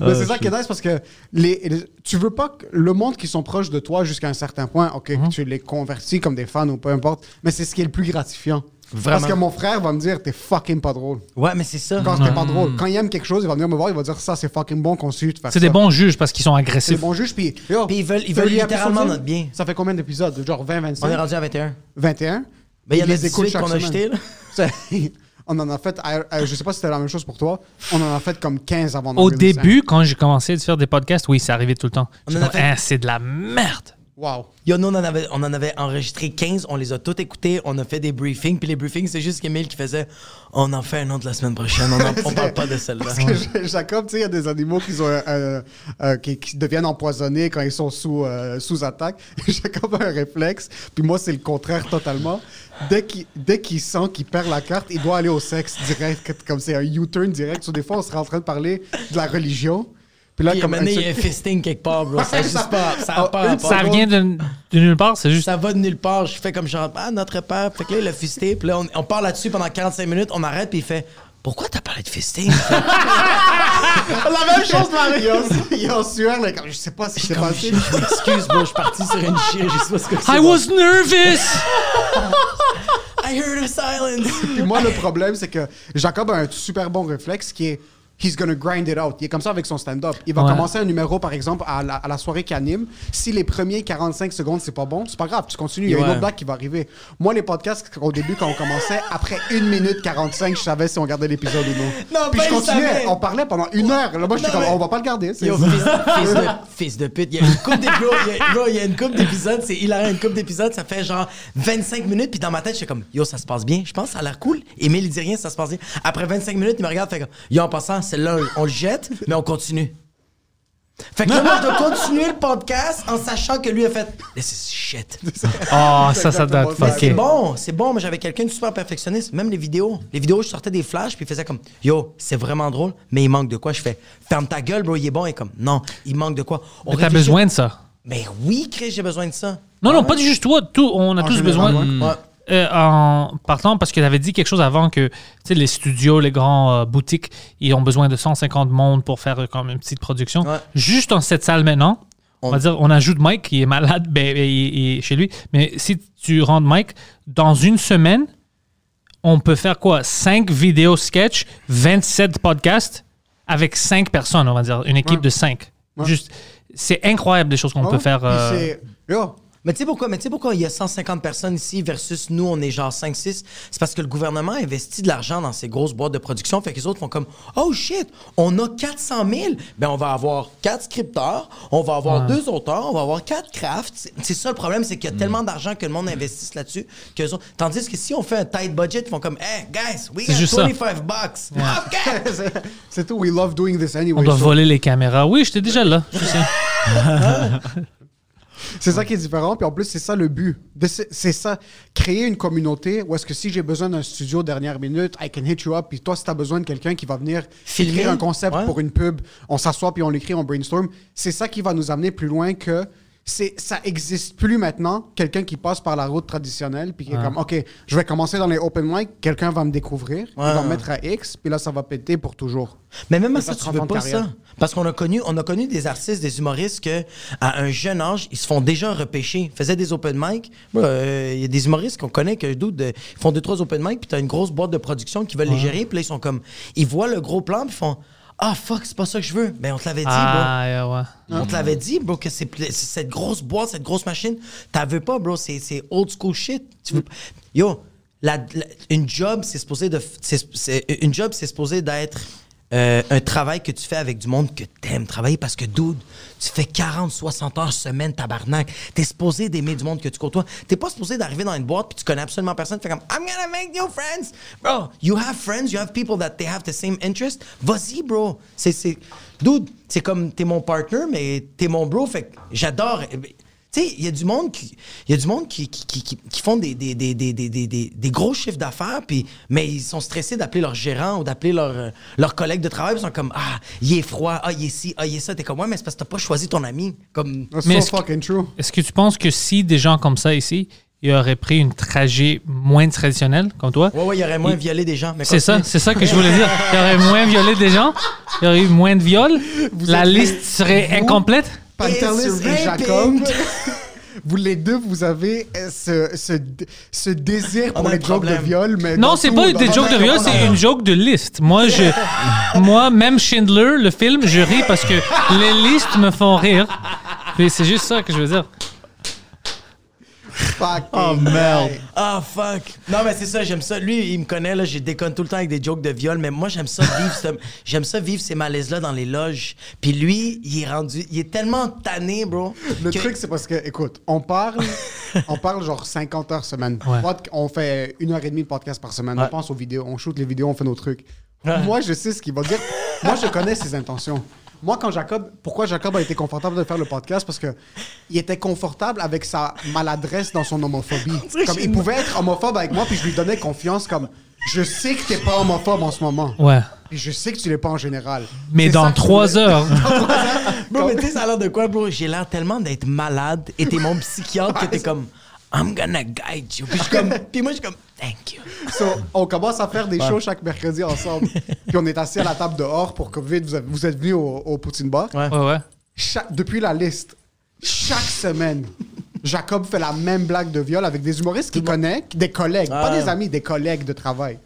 [SPEAKER 3] Mais c'est ça qui est nice parce que les, les- tu veux pas que le monde qui sont proches de toi jusqu'à un certain point, ok,
[SPEAKER 1] Mhm.
[SPEAKER 3] que tu les convertis comme des fans ou peu importe, mais c'est ce qui est le plus gratifiant.
[SPEAKER 2] Vraiment.
[SPEAKER 3] Parce que mon frère va me dire, t'es fucking pas drôle.
[SPEAKER 2] Ouais, mais c'est ça.
[SPEAKER 3] Quand t'es pas drôle, quand il aime quelque chose, il va venir me voir, il va dire, ça c'est fucking bon qu'on suit.
[SPEAKER 2] Ah,
[SPEAKER 1] C'est des bons juges parce qu'ils sont
[SPEAKER 3] C'est des
[SPEAKER 1] agressifs.
[SPEAKER 3] bons juges, puis yo,
[SPEAKER 2] Puis ils veulent- ils veulent
[SPEAKER 3] 30 épisodes,
[SPEAKER 2] littéralement
[SPEAKER 3] ça?
[SPEAKER 2] notre bien.
[SPEAKER 3] Ça fait combien d'épisodes Genre 20,
[SPEAKER 2] On est
[SPEAKER 3] 25
[SPEAKER 2] rendu à 21.
[SPEAKER 3] 21
[SPEAKER 2] Mais il y en
[SPEAKER 3] Ils
[SPEAKER 2] a
[SPEAKER 3] les écoutent
[SPEAKER 2] 18
[SPEAKER 3] chaque
[SPEAKER 2] qu'on a
[SPEAKER 3] semaine.
[SPEAKER 2] jetés, là.
[SPEAKER 3] <laughs> C'est- On en a fait, à- à- je sais pas si c'était la même chose pour toi, on en a fait comme 15 avant
[SPEAKER 1] Au
[SPEAKER 3] 2005.
[SPEAKER 1] début, quand j'ai commencé à faire des podcasts, oui, ça arrivait tout le temps.
[SPEAKER 2] hein. On
[SPEAKER 1] J'étais
[SPEAKER 2] en a
[SPEAKER 1] comme,
[SPEAKER 2] fait-
[SPEAKER 1] Hein, C'est de la merde.
[SPEAKER 3] Wow.
[SPEAKER 2] Yo, nous, on en, avait, on en avait enregistré 15, on les a tous écoutés, on a fait des briefings, puis les briefings, c'est juste qu'Emile qui faisait On en fait un autre la semaine prochaine, on, en- on parle pas de celle-là.
[SPEAKER 3] Parce que je- Jacob, tu sais, il y a des animaux qui, sont, euh, euh, euh, qui, qui deviennent empoisonnés quand ils sont sous, euh, sous attaque. <laughs> Jacob a un réflexe, puis moi, c'est le contraire totalement. Dès qu'il dès qu'il sent qu'il perd la carte, il doit aller au sexe direct, comme c'est un U-turn direct. So, des fois, on serait en train de parler de la religion. Puis là,
[SPEAKER 2] Puis à un
[SPEAKER 3] comme
[SPEAKER 2] moment donné, il y a
[SPEAKER 3] un-
[SPEAKER 2] un fisting quelque part, bro. Ça,
[SPEAKER 3] Ouais,
[SPEAKER 2] juste
[SPEAKER 3] ça-
[SPEAKER 2] pas, ça, a
[SPEAKER 3] Ah,
[SPEAKER 2] pas
[SPEAKER 3] une
[SPEAKER 2] rapport.
[SPEAKER 1] Ça vient de, de nulle part, c'est juste.
[SPEAKER 2] Ça va de nulle part. Je fais comme genre, ah, notre père. Fait que là, il a fisté. Puis là, on, on parle là-dessus pendant 45 minutes. On arrête, puis il fait, pourquoi t'as parlé de fisting?
[SPEAKER 3] <laughs>
[SPEAKER 2] <laughs>
[SPEAKER 3] la même chose m'arrive. Il est en sueur, là, comme, je sais pas si c'est
[SPEAKER 2] Comme,
[SPEAKER 3] passé.
[SPEAKER 2] je je m'excuse, bro. Je suis parti sur une chire. Je sais pas ce que c'est.
[SPEAKER 1] I was
[SPEAKER 2] <laughs>
[SPEAKER 1] nervous!
[SPEAKER 2] I heard a silence.
[SPEAKER 3] Puis moi, le problème, c'est que Jacob a un super bon réflexe qui est he's gonna grind it out. Il est comme ça avec son stand-up. Il va
[SPEAKER 1] Ouais.
[SPEAKER 3] commencer un numéro, par exemple, à la, à la soirée qu'il anime. Si les premiers 45 secondes, c'est pas bon, c'est pas grave, tu continues. Il y a une
[SPEAKER 2] Ouais.
[SPEAKER 3] autre blague qui va arriver. Moi, les podcasts, au début, quand on commençait, après 1 minute 45, je savais si on gardait l'épisode ou non.
[SPEAKER 2] Non,
[SPEAKER 3] Puis
[SPEAKER 2] ben,
[SPEAKER 3] je
[SPEAKER 2] il
[SPEAKER 3] continuais.
[SPEAKER 2] savait.
[SPEAKER 3] On parlait pendant une heure. Là, moi, je
[SPEAKER 2] Non,
[SPEAKER 3] suis comme,
[SPEAKER 2] mais-
[SPEAKER 3] on va pas le garder. c'est-
[SPEAKER 2] Yo, fils, fils de, fils de pute. Il y a une coupe d'épisodes, il y a- bro, il y a une coupe d'épisodes, c'est hilarant, une coupe d'épisodes, ça fait genre 25 minutes, puis dans ma tête, je suis comme, yo, ça se passe bien, je pense, ça a l'air cool. Emile, il dit rien, ça se passe bien. Après 25 minutes, il me regarde, fait comme, yo, en passant, celle-là, on le jette, mais on continue. Fait que là, moi, je dois continuer le podcast en sachant que lui a fait, this is shit.
[SPEAKER 1] Ah, ça, ça doit être
[SPEAKER 3] Mais c'est
[SPEAKER 1] fucké.
[SPEAKER 2] C'est bon, c'est bon, mais j'avais quelqu'un de super perfectionniste, même les vidéos. Les vidéos, je sortais des flashs, puis il faisait comme Yo, c'est vraiment drôle, mais il manque de quoi. Je fais Ferme ta gueule, bro, il est bon. Et comme Non, il manque de quoi. On
[SPEAKER 1] Mais t'as
[SPEAKER 2] réfléchit.
[SPEAKER 1] besoin de ça.
[SPEAKER 2] Mais oui, Chris, j'ai besoin de ça.
[SPEAKER 1] Non, non,
[SPEAKER 2] Ah
[SPEAKER 1] pas juste toi. Tout, on a tous
[SPEAKER 3] général,
[SPEAKER 1] besoin.
[SPEAKER 2] ouais. Ouais.
[SPEAKER 1] Euh, en partant, parce que tu avais dit quelque chose avant que tu sais, les studios, les grands euh, boutiques, ils ont besoin de 150 mondes pour faire euh, comme une petite production.
[SPEAKER 2] Ouais.
[SPEAKER 1] Juste en cette salle maintenant, on,
[SPEAKER 2] On-
[SPEAKER 1] va dire, on ajoute Mike qui est malade ben, ben, il- il est chez lui. Mais si tu rentres Mike, dans une semaine, on peut faire quoi 5 vidéos sketch, 27 podcasts avec 5 personnes, on va dire, une équipe de 5. Juste, c'est incroyable les choses qu'on
[SPEAKER 3] Ah
[SPEAKER 1] peut
[SPEAKER 3] ouais?
[SPEAKER 1] faire.
[SPEAKER 3] Puis
[SPEAKER 1] euh,
[SPEAKER 3] c'est- Yo, <laughs>
[SPEAKER 2] Mais tu sais pourquoi? Mais tu sais pourquoi il y a 150 personnes ici versus nous, on est genre 5-6? C'est parce que le gouvernement investit de l'argent dans ces grosses boîtes de production. Fait que les autres font comme Oh shit, on a 400 000. Ben on va avoir 4 scripteurs, on va avoir deux auteurs, on va avoir 4 crafts. C'est- C'est ça le problème, c'est qu'il y
[SPEAKER 1] Mm.
[SPEAKER 2] a tellement d'argent que le monde investisse là-dessus. que les autres- Tandis que si on fait un tight budget, ils font comme Hey guys, we
[SPEAKER 1] C'est
[SPEAKER 2] got
[SPEAKER 1] juste ça.
[SPEAKER 2] 25 bucks. <laughs> OK!
[SPEAKER 3] c'est- c'est tout. We love doing this anyway.
[SPEAKER 1] On doit
[SPEAKER 3] So,
[SPEAKER 1] voler les caméras. Oui, j'étais déjà là. je sais.
[SPEAKER 3] C'est ça qui est différent. Puis en plus, c'est ça le but. De- C'est c'est ça. Créer une communauté où est-ce que si j'ai besoin d'un studio dernière minute, I can hit you up. Puis toi, si t'as besoin de quelqu'un qui va venir
[SPEAKER 2] Filmer.
[SPEAKER 3] écrire un concept
[SPEAKER 2] Ouais.
[SPEAKER 3] pour une pub, on s'assoit puis on l'écrit, on brainstorm. C'est ça qui va nous amener plus loin que. c'est Ça existe plus maintenant, quelqu'un qui passe par la route traditionnelle, puis qui est comme, OK, je vais commencer dans les open mic, quelqu'un va me découvrir, il va me mettre à X, puis là, ça va péter pour toujours.
[SPEAKER 2] Mais même à
[SPEAKER 3] Ça
[SPEAKER 2] ça,
[SPEAKER 3] te
[SPEAKER 2] tu
[SPEAKER 3] rend
[SPEAKER 2] veux
[SPEAKER 3] compte
[SPEAKER 2] pas
[SPEAKER 3] carrière.
[SPEAKER 2] ça. Parce qu'on a connu, on a connu des artistes, des humoristes que, à un jeune âge, ils se font déjà repêcher. Ils faisaient des open mic. Euh, Il y a des humoristes qu'on connaît que je doute, de- ils font deux, trois open mic, puis t'as une grosse boîte de production qui veulent les gérer, puis là, ils sont comme, ils voient le gros plan, puis ils font, ah fuck, c'est pas ça que je veux. Ben, on te l'avait dit, bro.
[SPEAKER 1] Ah, yeah, ouais.
[SPEAKER 2] On te l'avait dit, bro, que c'est c'est cette grosse boîte, cette grosse machine, t'en veux pas, bro. C'est c'est old school shit. Tu veux... Yo, la- la- une job, c'est supposé de, c'est- c'est- une job, c'est supposé d'être euh, un travail que tu fais avec du monde que t'aimes travailler parce que, dude, tu fais 40, 60 heures semaine, tabarnak. T'es supposé d'aimer du monde que tu côtoies. T'es pas supposé d'arriver dans une boîte puis tu connais absolument personne. Tu fais comme, I'm gonna make new friends. Bro, you have friends, you have people that they have the same interest. Vas-y, bro. C'est, c'est, dude, c'est comme, t'es mon partner, mais t'es mon bro. Fait que j'adore. eh, Tu sais, il y a du monde qui, il y a du monde qui, qui, qui- qui- qui font des, des, des, des, des, des- des- des gros chiffres d'affaires, puis, mais ils sont stressés d'appeler leur gérant ou d'appeler leur, euh, leur collègue de travail. puis Ils sont comme, ah, il est froid, ah, il est ci, ah, il est ça. T'es comme, ouais, mais c'est parce que t'as pas choisi ton ami. Comme,
[SPEAKER 3] That's
[SPEAKER 1] Mais
[SPEAKER 3] so
[SPEAKER 1] est-ce que-
[SPEAKER 3] fucking true.
[SPEAKER 1] Est-ce que tu penses que si des gens comme ça ici, ils auraient pris une trajet moins traditionnelle, comme toi,
[SPEAKER 2] ouais, ouais, il y aurait moins
[SPEAKER 1] Il-
[SPEAKER 2] violé des gens. mais
[SPEAKER 1] c'est ça,
[SPEAKER 2] continue.
[SPEAKER 1] c'est ça que je voulais dire. Il y aurait moins violé des gens, il y aurait eu moins de viols, la
[SPEAKER 3] êtes-
[SPEAKER 1] liste serait
[SPEAKER 3] vous-
[SPEAKER 1] incomplète.
[SPEAKER 3] Pantelis
[SPEAKER 2] It's
[SPEAKER 3] et Jacob,
[SPEAKER 2] raping.
[SPEAKER 3] <laughs> vous les deux, vous avez euh, ce, ce, ce désir
[SPEAKER 2] On a
[SPEAKER 3] pour les
[SPEAKER 2] un
[SPEAKER 3] jokes de
[SPEAKER 2] problème.
[SPEAKER 3] viol. Mais
[SPEAKER 1] Non,
[SPEAKER 3] dans
[SPEAKER 1] c'est
[SPEAKER 3] tout,
[SPEAKER 1] pas
[SPEAKER 3] dans
[SPEAKER 1] des
[SPEAKER 3] tout,
[SPEAKER 1] jokes de
[SPEAKER 3] dans
[SPEAKER 1] viol,
[SPEAKER 3] tout,
[SPEAKER 1] c'est
[SPEAKER 3] dans
[SPEAKER 1] une
[SPEAKER 3] tout.
[SPEAKER 1] joke de liste. Moi, je, moi, même Schindler, le film, je ris parce que les listes me font rire. Mais c'est juste ça que je veux dire.
[SPEAKER 3] Fucking
[SPEAKER 4] Oh, merde.
[SPEAKER 3] guy.
[SPEAKER 2] Ah, fuck. Non, mais c'est ça, j'aime ça. Lui, il me connaît, là, je déconne tout le temps avec des jokes de viol, mais moi, j'aime ça vivre, ce- <laughs> j'aime ça vivre ces malaises-là dans les loges. Puis lui, il est rendu, il est tellement tanné, bro.
[SPEAKER 3] Le
[SPEAKER 2] que-
[SPEAKER 3] truc, c'est parce que, écoute,
[SPEAKER 1] <laughs>
[SPEAKER 3] on parle, on parle genre 50 heures semaine.
[SPEAKER 1] Ouais.
[SPEAKER 3] Pod- On fait une heure et demie de podcast par semaine. On pense aux vidéos, on shoot les vidéos, on fait nos trucs. Moi, je sais ce qu'il va dire. Moi, je connais ses intentions. Moi, quand Jacob, pourquoi Jacob a été confortable de faire le podcast Parce que il était confortable avec sa maladresse dans
[SPEAKER 1] <laughs>
[SPEAKER 3] son homophobie.
[SPEAKER 2] dirait que
[SPEAKER 3] Comme
[SPEAKER 2] j'ai
[SPEAKER 3] il
[SPEAKER 2] une-
[SPEAKER 3] pouvait être homophobe avec moi, puis je lui donnais confiance. Comme je sais que t'es pas homophobe en ce moment.
[SPEAKER 1] Ouais.
[SPEAKER 3] Puis je sais que tu l'es pas en général.
[SPEAKER 1] Mais
[SPEAKER 3] C'est ça
[SPEAKER 1] dans
[SPEAKER 3] que je
[SPEAKER 1] trois
[SPEAKER 3] voulais- <laughs>
[SPEAKER 1] heures.
[SPEAKER 2] Bro, mais tu sais, ça a l'air de quoi, bro? J'ai l'air tellement d'être malade et t'es mon psychiatre que t'es comme, I'm gonna guide you. Puis, je suis <laughs> comme, puis moi, je suis comme, thank you.
[SPEAKER 3] So, on commence à faire des shows chaque
[SPEAKER 2] <laughs>
[SPEAKER 3] mercredi ensemble. Puis on est assis à la table dehors pour COVID. Vous, avez- vous êtes venus au, au Poutine Bar.
[SPEAKER 1] Ouais, ouais.
[SPEAKER 3] Cha- depuis la liste, chaque semaine, Jacob fait la même blague de viol avec des humoristes qu'il connaît, des collègues, pas des amis, des collègues de travail.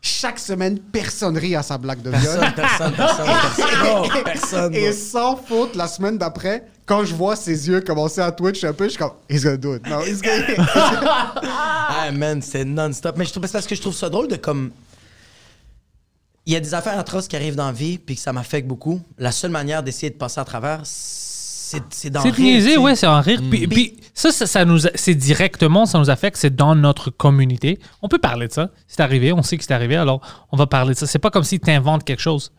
[SPEAKER 3] Chaque semaine, personne rit à sa blague de viol.
[SPEAKER 2] Personne, personne, personne, <laughs>
[SPEAKER 3] <laughs>
[SPEAKER 2] personne. Non, personne.
[SPEAKER 3] Et
[SPEAKER 2] bro.
[SPEAKER 3] sans faute, la semaine d'après, quand je vois ses yeux commencer à twitch un peu, je suis comme, he's gonna do it. No, he's gonna...
[SPEAKER 2] Ah man, c'est non-stop. Mais je trouve c'est parce que je trouve ça drôle de comme. Il y a des affaires atroces qui arrivent dans la vie, puis que ça m'affecte beaucoup. La seule manière d'essayer de passer à travers, c'est c'est d'en
[SPEAKER 1] C'est de
[SPEAKER 2] rire, tu
[SPEAKER 1] niaiser,
[SPEAKER 2] sais. Mm.
[SPEAKER 1] ouais, c'est en rire. Puis, puis ça, ça, ça nous, a- c'est directement, ça nous affecte, c'est dans notre communauté. On peut parler de ça. C'est arrivé, on sait que c'est arrivé, alors on va parler de ça. C'est pas comme si tu inventes quelque chose.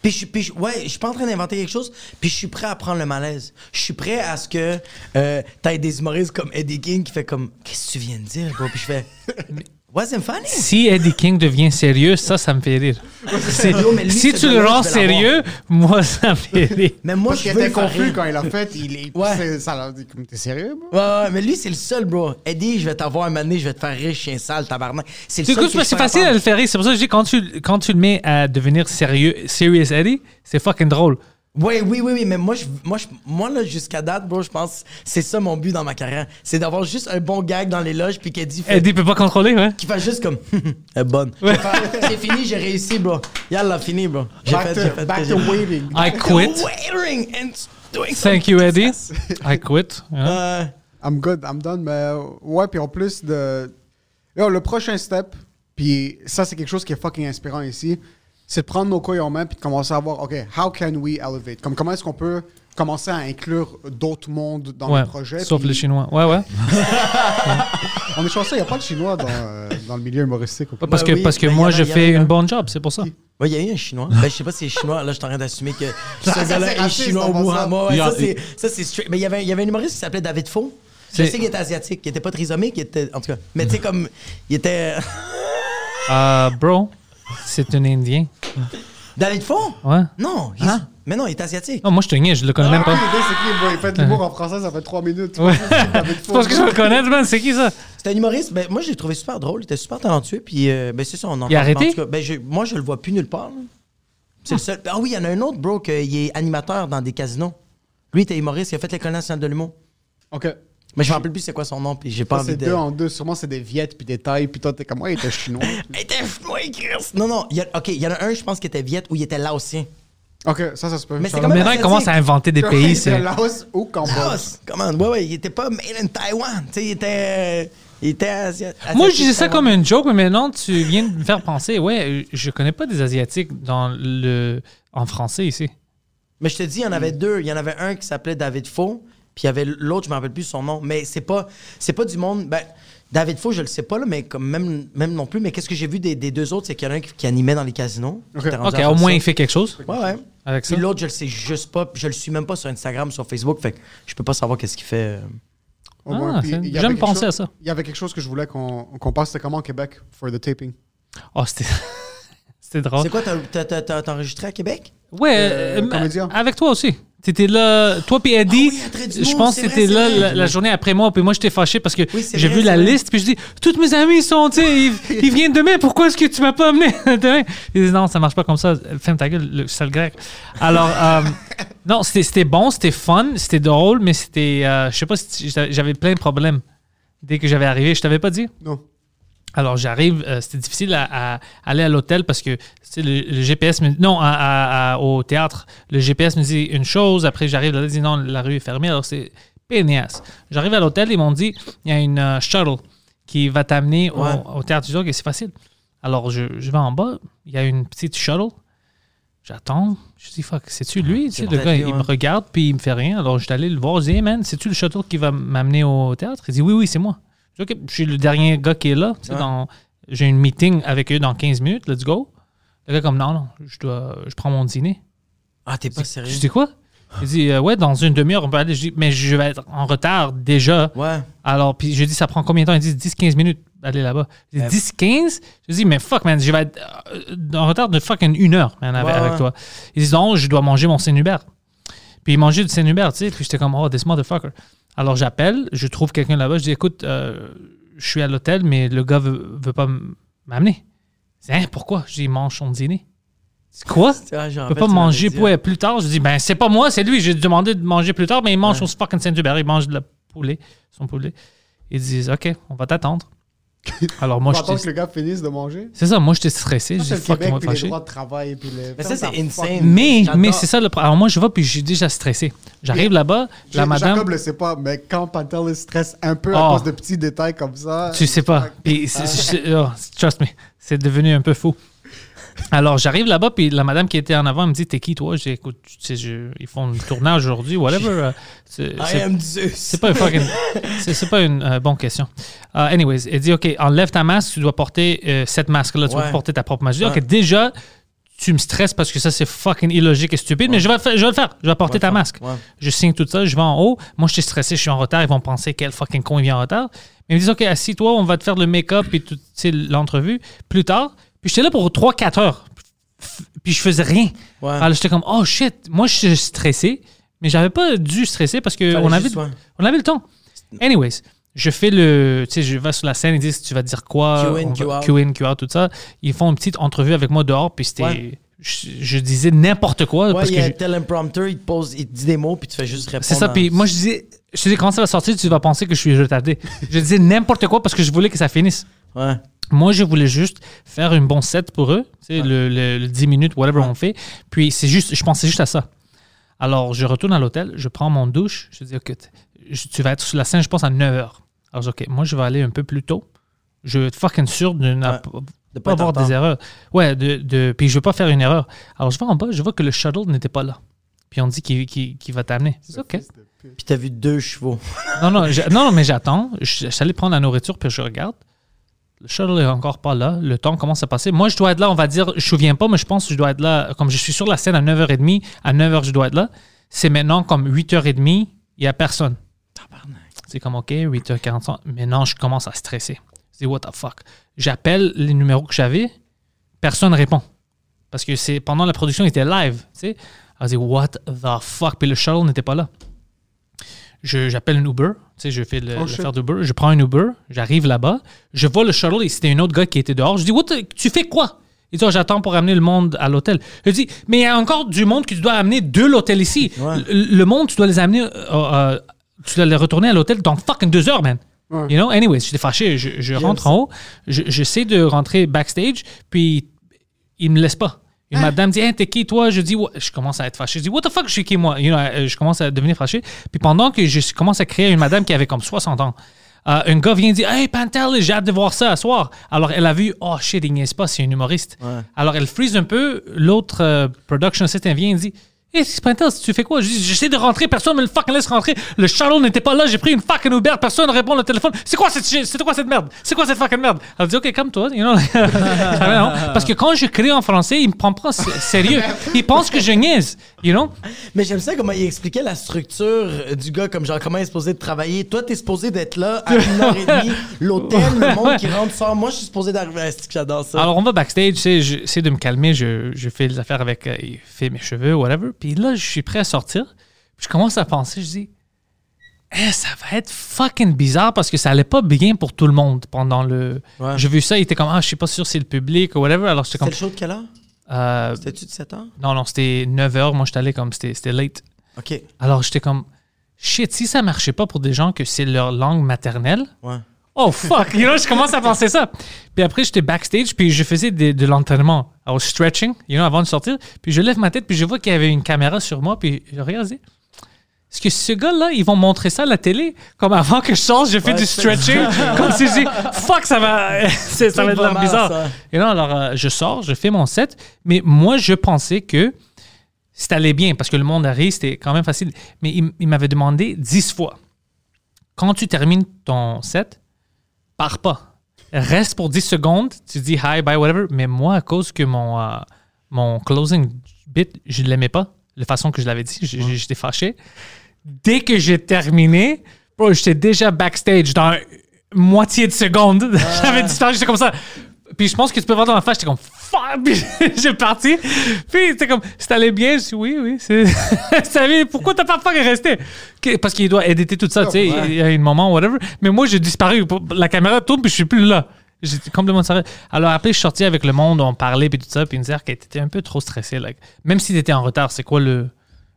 [SPEAKER 2] Puis je, suis- puis je- ouais, je suis pas en train d'inventer quelque chose, puis je suis prêt à prendre le malaise. Je suis prêt à ce que euh, t'aies des humoristes comme Eddie King qui fait comme Qu'est-ce que tu viens de dire, bro? Puis je fais <laughs> Wasn't funny?
[SPEAKER 1] Si Eddie King devient sérieux, ça, ça me fait rire. C'est-
[SPEAKER 2] Yo, mais lui,
[SPEAKER 1] si
[SPEAKER 2] ce
[SPEAKER 1] tu le
[SPEAKER 2] gars-là,
[SPEAKER 1] rends
[SPEAKER 2] je vais l'avoir.
[SPEAKER 1] sérieux, moi, ça me fait rire.
[SPEAKER 2] Mais moi,
[SPEAKER 3] <laughs> Parce
[SPEAKER 2] je
[SPEAKER 3] qu'il
[SPEAKER 2] veux
[SPEAKER 3] était
[SPEAKER 2] le faire
[SPEAKER 3] confus
[SPEAKER 2] rire.
[SPEAKER 3] quand il l'a fait. Il est...
[SPEAKER 2] Ouais.
[SPEAKER 3] c'est- Ça l'a dit, comme, t'es sérieux, moi?
[SPEAKER 2] Ouais, ouais, mais lui, c'est le seul, bro. Eddie, je vais t'avoir un moment donné, je vais te faire rire, chien sale, tabarnak. C'est le
[SPEAKER 1] Du
[SPEAKER 2] seul.
[SPEAKER 1] coup,
[SPEAKER 2] que je
[SPEAKER 1] c'est
[SPEAKER 2] fais
[SPEAKER 1] facile à
[SPEAKER 2] entendre.
[SPEAKER 1] le faire rire. C'est pour ça que je dis, quand tu, quand tu le mets à devenir sérieux, Serious Eddie, c'est fucking drôle.
[SPEAKER 2] Ouais, oui, oui, oui, mais moi, je, moi, je- moi là, jusqu'à date, bro, je pense que c'est ça mon but dans ma carrière. C'est d'avoir juste un bon gag dans les loges, puis qu'Eddie fait.
[SPEAKER 1] Eddie peut pas contrôler, ouais.
[SPEAKER 2] Qui fait juste comme. <laughs> Elle est bonne. Je vais faire, C'est fini, j'ai réussi, bro. Yalla, fini, bro. J'ai
[SPEAKER 3] Back
[SPEAKER 2] fait, j'ai
[SPEAKER 3] to,
[SPEAKER 2] fait.
[SPEAKER 3] back
[SPEAKER 2] j'ai-
[SPEAKER 3] to waving.
[SPEAKER 1] I quit.
[SPEAKER 2] Wearing and doing
[SPEAKER 1] Thank
[SPEAKER 2] something
[SPEAKER 1] you,
[SPEAKER 2] <laughs>
[SPEAKER 1] Eddie.
[SPEAKER 2] else.
[SPEAKER 1] I quit. Hein?
[SPEAKER 2] Euh,
[SPEAKER 3] I'm good, I'm done. Mais euh, ouais, puis en plus de. Yo, le prochain step, puis ça, c'est quelque chose qui est fucking inspirant ici, c'est de prendre nos couilles en main puis de commencer à voir, OK, how can we elevate? Comme comment est-ce qu'on peut commencer à inclure d'autres mondes dans
[SPEAKER 1] ouais.
[SPEAKER 3] le projet?
[SPEAKER 1] Sauf
[SPEAKER 3] puis
[SPEAKER 1] les Chinois. Ouais, ouais.
[SPEAKER 3] On est chanceux, il n'y a pas de chinois dans, euh, dans le milieu humoristique. au
[SPEAKER 1] Pas
[SPEAKER 3] Québec.
[SPEAKER 1] parce
[SPEAKER 2] Ben
[SPEAKER 1] que,
[SPEAKER 2] oui,
[SPEAKER 1] parce que
[SPEAKER 2] mais y
[SPEAKER 1] moi,
[SPEAKER 2] en a-
[SPEAKER 1] je
[SPEAKER 2] y en a
[SPEAKER 1] fais
[SPEAKER 2] un.
[SPEAKER 1] une bonne job, c'est pour ça.
[SPEAKER 2] Ouais, il y a eu un chinois. Ben, je sais pas si c'est chinois. Là, je suis en train d'assumer
[SPEAKER 3] <laughs>
[SPEAKER 2] que ce
[SPEAKER 3] ça,
[SPEAKER 2] gars-là
[SPEAKER 3] c'est
[SPEAKER 2] est
[SPEAKER 3] raciste,
[SPEAKER 2] chinois
[SPEAKER 3] en
[SPEAKER 2] au bout.
[SPEAKER 3] passant.
[SPEAKER 2] hein. Moi, ouais,
[SPEAKER 4] Il y a-
[SPEAKER 2] ça, c'est- ça, c'est straight. Mais il y avait un- il y avait un humoriste qui s'appelait David Faux. Je
[SPEAKER 1] C'est-
[SPEAKER 2] sais qu'il était asiatique, qu'il était pas trisomique, qu'il était. En tout cas. Mais tu sais, comme. Il était.
[SPEAKER 1] Euh, bro, c'est un Indien.
[SPEAKER 2] David Faux?
[SPEAKER 1] Ouais.
[SPEAKER 2] Non. il-
[SPEAKER 1] Hein?
[SPEAKER 2] Mais non, il est asiatique.
[SPEAKER 1] Non, moi, je te niais, je le connais même
[SPEAKER 3] Aucune
[SPEAKER 1] pas.
[SPEAKER 2] Ah.
[SPEAKER 3] idée, Ah, c'est qui, boy? Il fait de l'humour en français, ça fait trois minutes. <laughs>
[SPEAKER 1] Ouais.
[SPEAKER 3] Avec
[SPEAKER 1] C'est parce que je le connais, man. C'est qui ça?
[SPEAKER 2] C'était un humoriste. Ben, moi, je l'ai trouvé super drôle. Il était super talentueux. Puis, euh, ben, c'est ça, on en
[SPEAKER 1] Il a
[SPEAKER 2] parle pas.
[SPEAKER 1] arrêté?
[SPEAKER 2] En tout cas, ben, je- moi, je le vois plus nulle part. là. C'est le seul. Ah oui, il y en a un autre, bro, qu'il est animateur dans des casinos. Lui, il était humoriste. Il a fait l'École nationale de l'humour.
[SPEAKER 3] Ok.
[SPEAKER 2] Mais je me rappelle plus c'est quoi son nom. Puis, j'ai pas
[SPEAKER 3] Ça,
[SPEAKER 2] envie
[SPEAKER 3] Ah, c'est
[SPEAKER 2] de.
[SPEAKER 3] deux en deux. Sûrement, c'est des viettes puis des tailles. Puis toi, t'es comme, ouais, il
[SPEAKER 1] <laughs>
[SPEAKER 3] était chinois.
[SPEAKER 2] Hey, t'es fou, hein, Chris! Non, non. il y a- OK, il y en a un, je pense, qui était viette ou il était laotien.
[SPEAKER 3] ok, ça, ça se peut.
[SPEAKER 2] Mais c'est
[SPEAKER 3] Ça-
[SPEAKER 2] quand même
[SPEAKER 1] Maintenant, il commence à inventer des pays.
[SPEAKER 3] C'est
[SPEAKER 1] C'est...
[SPEAKER 3] Laos ou Cambodge.
[SPEAKER 2] Laos! Comment? Ouais, ouais, il était pas made in Taiwan. Tu sais, il était. euh, Il était asia-
[SPEAKER 1] Moi, je
[SPEAKER 2] asiatique,
[SPEAKER 1] disais ça
[SPEAKER 2] Taiwan.
[SPEAKER 1] comme une joke, mais maintenant, tu viens de me faire penser. Ouais, je connais pas des Asiatiques dans le... en français ici.
[SPEAKER 2] Mais je te dis, il y en avait deux. Il y en avait un qui s'appelait David Faux, puis il y avait l'autre, je me rappelle plus son nom. Mais c'est pas, c'est pas du monde. Ben, David Faux, je le sais pas, là, mais comme même, même non plus. Mais qu'est-ce que j'ai vu des, des deux autres, c'est qu'il y en a un qui, qui animait dans les casinos.
[SPEAKER 3] Ok.
[SPEAKER 2] J'étais rendu
[SPEAKER 1] Ok,
[SPEAKER 2] à faire
[SPEAKER 1] au moins,
[SPEAKER 2] ça.
[SPEAKER 1] il fait quelque chose.
[SPEAKER 2] Ouais, ouais.
[SPEAKER 1] Avec ça.
[SPEAKER 2] Puis l'autre, je le sais juste pas. puis Je le suis même pas sur Instagram, sur Facebook. Fait que je peux pas savoir qu'est-ce qu'il fait. euh.
[SPEAKER 3] au
[SPEAKER 1] Ah,
[SPEAKER 3] moins. Puis
[SPEAKER 1] c'est-
[SPEAKER 3] il y avait
[SPEAKER 1] j'aime
[SPEAKER 3] quelque
[SPEAKER 1] penser
[SPEAKER 3] chose-
[SPEAKER 1] à ça.
[SPEAKER 3] Il y avait quelque chose que je voulais qu'on qu'on passe. C'était comment au Québec for the taping?
[SPEAKER 1] Oh, c'était... <laughs> c'était drôle.
[SPEAKER 2] C'est quoi, t'as- t'as- t'as t'as- t'as enregistré à Québec?
[SPEAKER 1] Ouais,
[SPEAKER 3] Euh,
[SPEAKER 1] euh, mais
[SPEAKER 3] comédien.
[SPEAKER 1] avec toi aussi. T'étais là, toi puis Eddie.
[SPEAKER 2] Ah oui, à Trait d'Union,
[SPEAKER 1] je pense que
[SPEAKER 2] c'est
[SPEAKER 1] t'étais
[SPEAKER 2] vrai,
[SPEAKER 1] là
[SPEAKER 2] c'est
[SPEAKER 1] la,
[SPEAKER 2] vrai.
[SPEAKER 1] la journée après moi, puis moi j'étais fâché parce que
[SPEAKER 2] Oui, c'est
[SPEAKER 1] j'ai
[SPEAKER 2] vrai,
[SPEAKER 1] vu
[SPEAKER 2] c'est
[SPEAKER 1] la
[SPEAKER 2] vrai.
[SPEAKER 1] liste, puis je dis toutes mes amis sont, tu sais, ils, ils viennent demain. Pourquoi est-ce que tu m'as pas amené <laughs> demain Ils disent non, ça marche pas comme ça. Ferme ta gueule, le sale grec. Alors
[SPEAKER 2] <laughs>
[SPEAKER 1] euh, non, c'était c'était bon, c'était fun, c'était drôle, mais c'était, euh, je sais pas, si tu- j'avais plein de problèmes dès que j'avais arrivé. Je t'avais pas dit
[SPEAKER 3] Non.
[SPEAKER 1] alors j'arrive, euh, c'était difficile à, à aller à l'hôtel parce que tu sais, le, le GPS me non à- à- à- au théâtre, le GPS me dit une chose, après j'arrive là, il dit non la rue est fermée, alors c'est péniasse. J'arrive à l'hôtel, ils m'ont dit il y a une euh, shuttle qui va t'amener au-
[SPEAKER 2] Ouais.
[SPEAKER 1] au, théâtre du jour et c'est facile. Alors je, je vais en bas, il y a une petite shuttle, j'attends, je dis fuck, c'est tu lui, tu sais, le
[SPEAKER 2] peut-être
[SPEAKER 1] gars
[SPEAKER 2] lui,
[SPEAKER 1] il me
[SPEAKER 2] ouais.
[SPEAKER 1] regarde puis il me fait rien, alors je suis allé le voir, je dis hey man c'est tu le shuttle qui va m'amener au théâtre, il dit oui oui c'est moi. Je dis, OK, je suis le dernier gars qui est là. tu sais,
[SPEAKER 2] Ouais.
[SPEAKER 1] dans- J'ai une meeting avec eux dans 15 minutes. Let's go. Le gars, comme non, non, je, dois, je prends mon dîner.
[SPEAKER 2] Ah, t'es pas sérieux?
[SPEAKER 1] Je dis quoi? Il dit, Euh, ouais, dans une demi-heure, on peut aller. Je dis, mais je vais être en retard déjà.
[SPEAKER 2] Ouais.
[SPEAKER 1] Alors, puis je dis, ça prend combien de temps? Il dit, 10-15 minutes d'aller là-bas. Je dis, 10-15? Je dis, mais fuck, man, je vais être euh, en retard de fucking une heure, man, avec,
[SPEAKER 2] Ouais,
[SPEAKER 1] avec
[SPEAKER 2] ouais.
[SPEAKER 1] toi. Il dit, non, je dois manger mon Saint-Hubert. Puis il mangeait du Saint-Hubert, tu sais. Puis j'étais comme, oh, this motherfucker. Alors j'appelle, je trouve quelqu'un là-bas, je dis, écoute, euh, je suis à l'hôtel, mais le gars veut, veut pas m- m'amener. Il dit, hein, pourquoi? Je dis, il mange son dîner. C'est quoi?
[SPEAKER 2] Ah, j'en
[SPEAKER 1] Je peux pas
[SPEAKER 2] rappelle, tu m'avais
[SPEAKER 1] manger
[SPEAKER 2] dit.
[SPEAKER 1] ouais, plus tard. Je dis, ben, c'est pas moi, c'est lui. J'ai demandé de manger plus tard, mais il
[SPEAKER 3] <laughs>
[SPEAKER 1] mange son fucking Saint-Hubert. Il mange de la poulet, son poulet. Ils disent, OK, on va t'attendre. Alors moi,
[SPEAKER 3] Moi, Attends que
[SPEAKER 1] j'étais...
[SPEAKER 3] le gars finisse de manger.
[SPEAKER 1] C'est ça, moi, j'étais stressé.
[SPEAKER 3] Ça,
[SPEAKER 1] J'ai dit,
[SPEAKER 3] C'est le
[SPEAKER 1] fuck, ils
[SPEAKER 3] Québec,
[SPEAKER 1] vont être
[SPEAKER 3] puis les
[SPEAKER 1] fâchés.
[SPEAKER 3] droits de travail, puis le...
[SPEAKER 2] Mais ça,
[SPEAKER 3] Ferme
[SPEAKER 2] c'est
[SPEAKER 3] ta
[SPEAKER 2] insane.
[SPEAKER 3] fucking-
[SPEAKER 1] Mais,
[SPEAKER 2] J'adore.
[SPEAKER 1] mais c'est ça le problème. Alors moi, je vais, puis je suis déjà stressé. J'arrive là-bas, la
[SPEAKER 3] Ja-
[SPEAKER 1] madame...
[SPEAKER 3] Jacob le sait pas, mais quand Pantel le stresse un peu
[SPEAKER 1] Oh.
[SPEAKER 3] à cause de petits détails comme ça.
[SPEAKER 1] Tu sais pas. Puis c'est-
[SPEAKER 3] <laughs>
[SPEAKER 1] c'est- oh, trust me, c'est devenu un peu fou. Alors, j'arrive là-bas, puis la madame qui était en avant elle me dit T'es qui, toi J'ai dit, Écoute, tu sais, je- ils font le tournage aujourd'hui, whatever. euh, C'est
[SPEAKER 3] Ah,
[SPEAKER 2] I
[SPEAKER 1] c'est-
[SPEAKER 2] am Zeus.
[SPEAKER 1] c'est pas une
[SPEAKER 2] <laughs>
[SPEAKER 1] fucking. C'est c'est pas une euh, bonne question. Euh, anyways, elle dit Ok, enlève ta masque, tu dois porter euh, cette masque-là, tu
[SPEAKER 2] Ouais.
[SPEAKER 1] dois porter ta propre masque. Je dis
[SPEAKER 2] Ouais.
[SPEAKER 1] Ok, déjà, tu me stresses parce que ça, c'est fucking illogique et stupide, mais je vais, le faire- je vais le faire. Je vais porter ta masque.
[SPEAKER 2] Ouais.
[SPEAKER 1] Je signe tout ça, je vais en haut. Moi, je suis stressé, je suis en retard. Ils vont penser quel fucking con il vient en retard. Mais ils me disent, OK, assis-toi, on va te faire le make-up et tout, tu sais, l'entrevue plus tard. Puis j'étais là pour 3-4 heures. F- Puis je faisais rien.
[SPEAKER 2] Ouais.
[SPEAKER 1] Alors j'étais comme, oh shit, moi, je suis stressé. Mais j'avais pas dû stresser parce
[SPEAKER 2] Fallait
[SPEAKER 1] qu'on avait,
[SPEAKER 2] juste, ouais.
[SPEAKER 1] on avait le temps. Anyways, je fais le. Tu sais, je vais sur la scène, ils disent, tu vas dire quoi
[SPEAKER 2] Q in,
[SPEAKER 1] on
[SPEAKER 2] Q
[SPEAKER 1] va-
[SPEAKER 2] out.
[SPEAKER 1] Q in, Q out, tout ça. Ils font une petite entrevue avec moi dehors, puis c'était.
[SPEAKER 2] Ouais.
[SPEAKER 1] Je, je disais n'importe quoi.
[SPEAKER 2] Ouais,
[SPEAKER 1] parce
[SPEAKER 2] il
[SPEAKER 1] que
[SPEAKER 2] y a
[SPEAKER 1] je-
[SPEAKER 2] un tel imprompteur, il te pose, il te dit des mots, puis tu fais juste répondre.
[SPEAKER 1] c'est ça,
[SPEAKER 2] à-
[SPEAKER 1] puis moi je disais, je disais quand ça va sortir, tu vas penser que je suis
[SPEAKER 2] <laughs>
[SPEAKER 1] retardé. je disais n'importe quoi parce que je voulais que ça finisse.
[SPEAKER 2] Ouais.
[SPEAKER 1] Moi, je voulais juste faire une bonne set pour eux, tu sais, le, le- le 10 minutes, whatever on fait. Puis c'est juste, je pensais juste à ça. Alors, je retourne à l'hôtel, je prends mon douche, je dis, OK, t- je- tu vas être sur la scène, je pense, à 9 h. Alors, je dis, OK, moi, je vais aller un peu plus tôt. Je vais être fucking sûr de ne
[SPEAKER 2] Ouais. De pas
[SPEAKER 1] pas
[SPEAKER 2] être en
[SPEAKER 1] avoir
[SPEAKER 2] retard.
[SPEAKER 1] des erreurs. Ouais, de, de, puis je veux pas faire une erreur. Alors, je vais en bas, je vois que le shuttle n'était pas là. Puis on dit qu'il qu'il- qu'il va t'amener. Je dis, OK.
[SPEAKER 2] Puis t'as vu deux chevaux.
[SPEAKER 1] Non, non, j'ai- non, non, mais j'attends. Je, je suis allé prendre la nourriture, puis je regarde. Le shuttle est encore pas là. Le temps commence à passer. Moi, je dois être là, on va dire, je me souviens pas, mais je pense que je dois être là. Comme je suis sur la scène à 9h30, à 9h, je dois être là. C'est maintenant comme 8h30, il n'y a personne. C'est comme, OK, 8h45. Maintenant, je commence à stresser. Je dis, what the fuck. J'appelle les numéros que j'avais, personne répond. Parce que c'est pendant la production, il était live. Tu sais. Alors, je dis, what the fuck. Puis le shuttle n'était pas là. Je- J'appelle un Uber. Tu sais, je fais le,
[SPEAKER 3] Oh,
[SPEAKER 1] le
[SPEAKER 3] shit.
[SPEAKER 1] faire d'Uber. Je prends un Uber. J'arrive là-bas. Je vois le shuttle et c'était un autre gars qui était dehors. Je dis, what, the- tu fais quoi? Il dit, Oh, j'attends pour amener le monde à l'hôtel. Je dis, mais il y a encore du monde que tu dois amener de l'hôtel ici.
[SPEAKER 2] Ouais.
[SPEAKER 1] Le, le monde, tu dois les amener, euh, euh, tu dois les retourner à l'hôtel dans fucking deux heures, man.
[SPEAKER 3] Ouais.
[SPEAKER 1] You know, anyways, j'étais fâché. Je, je rentre en haut, je- j'essaie de rentrer backstage, puis il me laisse pas. Une madame dit, hey, t'es qui toi? Je dis, Ouais. je commence à être fâché. Je dis, what the fuck, je suis qui moi? You know, euh, je commence à devenir fâché. Puis pendant que je commence à créer une madame qui avait comme 60 ans, euh, un gars vient dire, hey Pantel, j'ai hâte de voir ça à soir. Alors elle a vu, oh shit, il niaise pas, c'est un humoriste. Alors elle freeze un peu. L'autre euh, production assistant vient et dit, hey Pantel, tu fais quoi? Je dis, j'essaie de rentrer, personne me le fucking laisse rentrer. Le chalon n'était pas là, j'ai pris une fucking Uber, personne ne répond au téléphone. C'est quoi cette, shit? c'est quoi cette merde? C'est quoi cette fucking merde? Elle dit, ok, comme toi, you know. <laughs> Non, Parce que quand je crie en français, il me prend pas s- sérieux. Il pense que je niaise, you know.
[SPEAKER 2] <laughs> Mais j'aime ça comment il expliquait la structure euh, du gars, comme genre comment il est supposé de travailler. Toi, t'es supposé d'être là à 1h30, <laughs> l'hôtel, le monde qui rentre sort. Moi, je suis supposé d'arriver à que j'adore ça.
[SPEAKER 1] Alors, on va backstage, tu sais, je- j'essaie de me calmer, je, je fais les affaires avec, euh, il fait mes cheveux, whatever. Puis là, je suis prêt à sortir. Puis je commence à penser, je dis, Eh, ça va être fucking bizarre parce que ça allait pas bien pour tout le monde pendant le.
[SPEAKER 2] Ouais.
[SPEAKER 1] J'ai vu ça, il était comme, ah, je suis pas sûr si c'est le public ou whatever. Alors, j'étais
[SPEAKER 2] C'était
[SPEAKER 1] comme,
[SPEAKER 2] le show de quelle heure?
[SPEAKER 1] Euh,
[SPEAKER 2] C'était-tu de 7 h
[SPEAKER 1] non, non, c'était 9 h, moi, j'étais allé comme, c'était c'était late.
[SPEAKER 2] OK.
[SPEAKER 1] Alors, j'étais comme, shit, si ça marchait pas pour des gens que c'est leur langue maternelle,
[SPEAKER 2] Ouais.
[SPEAKER 1] Oh fuck, you know, je commence à penser ça. Puis après, j'étais backstage, puis je faisais des- de l'entraînement. I was stretching, you know, avant de sortir. Puis je lève ma tête, puis je vois qu'il y avait une caméra sur moi, puis je regarde, je dis, est-ce que ce gars-là, ils vont montrer ça à la télé? Comme avant que je sorte, je fais
[SPEAKER 2] Ouais,
[SPEAKER 1] du
[SPEAKER 2] c'est
[SPEAKER 1] stretching. comme si je dis, fuck, ça va, c'est- ça va être
[SPEAKER 2] Tout va
[SPEAKER 1] l'air
[SPEAKER 2] mal,
[SPEAKER 1] bizarre.
[SPEAKER 2] ça.
[SPEAKER 1] Et là, alors, euh, je sors, je fais mon set, mais moi, je pensais que ça allait bien, parce que le monde arrive, c'était quand même facile. Mais il, il m'avait demandé dix fois quand tu termines ton set, pars pas. Reste pour 10 secondes, tu dis hi, bye, whatever. Mais moi, à cause que mon, euh, mon closing bit, je ne l'aimais pas, la façon que je l'avais dit, j- j- j'étais fâché. Dès que j'ai terminé, bro, j'étais déjà backstage dans moitié de seconde. <laughs> J'avais disparu, j'étais comme ça. Puis je pense que tu peux voir dans ma face, j'étais comme fuck, <laughs> puis j'ai parti. Puis c'était comme, c'est allé bien, je suis oui, oui, c'est. <laughs> c'est allé- pourquoi t'as pas fucking resté? Que- Parce qu'il doit éditer tout ça, tu sais, il y a un moment, whatever. Mais moi, j'ai disparu. La caméra tourne, puis je suis plus là. J'étais complètement sérieux. Alors après, je suis sorti avec le monde, on parlait, puis tout ça, puis ils me disaient qu'elle était un peu trop stressée. like. Même si t'étais en retard, c'est quoi le,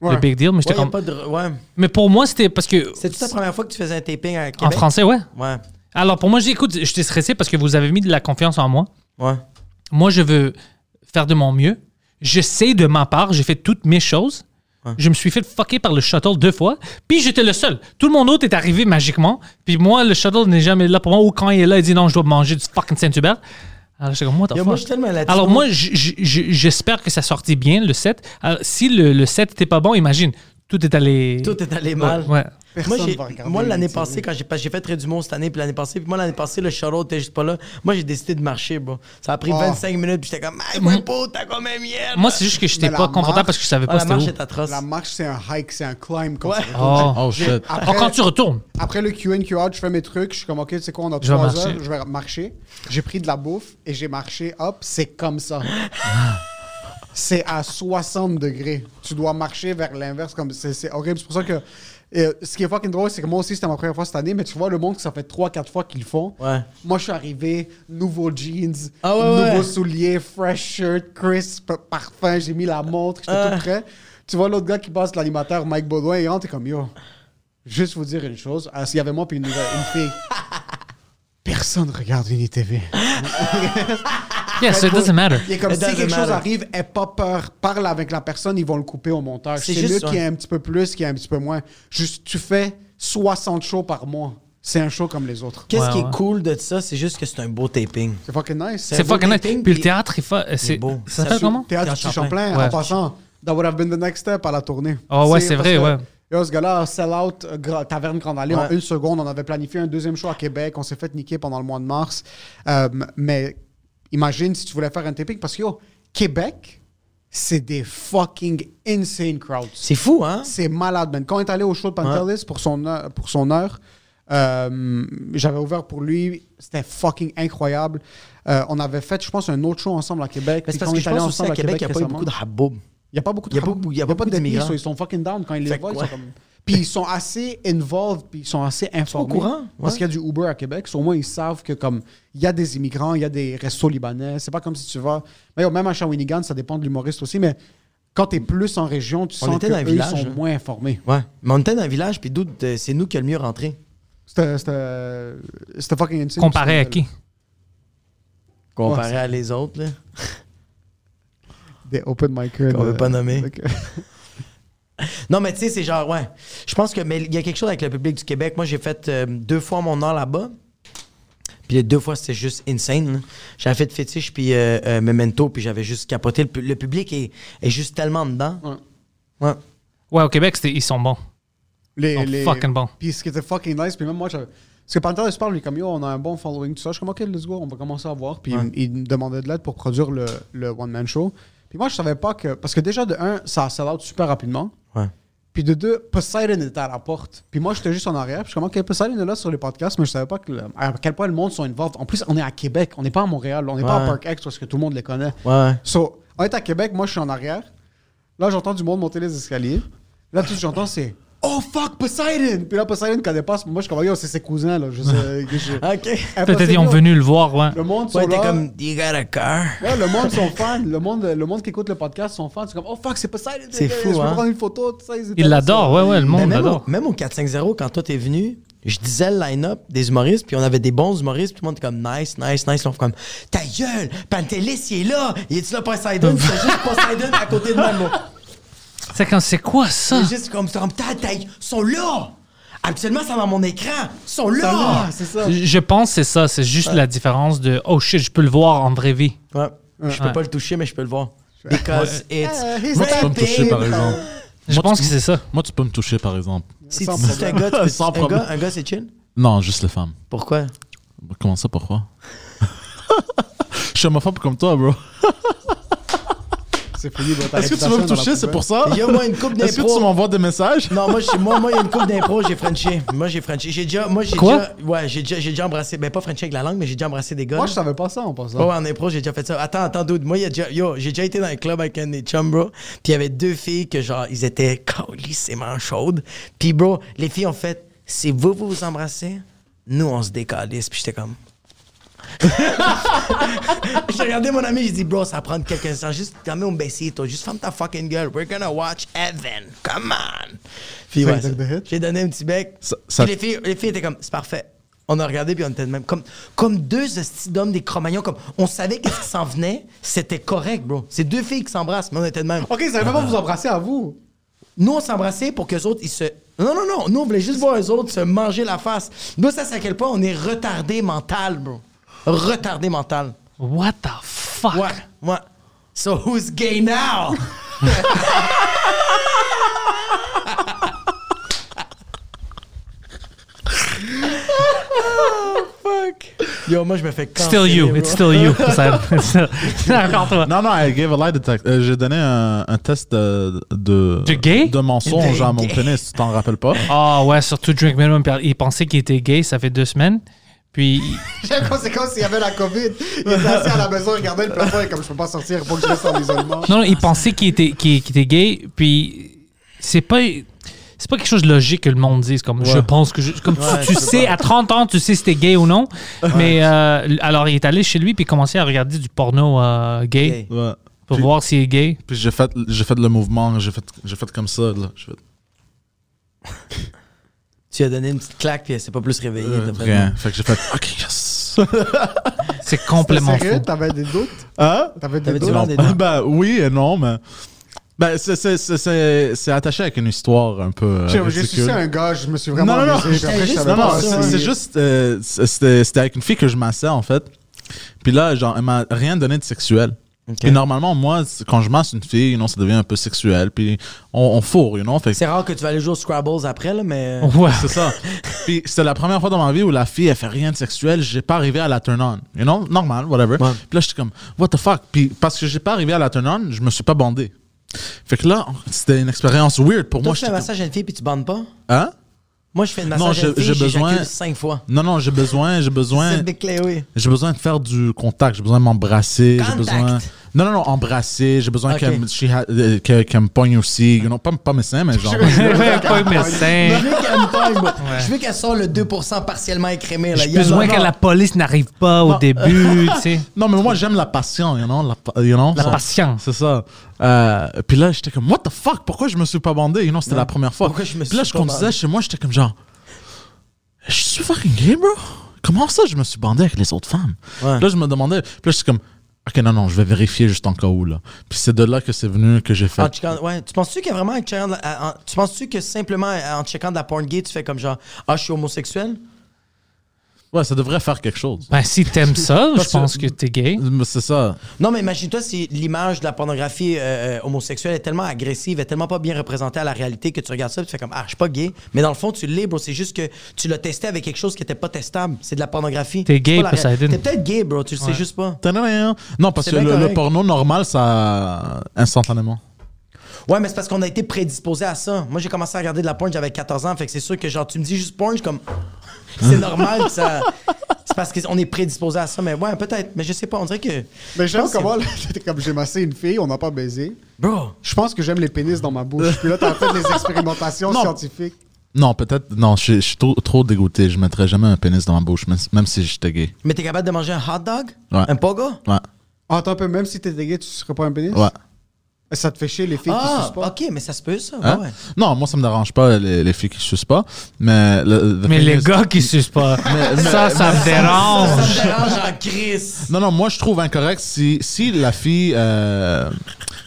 [SPEAKER 1] le
[SPEAKER 3] Ouais.
[SPEAKER 1] big deal? Mais, j'étais
[SPEAKER 2] Ouais, y a
[SPEAKER 1] comme-
[SPEAKER 2] pas de... ouais.
[SPEAKER 1] mais pour moi, c'était parce que.
[SPEAKER 2] C'est-tu ta première fois que tu faisais un taping à Québec?
[SPEAKER 1] En français, ouais.
[SPEAKER 2] Ouais.
[SPEAKER 1] Alors, pour moi, je dis, écoute, je t'ai stressé parce que vous avez mis de la confiance en moi.
[SPEAKER 2] Ouais.
[SPEAKER 1] Moi, je veux faire de mon mieux. Je sais de ma part, j'ai fait toutes mes choses. Je me suis fait fucker par le shuttle deux fois, puis j'étais le seul. Tout le monde autre est arrivé magiquement, puis moi, le shuttle n'est jamais là pour moi, ou quand il est là, il dit non, je dois manger du fucking Saint-Hubert. Alors, j'étais comme, what the
[SPEAKER 2] Yo,
[SPEAKER 1] fuck?
[SPEAKER 2] moi, je suis tellement là-dessus.
[SPEAKER 1] Alors, moi, j- j- j- j'espère que ça sortit bien, le set. Alors, si le, le set n'était pas bon, imagine, tout est allé.
[SPEAKER 2] Tout est allé mal.
[SPEAKER 1] Ouais. ouais.
[SPEAKER 3] Personne
[SPEAKER 2] moi, j'ai-
[SPEAKER 3] va regarder
[SPEAKER 2] moi,
[SPEAKER 3] une
[SPEAKER 2] l'année
[SPEAKER 3] série.
[SPEAKER 2] passée, quand j'ai pas- j'ai fait très du monde cette année, puis l'année passée, puis moi, l'année passée, le shuttle était juste pas là. Moi, j'ai décidé de marcher, bro. Ça a pris
[SPEAKER 3] Oh.
[SPEAKER 2] 25 minutes, puis j'étais comme, hey, moi, beau, t'as quand même hier.
[SPEAKER 1] Moi, c'est juste que j'étais
[SPEAKER 3] Mais la
[SPEAKER 1] pas confortable
[SPEAKER 3] marche-
[SPEAKER 1] parce que je savais
[SPEAKER 2] Ah,
[SPEAKER 1] pas
[SPEAKER 2] la
[SPEAKER 1] c'était
[SPEAKER 2] marche
[SPEAKER 1] où.
[SPEAKER 2] est atroce.
[SPEAKER 3] La marche, c'est un hike, c'est un climb. comme
[SPEAKER 2] Ouais.
[SPEAKER 3] ça.
[SPEAKER 1] Oh.
[SPEAKER 4] Oh shit.
[SPEAKER 1] Oh, quand tu retournes.
[SPEAKER 3] Après le QN, QA, je fais mes trucs, je suis comme, ok, tu sais quoi, on a
[SPEAKER 1] Je vais
[SPEAKER 3] trois
[SPEAKER 1] marcher.
[SPEAKER 3] heures, je vais marcher. J'ai pris de la bouffe et j'ai marché, hop, c'est comme ça. c'est à 60 degrés. Tu dois marcher vers l'inverse, comme c'est c'est horrible. C'est pour ça que euh, ce qui est fucking drôle, c'est que moi aussi, c'était ma première fois cette année, mais tu vois le monde que ça fait 3-4 fois qu'ils le font.
[SPEAKER 2] Ouais.
[SPEAKER 3] Moi, je suis arrivé, nouveaux jeans,
[SPEAKER 2] Ah ouais, ouais.
[SPEAKER 3] nouveaux souliers, fresh shirt, crisp, parfum, j'ai mis la montre, j'étais
[SPEAKER 2] Ah.
[SPEAKER 3] tout prêt. Tu vois l'autre gars qui passe, l'animateur Mike Baudouin, il rentre, t'es comme yo. Juste vous dire une chose, Ah, s'il y avait moi puis une, nouvelle- une fille, personne regarde une TV.
[SPEAKER 1] Yes, it doesn't matter.
[SPEAKER 3] Il est comme
[SPEAKER 2] It
[SPEAKER 3] si
[SPEAKER 2] doesn't
[SPEAKER 3] quelque chose
[SPEAKER 2] matter.
[SPEAKER 3] arrive, aie pas peur, parle avec la personne, ils vont le couper au montage.
[SPEAKER 2] C'est
[SPEAKER 3] C'est
[SPEAKER 2] juste
[SPEAKER 3] lui
[SPEAKER 2] ça.
[SPEAKER 3] qui a un petit peu plus, qui a un petit peu moins. Juste, tu fais 60 shows par mois. C'est un show comme les autres.
[SPEAKER 2] Qu'est-ce
[SPEAKER 1] Ouais,
[SPEAKER 2] qui
[SPEAKER 1] ouais.
[SPEAKER 2] est cool de ça, c'est juste que c'est un beau taping.
[SPEAKER 3] C'est fucking nice.
[SPEAKER 1] C'est
[SPEAKER 2] beau
[SPEAKER 1] fucking nice.
[SPEAKER 2] dating,
[SPEAKER 1] Puis le
[SPEAKER 2] puis-
[SPEAKER 1] théâtre, il fa- c'est
[SPEAKER 2] beau.
[SPEAKER 1] Ça
[SPEAKER 2] Ça
[SPEAKER 1] s'appelle
[SPEAKER 2] se-
[SPEAKER 1] comment
[SPEAKER 3] Théâtre
[SPEAKER 2] Théâtre
[SPEAKER 3] du Champlain,
[SPEAKER 1] Champlain, ouais.
[SPEAKER 3] en passant, That Would Have Been The Next Step à la tournée.
[SPEAKER 1] Ah ouais, c'est
[SPEAKER 3] parce
[SPEAKER 1] vrai,
[SPEAKER 3] que,
[SPEAKER 1] ouais.
[SPEAKER 3] Yo, ce gars-là, sell out, euh, Gra- Taverne Grande Allée, en
[SPEAKER 2] Ouais.
[SPEAKER 3] une seconde. On avait planifié un deuxième show à Québec. On s'est fait niquer pendant le mois de mars. Euh, mais imagine si tu voulais faire un taping, parce que yo, Québec, c'est des fucking insane crowds.
[SPEAKER 2] C'est fou, hein?
[SPEAKER 3] C'est malade, man. Quand on est allé au show de Pantelis pour, son heure, pour son heure, euh, j'avais ouvert pour lui. C'était fucking incroyable. Euh, on avait fait, je pense, un autre show ensemble à Québec.
[SPEAKER 2] Mais C'est
[SPEAKER 3] Puis
[SPEAKER 2] parce
[SPEAKER 3] quand on
[SPEAKER 2] que
[SPEAKER 3] est
[SPEAKER 2] je
[SPEAKER 3] allé
[SPEAKER 2] pense aussi
[SPEAKER 3] ensemble
[SPEAKER 2] à Québec, il n'y a pas eu beaucoup de haboub.
[SPEAKER 3] Il n'y a pas beaucoup de
[SPEAKER 2] y a pas
[SPEAKER 3] travaux.
[SPEAKER 2] beaucoup- il y a
[SPEAKER 3] Y
[SPEAKER 2] pas beaucoup
[SPEAKER 3] d'ethnies,
[SPEAKER 2] d'immigrants.
[SPEAKER 3] so Ils sont fucking down quand ils les
[SPEAKER 2] Fait que
[SPEAKER 3] voient. ils sont
[SPEAKER 2] ouais.
[SPEAKER 3] comme- Puis ils sont assez involved, puis ils sont assez informés.
[SPEAKER 2] courant,
[SPEAKER 3] Parce
[SPEAKER 2] ouais.
[SPEAKER 3] qu'il y a du Uber à Québec. so au moins, ils savent que comme il y a des immigrants, il y a des restos libanais. C'est pas comme si tu vas. Mais yo, même à Shawinigan, ça dépend de l'humoriste aussi. Mais quand t'es plus en région, tu
[SPEAKER 2] On
[SPEAKER 3] sens
[SPEAKER 2] était
[SPEAKER 3] que
[SPEAKER 2] dans un
[SPEAKER 3] eux,
[SPEAKER 2] village,
[SPEAKER 3] ils sont
[SPEAKER 2] hein.
[SPEAKER 3] moins informés.
[SPEAKER 2] Ouais. Mais on était dans un village, puis d'où euh, c'est nous qui a le mieux rentré.
[SPEAKER 3] C'était- C'était c'était fucking insane.
[SPEAKER 1] Comparé à
[SPEAKER 3] C'était-
[SPEAKER 1] qui
[SPEAKER 2] Comparé à les autres, là.
[SPEAKER 3] Des open micers.
[SPEAKER 2] Qu'on
[SPEAKER 3] de-
[SPEAKER 2] veut pas nommer.
[SPEAKER 3] Ok.
[SPEAKER 2] Non, mais tu sais, c'est genre, ouais. Je pense que, mais il y a quelque chose avec le public du Québec. Moi, j'ai fait euh, deux fois mon heure là-bas. Puis les deux fois, c'était juste insane. là. J'avais fait Fétiche puis euh, euh, Memento, puis j'avais juste capoté. Le, pu- le public est, est juste tellement dedans. Ouais.
[SPEAKER 1] Ouais, au Québec, c'était- ils sont bons. Ils
[SPEAKER 3] Les,
[SPEAKER 1] sont fucking bons.
[SPEAKER 3] Puis ce qui était fucking nice, puis même moi, j'avais- parce que Panther, je parle, il est comme yo, on a un bon following, tout ça. Je suis comme, ok, let's go, on va commencer à voir. Puis il, il me demandait de l'aide pour produire le, le one-man show. Puis moi, je savais pas que. Parce que déjà, de un, ça sell out super rapidement.
[SPEAKER 2] Ouais.
[SPEAKER 3] Puis de deux, Poseidon était à la porte. Puis moi, j'étais juste en arrière. Puis je suis comme, ok, Poseidon est là sur les podcasts, mais je savais pas que le- à quel point le monde sont involved. En plus, on est à Québec, on n'est pas à Montréal, on n'est pas à
[SPEAKER 2] Ouais.
[SPEAKER 3] Park X parce que tout le monde les connaît.
[SPEAKER 2] Ouais.
[SPEAKER 3] So, on est à Québec, moi je suis en arrière. Là, j'entends du monde monter les escaliers. Là, tout ce que j'entends, c'est Oh fuck, Poseidon! Puis là, Poseidon, quand elle passe, moi je suis comme Yo, c'est ses cousins, là.
[SPEAKER 2] <laughs>
[SPEAKER 3] Je sais, que je-
[SPEAKER 2] OK.
[SPEAKER 3] Après,
[SPEAKER 1] Peut-être
[SPEAKER 3] c'est
[SPEAKER 1] ils ont
[SPEAKER 3] yo,
[SPEAKER 1] venu le voir, ouais.
[SPEAKER 3] Le monde,
[SPEAKER 2] Ouais,
[SPEAKER 3] sont
[SPEAKER 2] t'es
[SPEAKER 3] là.
[SPEAKER 2] comme, you got a car.
[SPEAKER 3] Ouais, le monde sont fans. Le monde, le monde qui écoute le podcast sont fans. C'est comme Oh fuck, c'est Poseidon!
[SPEAKER 2] C'est fou,
[SPEAKER 3] Je peux
[SPEAKER 2] hein.
[SPEAKER 3] prendre une photo, tout ça. étaient
[SPEAKER 1] Ils
[SPEAKER 3] là,
[SPEAKER 1] l'adorent, ouais,
[SPEAKER 3] ça.
[SPEAKER 1] ouais, le
[SPEAKER 2] Mais
[SPEAKER 1] monde
[SPEAKER 2] Ben, même, au,
[SPEAKER 1] l'adore.
[SPEAKER 2] même au 450, quand toi t'es venu, je disais le line-up des humoristes, puis on avait des bons humoristes, puis tout le monde était comme nice, nice, nice. On fait comme ta gueule, Pantelis, il est là, il est-tu là, Poseidon? C'est juste Poseidon à côté de Memo.
[SPEAKER 1] C'est quand c'est quoi ça
[SPEAKER 2] C'est juste comme, c'est comme ta taille, ils sont là! Habituellement, ça va dans mon écran, ils sont
[SPEAKER 3] Ça
[SPEAKER 2] là!
[SPEAKER 3] va, Ah, C'est ça.
[SPEAKER 1] Je pense que c'est ça, c'est juste la différence de oh shit, je peux le voir en vraie vie.
[SPEAKER 2] Ouais, je peux
[SPEAKER 1] Ouais.
[SPEAKER 2] pas le toucher, mais je peux le voir. Because it's.
[SPEAKER 3] Ah, he's
[SPEAKER 4] Moi, tu peux me toucher, bah. par
[SPEAKER 3] rapping.
[SPEAKER 4] exemple.
[SPEAKER 1] Je
[SPEAKER 4] Moi,
[SPEAKER 1] pense
[SPEAKER 4] tu-
[SPEAKER 1] que c'est ça.
[SPEAKER 4] Moi, tu peux me toucher, par exemple.
[SPEAKER 2] Si tu
[SPEAKER 3] Sans
[SPEAKER 2] touches un gars, tu peux-
[SPEAKER 4] Sans
[SPEAKER 2] un
[SPEAKER 4] problème.
[SPEAKER 2] gars, un gars, c'est chill?
[SPEAKER 4] Non, juste les femmes.
[SPEAKER 2] Pourquoi?
[SPEAKER 4] Comment ça, pourquoi? <laughs> Je suis homophobe comme toi, bro.
[SPEAKER 3] C'est fini, bro, ta
[SPEAKER 4] Est-ce que tu
[SPEAKER 3] réputation
[SPEAKER 4] veux me
[SPEAKER 3] dans la
[SPEAKER 4] toucher, c'est
[SPEAKER 3] poubelle.
[SPEAKER 4] pour ça?
[SPEAKER 2] Il y a moi une coupe
[SPEAKER 4] Est-ce que
[SPEAKER 2] d'impro.
[SPEAKER 4] tu m'envoies des messages?
[SPEAKER 2] Non, moi, j'ai- moi, moi, il y a une coupe d'impro, j'ai Frenché. Moi, j'ai Frenché. J'ai déjà. Moi, j'ai
[SPEAKER 1] Quoi?
[SPEAKER 2] déjà- ouais, j'ai déjà, j'ai déjà embrassé. Ben, pas Frenché avec la langue, mais j'ai déjà embrassé des gars.
[SPEAKER 3] Moi,
[SPEAKER 2] là.
[SPEAKER 3] je savais pas ça en passant.
[SPEAKER 2] Ouais, ouais, en impro, j'ai déjà fait ça. Attends, attends, dude. Moi, il y a déjà, yo, j'ai déjà été dans un club avec un des chums, bro. Puis il y avait deux filles que, genre, ils étaient <laughs> calissement chaudes. Puis, bro, les filles ont fait si vous, vous vous embrassez, nous, on se décalisse. Puis j'étais comme. <laughs> j'ai regardé mon ami, j'ai dit, bro, ça va prendre quelques instants. Juste, quand même, on baissait, toi. Juste ferme ta fucking gueule. We're gonna watch Evan. Come on. Puis,
[SPEAKER 3] Ça,
[SPEAKER 2] ouais.
[SPEAKER 3] il donne des hits?
[SPEAKER 2] J'ai donné un petit bec.
[SPEAKER 4] Ça- ça-
[SPEAKER 2] Puis les filles, les filles étaient comme, c'est parfait. On a regardé, puis on était de même. Comme, comme deux hosties d'hommes des Cro-Magnons. Comme, on savait qu'est-ce qui s'en venait. C'était correct, bro. C'est deux filles qui s'embrassent, mais on était de même.
[SPEAKER 3] Ok, ils savaient même pas vous embrasser à vous.
[SPEAKER 2] Nous, on s'embrassait pour qu'eux autres, ils se. Non, non, non. Nous, on voulait juste voir eux autres se manger la face. Nous, ça, c'est à quel point on est retardé mental, bro. Retardé mental.
[SPEAKER 1] What the fuck?
[SPEAKER 2] Ouais, ouais. So who's gay now? Oh, fuck. Yo, moi, je me fais
[SPEAKER 1] Still you, it's still you. Sam. It's still- <laughs> C'est encore toi.
[SPEAKER 4] Non, non, I gave a lie detector. Euh, J'ai donné un, un test de, de,
[SPEAKER 1] De gay?
[SPEAKER 4] de mensonge
[SPEAKER 2] De
[SPEAKER 4] à mon
[SPEAKER 2] gay.
[SPEAKER 4] pénis, tu t'en rappelles pas.
[SPEAKER 1] Ah ouais, surtout Drink Minimum. puis Il pensait qu'il était gay, ça fait deux semaines. Puis
[SPEAKER 3] J'aime comme c'est comme s'il y avait la COVID.
[SPEAKER 4] <laughs>
[SPEAKER 3] Ils étaient assis à la maison, ils regardaient le plafond et comme je peux pas sortir, faut que je reste en
[SPEAKER 4] <laughs>
[SPEAKER 3] isolement.
[SPEAKER 1] Non, non, il pensait qu'il était, qu'il- qu'il était gay, puis c'est pas. C'est pas quelque chose de logique que le monde dise. Comme je pense que. je- comme tu-
[SPEAKER 2] Ouais,
[SPEAKER 1] tu,
[SPEAKER 2] je sais
[SPEAKER 1] sais, à 30 ans, tu sais si t'es gay ou non. Mais euh, alors, il est allé chez lui, puis il commençait à regarder du porno euh, gay,
[SPEAKER 2] Gay.
[SPEAKER 4] Ouais.
[SPEAKER 1] pour
[SPEAKER 4] Puis-
[SPEAKER 1] voir s'il est gay.
[SPEAKER 4] Puis j'ai fait, j'ai fait le mouvement, j'ai fait, j'ai fait comme ça. Là. J'ai fait-
[SPEAKER 2] Tu as donné une petite claque, puis elle s'est pas plus réveillée. t'as pas
[SPEAKER 4] Euh, rien. Fait que j'ai fait,
[SPEAKER 2] <laughs>
[SPEAKER 4] ok, yes.
[SPEAKER 1] C'est complètement
[SPEAKER 3] Sérieux,
[SPEAKER 1] fou.
[SPEAKER 3] t'avais des doutes?
[SPEAKER 4] Hein?
[SPEAKER 3] T'avais des
[SPEAKER 2] T'avais du
[SPEAKER 3] doutes?
[SPEAKER 2] vent des dents.
[SPEAKER 4] ben oui et non, mais. Ben, c'est, c'est, c'est, c'est, c'est attaché avec une histoire un peu. euh,
[SPEAKER 3] J'ai j'ai
[SPEAKER 4] ridicule.
[SPEAKER 3] sucé un gars, je me suis vraiment
[SPEAKER 4] Non, non, non.
[SPEAKER 3] amusé, puis après, je
[SPEAKER 2] J'étais
[SPEAKER 3] savais
[SPEAKER 4] Non, non,
[SPEAKER 3] pas.
[SPEAKER 4] c'est c'est juste. euh, c'était c'était avec une fille que je massais, en fait. Puis là, genre, elle m'a rien donné de sexuel. Puis normalement, moi, c'est- quand je masse une fille, you know, ça devient un peu sexuel. Puis on, on fourre, you know. Fait que-
[SPEAKER 2] C'est rare que tu vas aller jouer au Scrabbles après, là, mais. euh,
[SPEAKER 1] Ouais.
[SPEAKER 4] c'est ça. Puis c'était la première fois dans ma vie où la fille, elle fait rien de sexuel. J'ai pas arrivé à la turn on. You know, normal, whatever. Puis là, j'étais comme, what the fuck. Puis parce que j'ai pas arrivé à la turn on, je me suis pas bandé. Fait que là, c'était une expérience weird pour
[SPEAKER 2] Toi,
[SPEAKER 4] moi.
[SPEAKER 2] tu fais un
[SPEAKER 4] j'étais
[SPEAKER 2] massage à une fille, puis tu bandes pas?
[SPEAKER 4] comme, hein?
[SPEAKER 2] Moi, je fais le
[SPEAKER 4] Non,
[SPEAKER 2] massage à
[SPEAKER 4] j'ai-
[SPEAKER 2] une fille,
[SPEAKER 4] j'ai besoin-
[SPEAKER 2] j'éjacule cinq fois.
[SPEAKER 4] Non, non, j'ai besoin, j'ai besoin.
[SPEAKER 2] C'est Big Clay, oui.
[SPEAKER 4] J'ai besoin de faire du contact, j'ai besoin de m'embrasser, j'ai
[SPEAKER 2] Contact.
[SPEAKER 4] besoin. Non, non, non, embrasser, j'ai besoin
[SPEAKER 2] Ok.
[SPEAKER 4] qu'elle me- she ha- euh, qu'elle qu'elle me pogne aussi. You know, pas, pas mes seins, mais
[SPEAKER 2] <laughs>
[SPEAKER 4] genre.
[SPEAKER 1] <laughs> Ouais, pas un
[SPEAKER 2] Je
[SPEAKER 1] médecin.
[SPEAKER 2] veux qu'elle me pogne, moi. Je veux qu'elle sorte le 2% partiellement écrémé. là.
[SPEAKER 1] J'ai
[SPEAKER 2] Il y a
[SPEAKER 1] besoin
[SPEAKER 2] de-
[SPEAKER 1] que la police n'arrive pas au début, tu
[SPEAKER 2] <laughs>
[SPEAKER 1] sais.
[SPEAKER 4] non, mais moi, j'aime la patience, you know. La, pa- you know,
[SPEAKER 1] La
[SPEAKER 4] ça-
[SPEAKER 1] patience.
[SPEAKER 4] C'est ça. Euh, puis là, j'étais comme, what the fuck, pourquoi je me suis pas bandé? You know, c'était la première fois.
[SPEAKER 2] Pourquoi je me
[SPEAKER 4] Puis
[SPEAKER 2] suis
[SPEAKER 4] là, je
[SPEAKER 2] pas
[SPEAKER 4] conduisais
[SPEAKER 2] bandé?
[SPEAKER 4] chez moi, j'étais comme genre, je suis fucking gay, bro. Comment ça, je me suis bandé avec les autres femmes?
[SPEAKER 2] Ouais.
[SPEAKER 4] Puis Là, je me demandais, puis là, je suis comme, ok, non, non, je vais vérifier juste en cas où, là. Puis c'est de là que c'est venu que j'ai fait.
[SPEAKER 2] En checkant- ouais. Ah, Tu penses-tu que vraiment, en checkant de la- en- tu penses-tu que simplement en checkant de la porn gay, tu fais comme genre, ah, je suis homosexuel?
[SPEAKER 4] Ouais, ça devrait faire quelque chose.
[SPEAKER 1] Ben, si t'aimes ça, je
[SPEAKER 4] Parce que-
[SPEAKER 1] pense que t'es gay.
[SPEAKER 4] Mais C'est ça.
[SPEAKER 2] Non, mais imagine-toi si l'image de la pornographie euh, euh, homosexuelle est tellement agressive, est tellement pas bien représentée à la réalité que tu regardes ça et tu fais comme, ah, je suis pas gay. Mais dans le fond, tu l'es, bro. C'est juste que tu l'as testé avec quelque chose qui était pas testable. C'est de la pornographie.
[SPEAKER 1] T'es
[SPEAKER 2] C'est
[SPEAKER 1] gay,
[SPEAKER 2] pas la ré-
[SPEAKER 1] Poseidon.
[SPEAKER 2] T'es peut-être gay, bro. Tu le sais juste pas.
[SPEAKER 4] Tadadam. Non, parce
[SPEAKER 2] C'est
[SPEAKER 4] que
[SPEAKER 2] bien
[SPEAKER 4] le, le
[SPEAKER 2] correct.
[SPEAKER 4] porno normal, ça. instantanément.
[SPEAKER 2] Ouais, mais c'est parce qu'on a été prédisposé à ça. Moi, j'ai commencé à regarder de la porn, j'avais 14 ans. Fait que c'est sûr que, genre, tu me dis juste porn, je suis comme. <laughs> C'est normal que ça. C'est parce qu'on est prédisposé à ça. Mais ouais, peut-être. Mais je sais pas. On dirait que.
[SPEAKER 3] Mais j'aime
[SPEAKER 2] pense que-
[SPEAKER 3] comment, <laughs> là, t'étais comme j'ai massé une fille, on n'a pas baisé.
[SPEAKER 2] Bro!
[SPEAKER 3] Je pense que j'aime les pénis dans ma bouche. Puis là, t'as
[SPEAKER 4] <laughs>
[SPEAKER 3] fait des expérimentations
[SPEAKER 4] Non.
[SPEAKER 3] scientifiques.
[SPEAKER 4] Non, peut-être. Non, je, je suis trop, trop dégoûté. Je mettrais jamais un pénis dans ma bouche, même, même si j'étais gay.
[SPEAKER 2] Mais t'es capable de manger un hot dog?
[SPEAKER 4] Ouais.
[SPEAKER 2] Un pogo?
[SPEAKER 4] Ouais.
[SPEAKER 3] Ah, attends un peu, même si t'étais gay, tu serais pas un pénis?
[SPEAKER 4] Ah Ouais.
[SPEAKER 3] Ça te fait chier les filles qui
[SPEAKER 2] Ah,
[SPEAKER 3] sucent pas?
[SPEAKER 2] ok, mais ça se peut, ça.
[SPEAKER 4] Hein?
[SPEAKER 2] Ouais.
[SPEAKER 4] Non, moi, ça me dérange pas, les, les filles qui sucent pas. Mais. le- the
[SPEAKER 1] Mais
[SPEAKER 4] thing
[SPEAKER 1] les
[SPEAKER 4] is-
[SPEAKER 1] gars qui sucent
[SPEAKER 4] <laughs>
[SPEAKER 1] pas, ça, ça me
[SPEAKER 2] Ça,
[SPEAKER 1] dérange.
[SPEAKER 2] ça me dérange en crise.
[SPEAKER 4] Non, non, moi, je trouve incorrect si, si la fille. euh,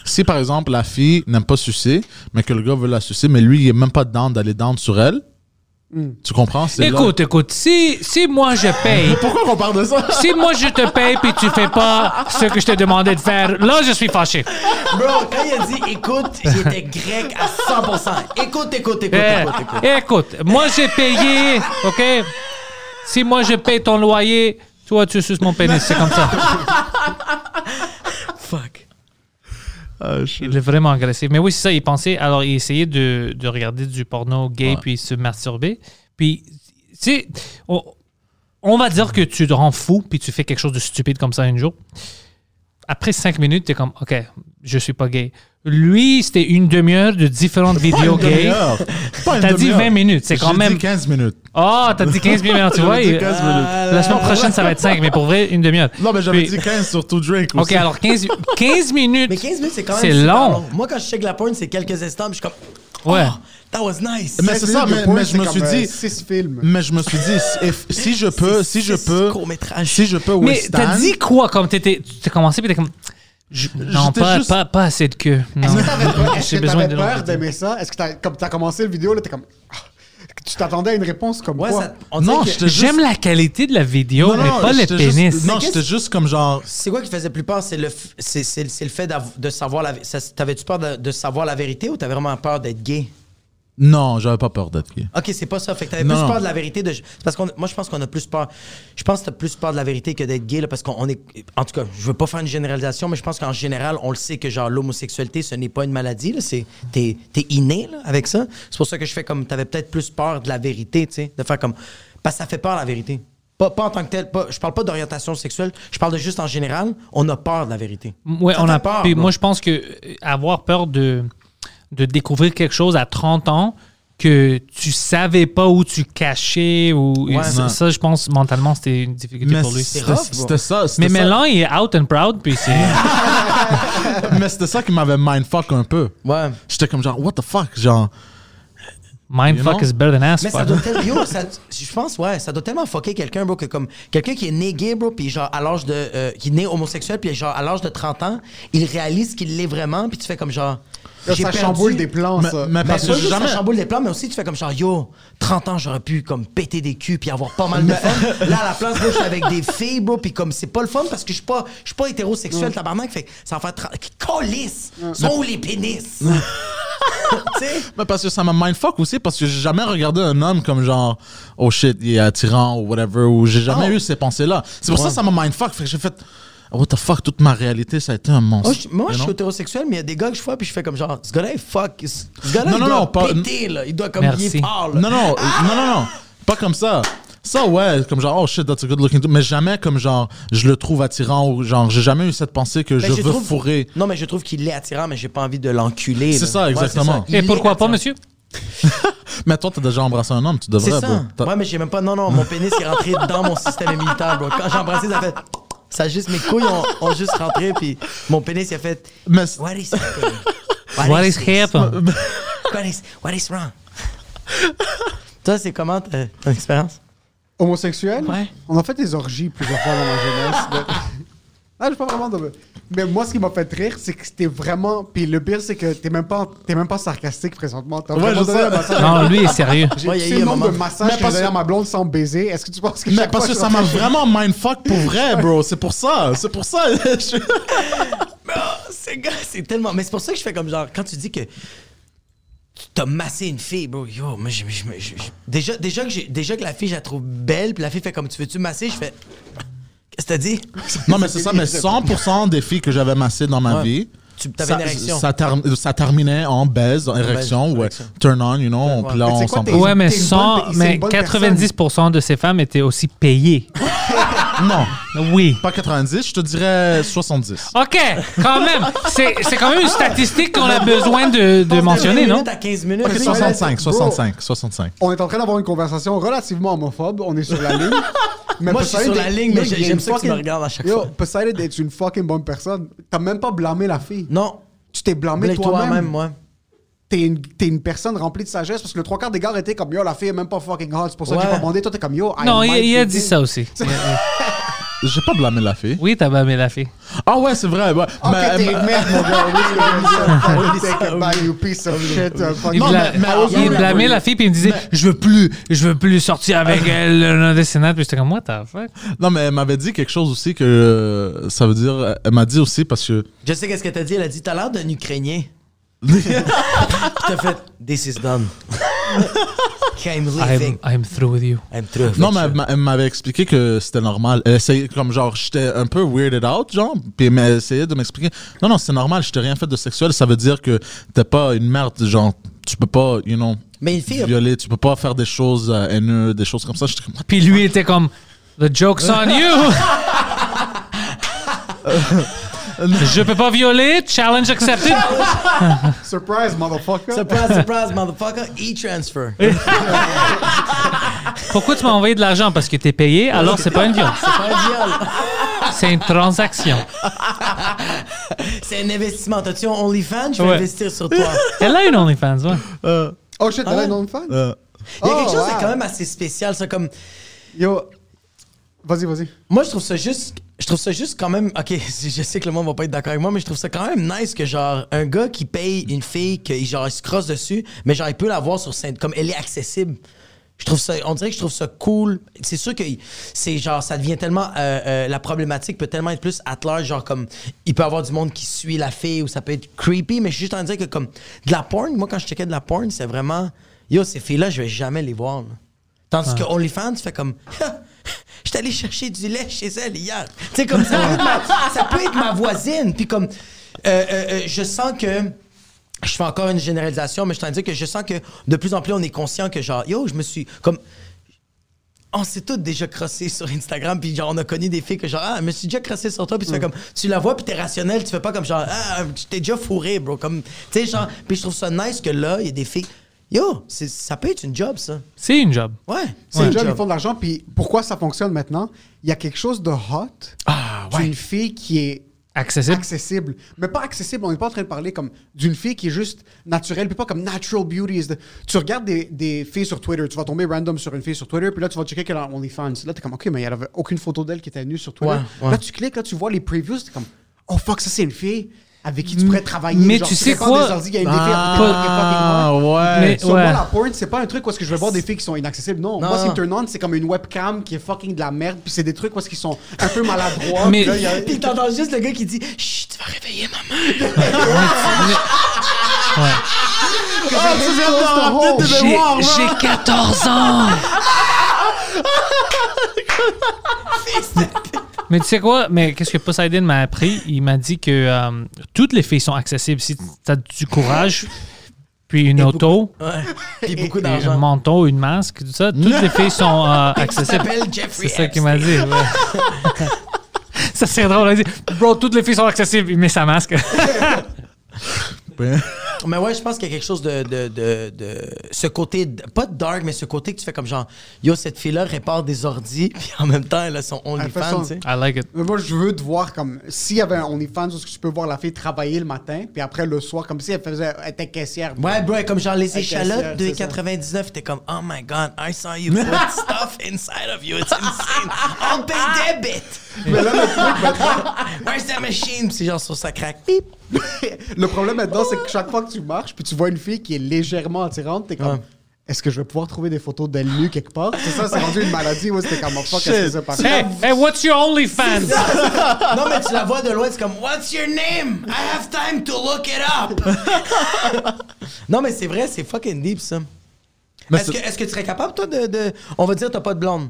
[SPEAKER 4] si, par exemple, la fille n'aime pas sucer, mais que le gars veut la sucer, mais lui, il est même pas down d'aller down sur elle. Tu comprends? C'est là-
[SPEAKER 1] Écoute, écoute, si, si moi je paye,
[SPEAKER 4] Pourquoi on parle de ça?
[SPEAKER 1] si moi je te paye puis tu fais pas ce que je te demandais de faire, là je suis fâché.
[SPEAKER 2] Bro, quand il a dit écoute, il était grec à 100%. Écoute, écoute, écoute,
[SPEAKER 1] Eh,
[SPEAKER 2] écoute, écoute.
[SPEAKER 1] écoute, moi j'ai payé, ok? Si moi je paye ton loyer, toi tu suces mon pénis, c'est comme ça.
[SPEAKER 2] Fuck.
[SPEAKER 1] Il est vraiment agressif. Mais oui, c'est ça, il pensait. Alors, il essayait de, de regarder du porno gay puis se masturber. Puis, tu sais, on, on va dire que tu te rends fou puis tu fais quelque chose de stupide comme ça un jour. Après cinq minutes, t'es comme, OK, je suis pas gay. Lui, c'était une demi-heure de différentes vidéos gays. T'as dit 20 minutes, c'est quand
[SPEAKER 4] J'ai
[SPEAKER 1] même-
[SPEAKER 4] dit 15 minutes.
[SPEAKER 1] Oh, t'as dit 15 minutes,
[SPEAKER 4] <laughs>
[SPEAKER 1] tu vois.
[SPEAKER 4] J'avais dit
[SPEAKER 1] il-
[SPEAKER 4] 15 minutes.
[SPEAKER 1] euh, la semaine prochaine, ça va être 5, mais pour vrai, une demi-heure.
[SPEAKER 4] Non, mais j'avais
[SPEAKER 1] Puis-
[SPEAKER 4] dit 15 sur tout drink.
[SPEAKER 1] OK,
[SPEAKER 4] aussi.
[SPEAKER 1] alors 15, 15 minutes.
[SPEAKER 2] Mais 15 minutes, c'est quand même.
[SPEAKER 1] C'est
[SPEAKER 2] super
[SPEAKER 1] long.
[SPEAKER 2] Moi, quand je check la porn, c'est quelques instants, puis je suis comme.
[SPEAKER 1] Ouais.
[SPEAKER 2] Oh, that was nice.
[SPEAKER 4] Mais c'est euh, ça, mais, mais je me suis dit.
[SPEAKER 3] 6 euh, films.
[SPEAKER 4] Mais je me suis dit, si- if- si je peux, si je
[SPEAKER 2] c'est
[SPEAKER 4] peux,
[SPEAKER 2] court-métrage.
[SPEAKER 4] si je peux,
[SPEAKER 1] Mais
[SPEAKER 4] Westan-
[SPEAKER 1] t'as dit quoi comme t'étais. T'as commencé, puis t'es comme. je- non,
[SPEAKER 4] J'étais
[SPEAKER 1] pas,
[SPEAKER 4] juste-
[SPEAKER 1] pas, pas assez de queue. Non.
[SPEAKER 3] Est-ce que t'avais peur, est-ce
[SPEAKER 1] J'ai
[SPEAKER 3] que
[SPEAKER 1] besoin
[SPEAKER 3] t'avais
[SPEAKER 1] de
[SPEAKER 3] peur
[SPEAKER 1] l'autre.
[SPEAKER 3] d'aimer ça? Est-ce que t'as, comme t'as commencé le vidéo, là, t'es comme. Ah, Tu t'attendais à une réponse comme
[SPEAKER 2] Ouais,
[SPEAKER 3] quoi?
[SPEAKER 2] ça- on
[SPEAKER 4] Non,
[SPEAKER 2] dirait que-
[SPEAKER 4] j'étais juste-
[SPEAKER 1] J'aime la qualité de la vidéo,
[SPEAKER 4] Non,
[SPEAKER 1] mais
[SPEAKER 4] non,
[SPEAKER 1] pas le
[SPEAKER 4] j'étais juste-
[SPEAKER 1] pénis.
[SPEAKER 4] Non, j'étais juste comme genre.
[SPEAKER 2] C'est quoi qui te faisait plus peur? C'est le, f- c'est, c'est, c'est le fait d'av- de savoir la... vé- ça- T'avais-tu peur de, de savoir la vérité ou t'avais vraiment peur d'être gay?
[SPEAKER 4] Non, j'avais pas peur d'être gay.
[SPEAKER 2] OK, c'est pas ça. Fait que t'avais
[SPEAKER 4] Non,
[SPEAKER 2] plus
[SPEAKER 4] non.
[SPEAKER 2] peur de la vérité. De... c'est Parce qu'on, moi, je pense qu'on a plus peur. Je pense que t'as plus peur de la vérité que d'être gay, là, parce qu'on on est. En tout cas, je veux pas faire une généralisation, mais je pense qu'en général, on le sait que genre l'homosexualité, ce n'est pas une maladie. Là, c'est... T'es... t'es inné là, avec ça. C'est pour ça que je fais comme. T'avais peut-être plus peur de la vérité, tu sais, de faire comme. Parce que ça fait peur la vérité. Pas, pas en tant que tel. Pas... Je parle pas d'orientation sexuelle. Je parle de juste en général. On a peur de la vérité.
[SPEAKER 1] Ouais,
[SPEAKER 2] Ça
[SPEAKER 1] on
[SPEAKER 2] fait
[SPEAKER 1] a
[SPEAKER 2] peur,
[SPEAKER 1] Puis
[SPEAKER 2] là.
[SPEAKER 1] moi, je pense que euh, avoir peur de, de découvrir quelque chose à 30 ans que tu savais pas ou tu cachais ou
[SPEAKER 2] Ouais.
[SPEAKER 1] ça,
[SPEAKER 4] Non.
[SPEAKER 1] ça, je pense mentalement c'était une difficulté
[SPEAKER 4] Mais
[SPEAKER 1] pour lui.
[SPEAKER 4] c'était
[SPEAKER 2] rough,
[SPEAKER 4] c'était ça. c'était
[SPEAKER 1] Mais
[SPEAKER 4] ça-
[SPEAKER 1] Mélan il est out and proud puis c'est
[SPEAKER 4] Mais c'était ça qui m'avait mindfuck un peu.
[SPEAKER 2] Ouais.
[SPEAKER 4] J'étais comme genre, what the fuck, genre.
[SPEAKER 1] mindfuck
[SPEAKER 4] You know?
[SPEAKER 1] is better than ass.
[SPEAKER 2] Mais ça
[SPEAKER 1] fuck.
[SPEAKER 2] doit tellement. Yo, ça- je pense, ouais, ça doit tellement fucker quelqu'un, bro, que comme. Quelqu'un qui est né gay, bro, puis genre à l'âge de. euh, qui est né homosexuel, puis genre à l'âge de 30 ans, il réalise qu'il l'est vraiment, puis tu fais comme genre.
[SPEAKER 3] Là,
[SPEAKER 2] j'ai
[SPEAKER 3] ça
[SPEAKER 2] perdu.
[SPEAKER 3] chamboule des plans,
[SPEAKER 4] Mais-
[SPEAKER 3] ça.
[SPEAKER 4] mais
[SPEAKER 2] Mais
[SPEAKER 4] parce que
[SPEAKER 2] pas juste
[SPEAKER 4] jamais.
[SPEAKER 2] ça chamboule des plans, mais aussi tu fais comme genre, yo, 30 ans, j'aurais pu comme péter des culs puis avoir pas mal de
[SPEAKER 3] <laughs>
[SPEAKER 2] fun. Là, à la place, bro, je suis avec des filles, bro, puis comme c'est pas le fun parce que je suis pas, je suis pas hétérosexuel, tabarnak, fait que ça va faire. 30 Calisse! Sont où les pénis? Tu sais?
[SPEAKER 4] Mais parce que ça m'a mindfuck aussi, parce que j'ai jamais regardé un homme comme genre, oh shit, il est attirant ou whatever, ou j'ai jamais
[SPEAKER 2] Non.
[SPEAKER 4] eu ces pensées-là. C'est pour ça que ça m'a mindfuck. Fait que j'ai fait, what the fuck, toute ma réalité, ça a été un monstre.
[SPEAKER 2] Moi, je, moi,
[SPEAKER 4] You
[SPEAKER 2] je suis
[SPEAKER 4] know?
[SPEAKER 2] hétérosexuel, mais il y a des gars que je vois, puis je fais comme genre, ce gars-là, il fuck. Ce gars-là,
[SPEAKER 4] Non,
[SPEAKER 2] il
[SPEAKER 4] non,
[SPEAKER 2] doit
[SPEAKER 4] non, pas-
[SPEAKER 2] péter, là. Il doit comme
[SPEAKER 1] Merci.
[SPEAKER 2] il est fort, Oh, là.
[SPEAKER 4] Non, non, euh, non, non, non. Pas comme ça. Ça, ouais, comme genre, oh shit, that's a good looking dude. Mais jamais comme genre, je le trouve attirant ou genre, j'ai jamais eu cette pensée que
[SPEAKER 2] Mais
[SPEAKER 4] je veux
[SPEAKER 2] Ben, trouve-
[SPEAKER 4] fourrer.
[SPEAKER 2] Non, mais je trouve qu'il est attirant, mais j'ai pas envie de l'enculer.
[SPEAKER 4] C'est
[SPEAKER 2] là.
[SPEAKER 4] ça,
[SPEAKER 2] Ouais,
[SPEAKER 4] exactement.
[SPEAKER 2] c'est ça.
[SPEAKER 1] Et
[SPEAKER 2] Il
[SPEAKER 1] pourquoi
[SPEAKER 2] est
[SPEAKER 1] pas
[SPEAKER 2] attirant.
[SPEAKER 1] monsieur
[SPEAKER 4] Mais toi, t'as déjà embrassé un homme, tu devrais.
[SPEAKER 2] C'est
[SPEAKER 4] bro.
[SPEAKER 2] ça.
[SPEAKER 4] T'as-
[SPEAKER 2] Ouais, mais j'ai même pas. Non, non, mon pénis est rentré dans mon système immunitaire, bro. Quand j'ai embrassé, ça a fait. Ça a juste. Mes couilles ont, ont juste rentré, puis mon pénis, il a fait.
[SPEAKER 4] Mais c-
[SPEAKER 2] What is happening?
[SPEAKER 1] What is
[SPEAKER 2] this?
[SPEAKER 1] happening?
[SPEAKER 2] What is, what is wrong? Toi, c'est comment ta- ton expérience?
[SPEAKER 3] Homosexuel?
[SPEAKER 2] Ouais.
[SPEAKER 3] On a fait des orgies plusieurs fois dans ma jeunesse.
[SPEAKER 2] <laughs>
[SPEAKER 3] mais- Ah, j'ai pas vraiment de... Mais moi, ce qui m'a fait rire, c'est que c'était vraiment... Puis le pire, c'est que t'es même pas, t'es même pas sarcastique présentement. T'as vraiment
[SPEAKER 4] je
[SPEAKER 3] donné bah,
[SPEAKER 4] sais.
[SPEAKER 3] un massage.
[SPEAKER 1] Non, lui est sérieux.
[SPEAKER 2] <laughs>
[SPEAKER 3] J'ai
[SPEAKER 2] Ouais, il y a
[SPEAKER 3] poussé
[SPEAKER 2] eu
[SPEAKER 3] le
[SPEAKER 2] un
[SPEAKER 3] nombre de
[SPEAKER 2] moment.
[SPEAKER 3] massages
[SPEAKER 4] Mais
[SPEAKER 3] que j'ai
[SPEAKER 4] parce
[SPEAKER 3] donné à
[SPEAKER 4] que-
[SPEAKER 3] ma blonde sans baiser. Est-ce que tu penses que
[SPEAKER 4] Mais
[SPEAKER 3] chaque
[SPEAKER 4] parce
[SPEAKER 3] fois
[SPEAKER 4] que
[SPEAKER 3] je
[SPEAKER 4] ça
[SPEAKER 3] rentrais
[SPEAKER 4] m'a vraiment mindfuck pour vrai, bro. C'est pour ça. C'est pour ça. <laughs> Je-
[SPEAKER 2] C'est gars, c'est tellement. Mais c'est pour ça que je fais comme genre, quand tu dis que tu t'as massé une fille, bro, yo, moi, je, je- je- je- déjà, déjà, que j'ai- déjà que la fille, je la trouve belle, puis la fille fait comme tu veux-tu masser, je fais. Qu'est-ce que t'as dit?
[SPEAKER 4] Non, mais c'est ça, mais 100% des filles que j'avais massées dans ma
[SPEAKER 2] Ouais.
[SPEAKER 4] vie.
[SPEAKER 2] Tu- t'avais
[SPEAKER 4] ça,
[SPEAKER 2] une érection.
[SPEAKER 4] ça, ter- ça terminait en baise, en érection,
[SPEAKER 2] baise,
[SPEAKER 4] ouais.
[SPEAKER 2] érection.
[SPEAKER 4] Turn on, you know, puis là,
[SPEAKER 3] Mais c'est
[SPEAKER 4] on
[SPEAKER 3] quoi
[SPEAKER 4] s'en
[SPEAKER 3] tes-
[SPEAKER 4] va.
[SPEAKER 1] Ouais, mais
[SPEAKER 3] t'es une
[SPEAKER 1] 100,
[SPEAKER 3] bonne- c'est
[SPEAKER 1] mais
[SPEAKER 3] une bonne
[SPEAKER 1] 90% de ces femmes étaient aussi payées.
[SPEAKER 4] Non,
[SPEAKER 1] Oui.
[SPEAKER 4] pas 90, je te dirais 70.
[SPEAKER 1] OK, quand même. C'est c'est quand même une statistique qu'on a besoin de, de mentionner, non?
[SPEAKER 2] minutes à 15 minutes.
[SPEAKER 4] Ok,
[SPEAKER 2] c'est-
[SPEAKER 3] soixante-
[SPEAKER 4] 65,
[SPEAKER 3] bro.
[SPEAKER 4] 65, 65.
[SPEAKER 3] on est en train d'avoir une conversation relativement homophobe. On est sur la ligne. Mais
[SPEAKER 2] Moi, je suis
[SPEAKER 3] Poseidon
[SPEAKER 2] sur la
[SPEAKER 3] est-
[SPEAKER 2] ligne, mais
[SPEAKER 3] yo, il
[SPEAKER 2] j'aime
[SPEAKER 3] est une
[SPEAKER 2] ça que tu me regardes à chaque
[SPEAKER 3] yo,
[SPEAKER 2] fois.
[SPEAKER 3] Poseidon est une fucking bonne personne. T'as même pas blâmé la fille.
[SPEAKER 2] Non.
[SPEAKER 3] Tu t'es blâmé
[SPEAKER 2] Blâme
[SPEAKER 3] toi-même.
[SPEAKER 2] toi-même, moi.
[SPEAKER 3] T'es une, t'es une personne remplie de sagesse parce que le trois quarts des gars étaient comme yo, la fille est même pas fucking hot. C'est pour ça que j'ai
[SPEAKER 2] Ouais.
[SPEAKER 3] pas demandé. Toi, t'es comme yo. I
[SPEAKER 1] Non, il,
[SPEAKER 3] might
[SPEAKER 1] il a
[SPEAKER 3] be
[SPEAKER 1] dit
[SPEAKER 3] gay.
[SPEAKER 1] ça
[SPEAKER 3] <laughs>
[SPEAKER 1] aussi.
[SPEAKER 4] J'ai pas blâmé la fille.
[SPEAKER 1] Oui, t'as bâmé la fille.
[SPEAKER 4] Ah ouais, c'est vrai, ouais.
[SPEAKER 3] Ok,
[SPEAKER 4] Mais-
[SPEAKER 3] t'es
[SPEAKER 4] mais-
[SPEAKER 3] une merde, mon gars. Oui, oui, oui, oui. Take it back, you piece of shit. uh, fucking-
[SPEAKER 1] Il,
[SPEAKER 4] Non,
[SPEAKER 1] bla-
[SPEAKER 4] mais- mais-
[SPEAKER 1] il
[SPEAKER 4] mais-
[SPEAKER 1] blâmait la fille puis il me disait je veux plus je veux plus sortir
[SPEAKER 3] <laughs>
[SPEAKER 1] avec elle le des sénats puis j'étais comme what the fuck
[SPEAKER 4] Non, mais elle m'avait dit quelque chose aussi que euh, ça veut dire. Elle m'a dit aussi parce que.
[SPEAKER 2] Je sais qu'est-ce que t'as dit. Elle a dit, t'as l'air d'un
[SPEAKER 4] <laughs>
[SPEAKER 2] Ukrainien. T'as fait, this is
[SPEAKER 4] <laughs>
[SPEAKER 2] done. I'm
[SPEAKER 1] I'm,
[SPEAKER 2] leaving.
[SPEAKER 1] I'm through with you
[SPEAKER 2] I'm through.
[SPEAKER 4] Non, mais elle m'a- elle m'avait expliqué que c'était normal. Elle essayait, comme genre, j'étais un peu weirded out, genre, puis elle m'a essayé de m'expliquer. Non, non, c'est normal, je t'ai rien fait de sexuel, ça veut dire que t'es pas une merde, genre, tu peux pas, you know,
[SPEAKER 2] Mais une fille a-
[SPEAKER 4] violer, tu peux pas faire des choses euh, haineuses, des choses comme ça. J'étais comme, What?
[SPEAKER 1] puis lui était comme the joke's on
[SPEAKER 3] <laughs>
[SPEAKER 1] you <laughs> je peux pas violer challenge accepted
[SPEAKER 3] Surprise, motherfucker.
[SPEAKER 2] Surprise, surprise, motherfucker.
[SPEAKER 4] <laughs>
[SPEAKER 2] E-transfer.
[SPEAKER 1] pourquoi tu m'as envoyé de l'argent parce que t'es payé alors c'est pas une violence
[SPEAKER 2] C'est pas un viol.
[SPEAKER 1] C'est une transaction.
[SPEAKER 2] C'est un investissement. T'as-tu un OnlyFans? Je vais
[SPEAKER 1] Ouais.
[SPEAKER 2] investir sur toi.
[SPEAKER 1] Elle a une OnlyFans, ouais.
[SPEAKER 4] Euh,
[SPEAKER 3] Oh shit, t'as
[SPEAKER 2] ouais?
[SPEAKER 3] là une fan?
[SPEAKER 4] euh,
[SPEAKER 2] Il y a
[SPEAKER 3] <laughs> Oh,
[SPEAKER 2] quelque chose de
[SPEAKER 3] wow.
[SPEAKER 2] quand même assez spécial, ça. Comme,
[SPEAKER 3] Yo. Vas-y, vas-y.
[SPEAKER 2] moi, je trouve ça juste. Je trouve ça juste quand même. Ok, <laughs> je sais que le monde va pas être d'accord avec moi, mais je trouve ça quand même nice que, genre, un gars qui paye une fille, que, genre, il se crosse dessus, mais genre, il peut la voir sur scène. Comme, elle est accessible. Je trouve ça, on dirait que je trouve ça cool. C'est sûr que c'est genre, ça devient tellement. euh, euh, la problématique peut tellement être plus at large, genre comme. Il peut y avoir du monde qui suit la fille ou ça peut être creepy, mais je suis juste en train de dire que comme. De la porn, moi quand je checkais de la porn, c'est vraiment. Yo, ces filles-là, je vais jamais les voir. là. Tandis que OnlyFans, tu fais comme. <laughs> Je suis allé chercher du lait chez elle hier. Ah! Tu sais, comme ça, peut être <laughs> ma- ça peut être ma voisine. Puis comme. euh, euh, euh, je sens que je fais encore une généralisation, mais je t'en dis que je sens que de plus en plus, on est conscient que genre, yo, je me suis comme. On s'est tous déjà crossés sur Instagram, puis genre, on a connu des filles que genre, ah, je me suis déjà crossé sur toi, puis tu
[SPEAKER 3] Mm.
[SPEAKER 2] fais comme, tu la vois, puis t'es rationnel, tu fais pas comme genre, ah, tu t'es déjà fourré, bro. Comme, tu sais, genre, puis je trouve ça nice que là, il y a des filles. Yo, c'est- ça peut être une job, ça.
[SPEAKER 1] C'est une job.
[SPEAKER 2] Ouais.
[SPEAKER 3] C'est une job, ils font de l'argent. Puis pourquoi ça fonctionne maintenant? Il y a quelque chose de hot
[SPEAKER 2] Ah, ouais.
[SPEAKER 3] d'une fille qui est
[SPEAKER 1] Accessible.
[SPEAKER 3] accessible. Mais pas accessible, on n'est pas en train de parler comme d'une fille qui est juste naturelle, puis pas comme natural beauty. is the- Tu regardes des, des filles sur Twitter, tu vas tomber random sur une fille sur Twitter, puis là tu vas checker qu'elle a OnlyFans. Là t'es comme, ok, mais il n'y avait aucune photo d'elle qui était nue sur Twitter.
[SPEAKER 2] Ouais, ouais.
[SPEAKER 3] Là tu cliques, là tu vois les previews, t'es comme, oh fuck, ça c'est une fille avec qui tu pourrais travailler.
[SPEAKER 1] mais tu sais
[SPEAKER 3] répands
[SPEAKER 1] quoi?
[SPEAKER 3] des ordi, il y a une défi à côté de toi qui est
[SPEAKER 4] Ah,
[SPEAKER 3] fucking hot.
[SPEAKER 4] ouais.
[SPEAKER 1] Mais-
[SPEAKER 3] Sur
[SPEAKER 1] Ouais.
[SPEAKER 3] moi, la porn, c'est pas un truc où est-ce que je vais voir des filles qui sont inaccessibles. Non,
[SPEAKER 2] Non,
[SPEAKER 3] moi, c'est
[SPEAKER 2] non.
[SPEAKER 3] me turn on, c'est comme une webcam qui est fucking de la merde, puis c'est des trucs où est-ce qu'ils sont un peu maladroits.
[SPEAKER 1] Mais-
[SPEAKER 3] puis là, il
[SPEAKER 2] <laughs>
[SPEAKER 3] y a-
[SPEAKER 2] Puis t'entends juste le gars qui dit, chut, tu vas réveiller maman.
[SPEAKER 3] <laughs> Ah, tu viens de me rappeler de
[SPEAKER 1] J'ai j'ai 14 ans! <laughs> mais tu sais quoi? Mais qu'est-ce que Poseidon m'a appris? Il m'a dit que euh, toutes les filles sont accessibles. Si tu as du courage, puis une auto,
[SPEAKER 2] <laughs> Ouais. Puis beaucoup
[SPEAKER 1] puis un
[SPEAKER 2] d'argent.
[SPEAKER 1] manteau, une masque, tout ça, toutes les filles sont
[SPEAKER 3] <laughs>
[SPEAKER 1] euh, accessibles.
[SPEAKER 2] s'appelle
[SPEAKER 1] C'est
[SPEAKER 2] Jeffrey
[SPEAKER 1] ça qu'il m'a dit. ouais. <laughs> ça, c'est drôle. Il a dit, bro, toutes les filles sont accessibles. Il met sa masque. <laughs>
[SPEAKER 4] <laughs>
[SPEAKER 2] Mais ouais, je pense qu'il y a quelque chose de, de, de, de- ce côté, d- pas de dark, mais ce côté que tu fais comme genre, yo, cette fille-là répare des ordis, <laughs> puis en même temps, elle a son
[SPEAKER 3] Elle fait
[SPEAKER 2] OnlyFans,
[SPEAKER 3] son-
[SPEAKER 2] tu sais.
[SPEAKER 1] I like it.
[SPEAKER 3] Mais moi, je veux te voir comme s'il y avait un OnlyFans où est-ce que tu peux voir la fille travailler le matin, puis après le soir, comme si elle faisait, elle était caissière. <laughs>
[SPEAKER 2] Ouais, bro, comme genre les
[SPEAKER 3] Elle
[SPEAKER 2] échalotes
[SPEAKER 3] caissière,
[SPEAKER 2] de
[SPEAKER 3] c'est ça.
[SPEAKER 2] 99, t'es comme, oh my god, I saw
[SPEAKER 1] <laughs>
[SPEAKER 2] you put stuff inside of you, it's insane. On pay debit.
[SPEAKER 3] Mais là, le truc maintenant,
[SPEAKER 2] <laughs> Where's the machine? Puis C'est genre sur sa craque. Pip.
[SPEAKER 3] le problème maintenant, c'est que chaque fois que tu marches, puis tu vois une fille qui est légèrement attirante, t'es comme.
[SPEAKER 2] Ouais.
[SPEAKER 3] Est-ce que je vais pouvoir trouver des photos d'elle nue quelque part? C'est ça, c'est rendu une maladie. Ouais, c'était comme, oh, fuck,
[SPEAKER 4] Shit.
[SPEAKER 3] qu'est-ce que c'est par
[SPEAKER 1] Hey, hey, what's your OnlyFans?
[SPEAKER 2] Non, mais tu la vois de loin, c'est comme What's your name? I have time to look it up. <laughs> non, mais c'est vrai, c'est fucking deep ça. Est-ce que, est-ce que tu serais capable, toi, de. de- on va dire, t'as pas de blonde.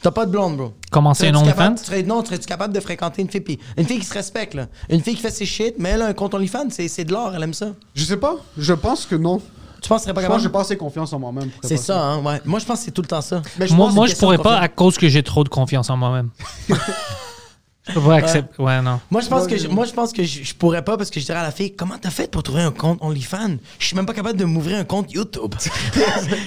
[SPEAKER 2] T'as pas de blonde, bro.
[SPEAKER 1] Comment c'est
[SPEAKER 2] Serais-tu
[SPEAKER 1] un
[SPEAKER 2] capable-
[SPEAKER 1] OnlyFans?
[SPEAKER 2] tu serais- Non, serais-tu capable de fréquenter une fille? puis- une fille qui se respecte, là. Une fille qui fait ses shit, mais elle a un compte OnlyFans, c'est, c'est de l'or, elle aime ça.
[SPEAKER 3] Je sais pas. Je pense que non.
[SPEAKER 2] Tu penses que tu serais pas
[SPEAKER 3] Je pense que
[SPEAKER 2] capable?
[SPEAKER 3] j'ai pas assez confiance en moi-même. pour
[SPEAKER 2] c'est
[SPEAKER 3] faire
[SPEAKER 2] ça, hein, ouais. Moi, je pense que c'est tout le temps ça.
[SPEAKER 3] Mais
[SPEAKER 1] moi,
[SPEAKER 3] pense
[SPEAKER 1] moi,
[SPEAKER 3] que c'est
[SPEAKER 1] je
[SPEAKER 3] une question
[SPEAKER 1] pourrais
[SPEAKER 3] de
[SPEAKER 1] pas
[SPEAKER 3] confiance.
[SPEAKER 1] à cause que j'ai trop de confiance en moi-même. je peux pas accepter. Ouais, non.
[SPEAKER 2] Moi, je pense que, je, moi, je, pense que je, je pourrais pas parce que je dirais à la fille, comment t'as fait pour trouver un compte OnlyFans? Je suis même pas capable de m'ouvrir un compte <laughs> YouTube.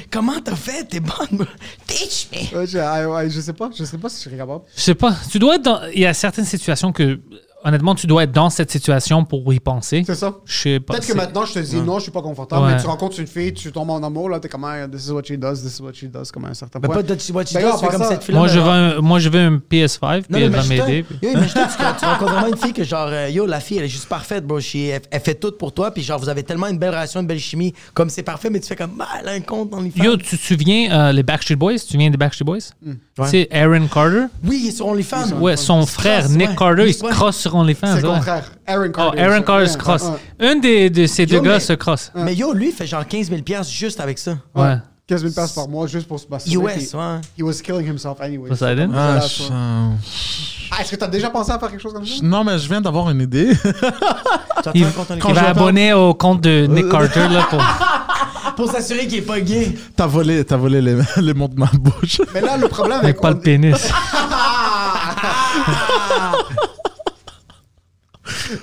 [SPEAKER 2] comment t'as fait? T'es bonne. Teach me.
[SPEAKER 3] Ouais, je, ah, ouais, je sais pas. Je sais pas si je serais capable.
[SPEAKER 1] Je sais pas. Tu dois être dans. Il y a certaines situations que, honnêtement, tu dois être dans cette situation pour y penser.
[SPEAKER 3] C'est ça.
[SPEAKER 1] Je sais pas.
[SPEAKER 3] Peut-être que
[SPEAKER 1] c'est-
[SPEAKER 3] maintenant je te dis non, je suis pas confortable,
[SPEAKER 1] Ouais.
[SPEAKER 3] mais tu rencontres une fille, tu tombes en amour, là, t'es comme, ah, this is what she does, this is what she does, comme à un certain
[SPEAKER 2] Mais
[SPEAKER 3] point.
[SPEAKER 2] pas de tu vois, tu
[SPEAKER 3] D'ailleurs,
[SPEAKER 2] dois, tu fais
[SPEAKER 3] en
[SPEAKER 2] comme
[SPEAKER 3] passant-
[SPEAKER 2] cette fille-là.
[SPEAKER 1] Moi,
[SPEAKER 2] mais
[SPEAKER 1] je veux
[SPEAKER 2] genre-
[SPEAKER 1] un, moi, je veux un PS5 puis
[SPEAKER 2] Non, mais
[SPEAKER 1] elle va
[SPEAKER 2] imagine-toi,
[SPEAKER 1] m'aider. puis-
[SPEAKER 2] yo, imagine-toi,
[SPEAKER 1] <laughs>
[SPEAKER 2] tu, tu rencontres vraiment une fille que genre, euh, yo, la fille, elle est juste parfaite, bro. She- elle, elle fait tout pour toi, puis genre, vous avez tellement une belle relation, une belle chimie, comme c'est parfait, mais tu fais comme, bah, elle a un compte OnlyFans.
[SPEAKER 1] Yo, tu te souviens euh, les Backstreet Boys? Tu te souviens des Backstreet Boys? Tu sais, Aaron Carter?
[SPEAKER 2] Oui, il est sur OnlyFans.
[SPEAKER 1] Ouais, son
[SPEAKER 2] Il se
[SPEAKER 1] frère,
[SPEAKER 2] crosse,
[SPEAKER 1] Nick
[SPEAKER 2] ouais.
[SPEAKER 1] Carter, il se
[SPEAKER 2] Ouais.
[SPEAKER 1] crosse sur OnlyFans.
[SPEAKER 3] C'est le
[SPEAKER 1] ouais.
[SPEAKER 3] contraire. Aaron
[SPEAKER 1] Oh,
[SPEAKER 3] Carter.
[SPEAKER 1] Aaron Carter se
[SPEAKER 3] Ouais,
[SPEAKER 1] crosse.
[SPEAKER 3] ouais,
[SPEAKER 1] Un des- de ces deux
[SPEAKER 2] Yo,
[SPEAKER 1] gars
[SPEAKER 2] mais-
[SPEAKER 1] se crosse.
[SPEAKER 2] Mais yo, lui, il fait genre 15 000 piastres juste avec ça.
[SPEAKER 3] ouais.
[SPEAKER 1] Ouais.
[SPEAKER 3] 15 000 passes par mois juste pour se passer.
[SPEAKER 2] US, ouais.
[SPEAKER 3] He was killing himself anyway.
[SPEAKER 1] Poseidon?
[SPEAKER 4] Ah,
[SPEAKER 3] Ah,
[SPEAKER 4] je- euh,
[SPEAKER 3] Est-ce que t'as déjà pensé à faire quelque chose
[SPEAKER 2] <laughs>
[SPEAKER 3] comme ça?
[SPEAKER 4] Non, mais je viens d'avoir une idée. <laughs>
[SPEAKER 2] Tu as
[SPEAKER 1] Il,
[SPEAKER 2] un compte
[SPEAKER 1] il
[SPEAKER 2] OnlyFans.
[SPEAKER 1] va
[SPEAKER 4] j'entends-
[SPEAKER 1] abonner au compte de
[SPEAKER 2] Euh,
[SPEAKER 1] Nick Carter là,
[SPEAKER 2] <laughs>
[SPEAKER 1] pour.
[SPEAKER 2] Ah, Pour s'assurer qu'il est pas gay.
[SPEAKER 4] T'as volé, t'as volé les, <laughs> les mots de ma bouche.
[SPEAKER 3] Mais là, le problème avec.
[SPEAKER 1] Avec pas le pénis.